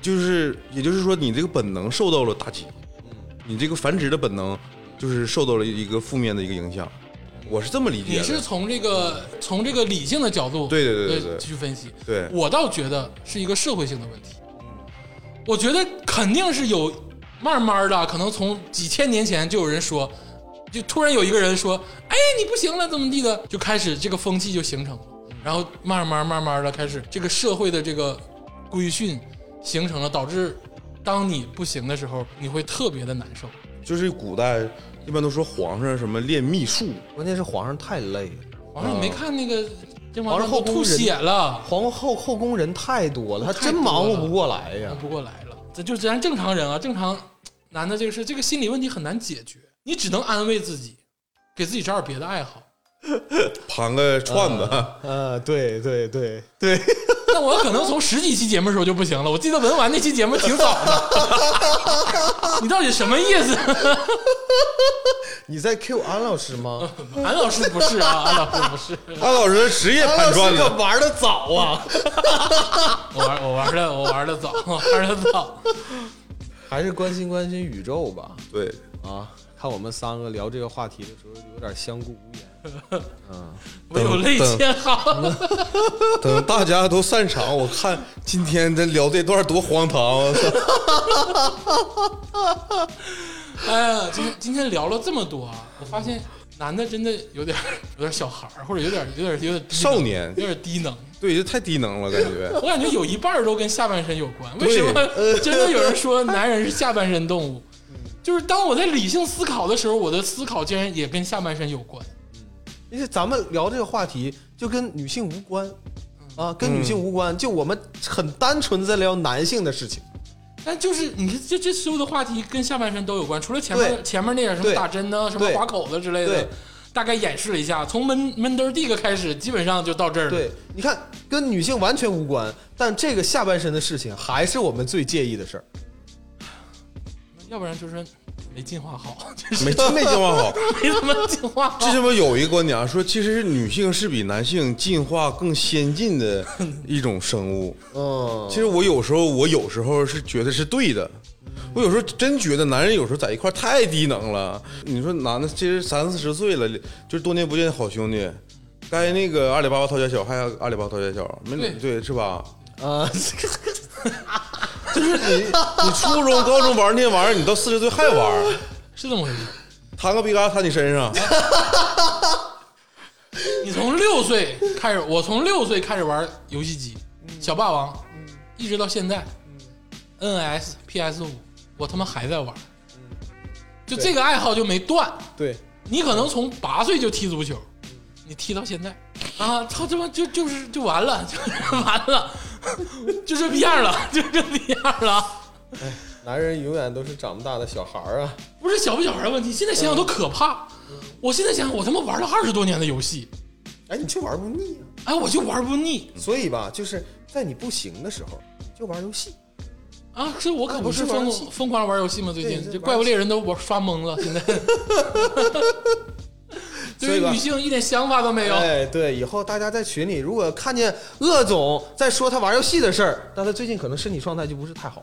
B: 就是也就是说你这个本能受到了打击，
A: 嗯
B: 你这个繁殖的本能就是受到了一个负面的一个影响，我是这么理解
A: 你
B: 的。
A: 是从这个从这个理性的角度呃
B: 对对对对对
A: 去分析。
B: 对
A: 我倒觉得是一个社会性的问题。我觉得肯定是有，慢慢的，可能从几千年前就有人说，就突然有一个人说：“哎，你不行了，怎么地的？”就开始这个风气就形成了，然后慢慢慢慢的开始这个社会的这个规训形成了，导致当你不行的时候，你会特别的难受。
B: 就是古代一般都说皇上什么练秘术，
C: 关键是皇上太累了，
A: 皇上，你没看那个甄
C: 皇
A: 嬛
C: 上
A: 后
C: 后
A: 吐
C: 宫人
A: 血了，
C: 皇后后宫人太多了，他
A: 太
C: 真忙
A: 多
C: 活
A: 了
C: 不过来
A: 忙
C: 呀。
A: 不过来了。这就是咱正常人啊，正常男的这个事，这个心理问题很难解决，你只能安慰自己，给自己找点别的爱好。
B: 盘个串子，
A: 嗯
C: 呃，对对对对，
A: 那我可能从十几期节目的时候就不行了，我记得文玩那期节目挺早的。 你到底什么意思？
C: 你在 Q 安老师吗？
A: 韩老师不是啊，安老师不是，
B: 安老师的职业盘串子。
C: 玩的早啊，
A: 我玩我玩的我玩的早，我玩的早。
C: 还是关心关心宇宙吧。
B: 对，
C: 啊，看我们三个聊这个话题的时候有点相顾无言。
A: 我有泪千行，
B: 等大家都散场，我看今天咱聊这段多荒唐啊！
A: 哎呀，今天今天聊了这么多啊，我发现男的真的有点有点小孩儿，或者有点有点有点低能
B: 少年
A: 有点低能。
B: 对，这太低能了，感觉。
A: 我感觉有一半儿都跟下半身有关。为什么
C: 呃
A: 真的有人说男人是下半身动物？
C: 嗯
A: 就是当我在理性思考的时候，我的思考竟然也跟下半身有关。
C: 因为咱们聊这个话题就跟女性无关啊，跟女性无关，就我们很单纯的在聊男性的事情。
A: 但就是你看，这这所有的话题跟下半身都有关，除了前面
C: 对
A: 前面那点什么
C: 对
A: 打针呐、什么
C: 对
A: 划口子之类的
C: 对，
A: 大概演示了一下，从闷闷墩儿第一个开始，基本上就到这儿了。
C: 对，你看跟女性完全无关，但这个下半身的事情还是我们最介意的事儿。
A: 要不然就是没进化好， 就是
B: 没没进化好。
A: 没怎么进化好。
B: 之前我有一个观点啊，说其实女性是比男性进化更先进的一种生物。
C: 嗯
B: 其实我有时候，我有时候是觉得是对的。我有时候真觉得男人有时候在一块儿太低能了。你说男的其实三四十岁了，就是多年不见的好兄弟，该那个阿里巴巴掏家小，还有阿里巴巴掏家小，没
A: 对
B: 对是吧？
C: 啊，
B: 你初中、高中玩那玩意儿，你到四十岁还玩，
A: 是这么回事。
B: 弹个皮卡弹你身上，
A: 你从六岁开始，我从六岁开始玩游戏机，小霸王，一直到现在，NS、PS 五，我他妈还在玩。就这个爱好就没断。
C: 对，
A: 你可能从八岁就踢足球，你踢到现在啊，操他妈就就是就完了，就是 完了，就这逼样了，就这逼样了。
C: 男人永远都是长不大的小孩儿啊。
A: 不是小不小孩问题，现在想想都可怕。我现在想想，我他妈玩了二十多年的游戏，
C: 哎，你就玩不腻啊。
A: 哎，我就玩不腻
C: 所以吧，就是在你不行的时候，就玩游戏。
A: 啊！是我可不是
C: 那不是玩
A: 疯
C: 游戏
A: 疯狂玩游戏吗？最
C: 对
A: 近
C: 这
A: 这怪物猎人都玩刷懵了， 现在。
C: 所
A: 对
C: 以
A: 于
C: 吧
A: 女性一点想法都没有，
C: 哎，对，以后大家在群里如果看见鄂总在说他玩游戏的事儿，但他最近可能身体状态就不是太好。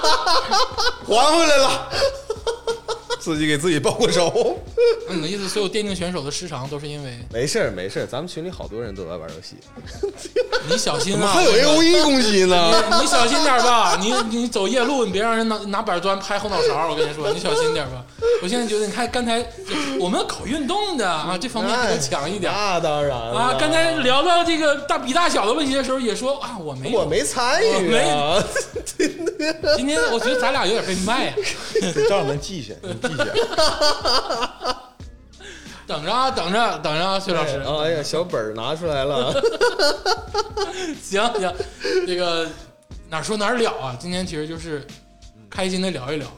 B: 还回来了， 自己给自己报个仇。
A: 那嗯你的意思，所有电竞选手的失常都是因为
C: 没事儿，没事儿，咱们群里好多人都在玩游戏。
A: 你小心
B: 怎么
A: 啊！
B: 还有 A O E 攻击呢？
A: 哎你小心点儿吧，你你走夜路，你别让人拿拿板砖拍后脑勺。我跟你说，你小心点儿吧。我现在觉得，你看刚才我们要搞运动的啊，这方面还能强一点儿
C: 哎那当然了
A: 啊。刚才聊到这个大比大小的问题的时候，也说啊，我没有
C: 我没参与、啊，
A: 今天我觉得咱俩有点被卖啊。
B: 得让人记下，你记 下。
A: 等着啊，等着，等着啊，薛老师。
C: 哎呀，小本儿拿出 来了，
A: 行行，这个哪说哪儿了啊？今天其实就是开心的聊一聊，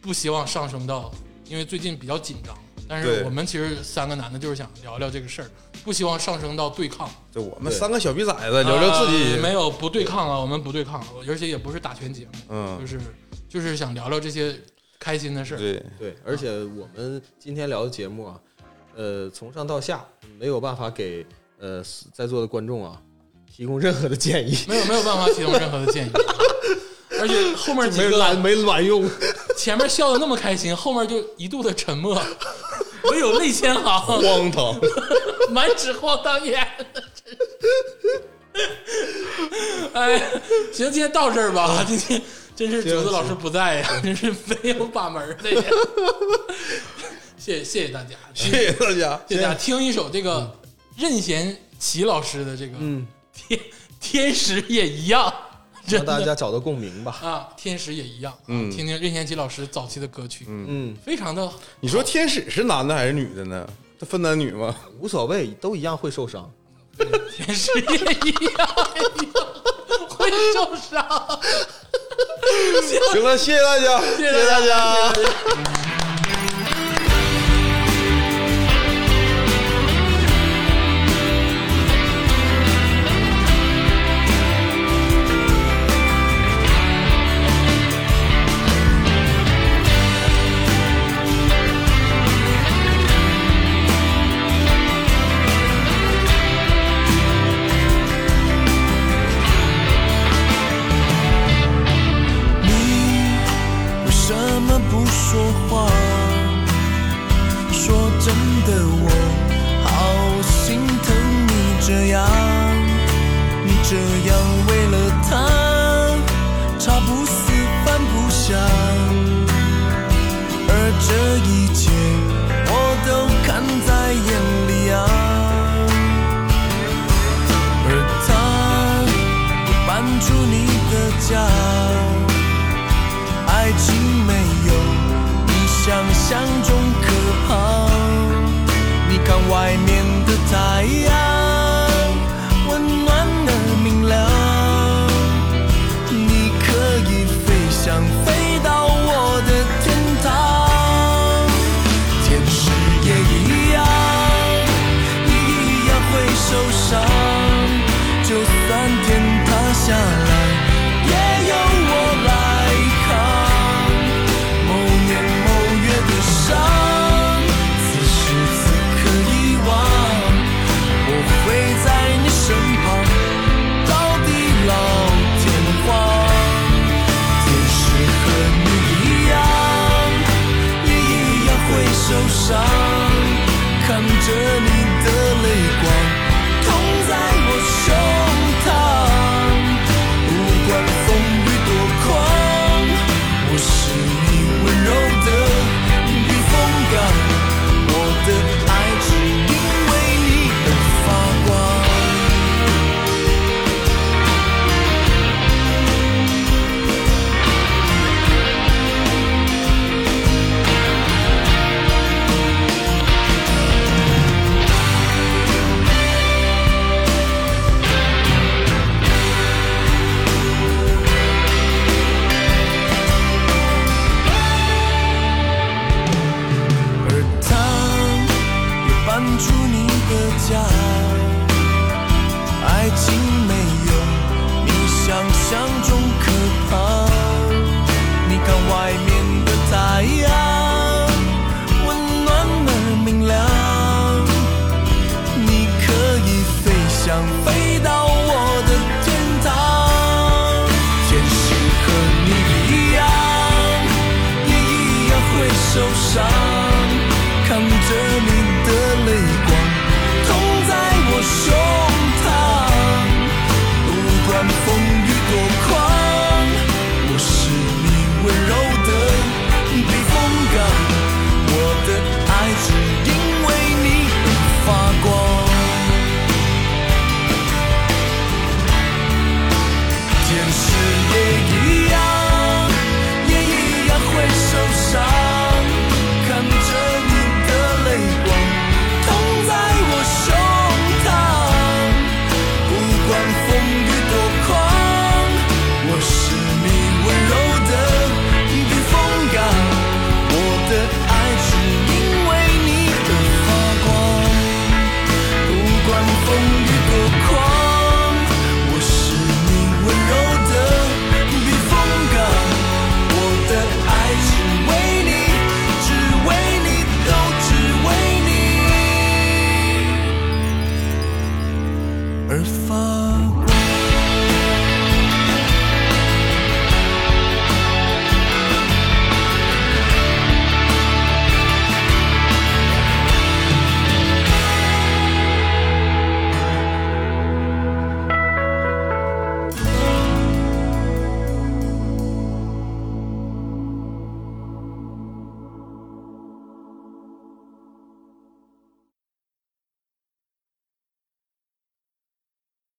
A: 不希望上升到，因为最近比较紧张，但是
B: 对
A: 我们其实三个男的就是想聊聊这个事儿，不希望上升到对抗，
B: 就我们三个小逼崽子聊聊自己
A: 啊，没有不对抗啊，我们不对抗，而且也不是打拳节目，
B: 嗯
A: 就是就是想聊聊这些开心的事儿。
B: 对，
C: 对，而且我们今天聊的节目啊，呃，从上到下没有办法给呃在座的观众啊提供任何的建议，
A: 没有没有办法提供任何的建议， 而且后面几
C: 没
A: 个
C: 卵没卵用，
A: 前面笑的那么开心，后面就一度的沉默，唯有泪千行。
B: 荒唐。
A: 满纸荒唐言。 哎，行，今天到这儿吧。今天真是竹子老师不在呀， 真是没有把门儿的呀。 谢谢谢谢大家，谢
B: 谢谢大家，
A: 谢大家。听一首这个任贤齐老师的这个《天天使也一样》，
C: 让
A: 真
C: 大
A: 的
C: 家找到共鸣吧。
A: 啊，天使也一样。啊
B: 嗯
A: 听听任贤齐老师早期的歌曲，
C: 嗯，
A: 非常的
B: 你说天使是男的还是女的呢？他分男女 吗？
C: 无所谓，都一样会受伤。
A: 天使也一样，会受伤。
B: 行了，谢谢大家，谢
A: 谢大
B: 大家。
F: 你为什么不说话？说真的，我好心疼你这样，你这样为了他，茶不思饭不想，而这一切我都看在眼里啊。而他也搬出你的家。爱情没有你想象中可怕。你看外面的太阳，温暖而明亮。你可以飞翔，飞到我的天堂。住你的脚。爱情没有你想象中。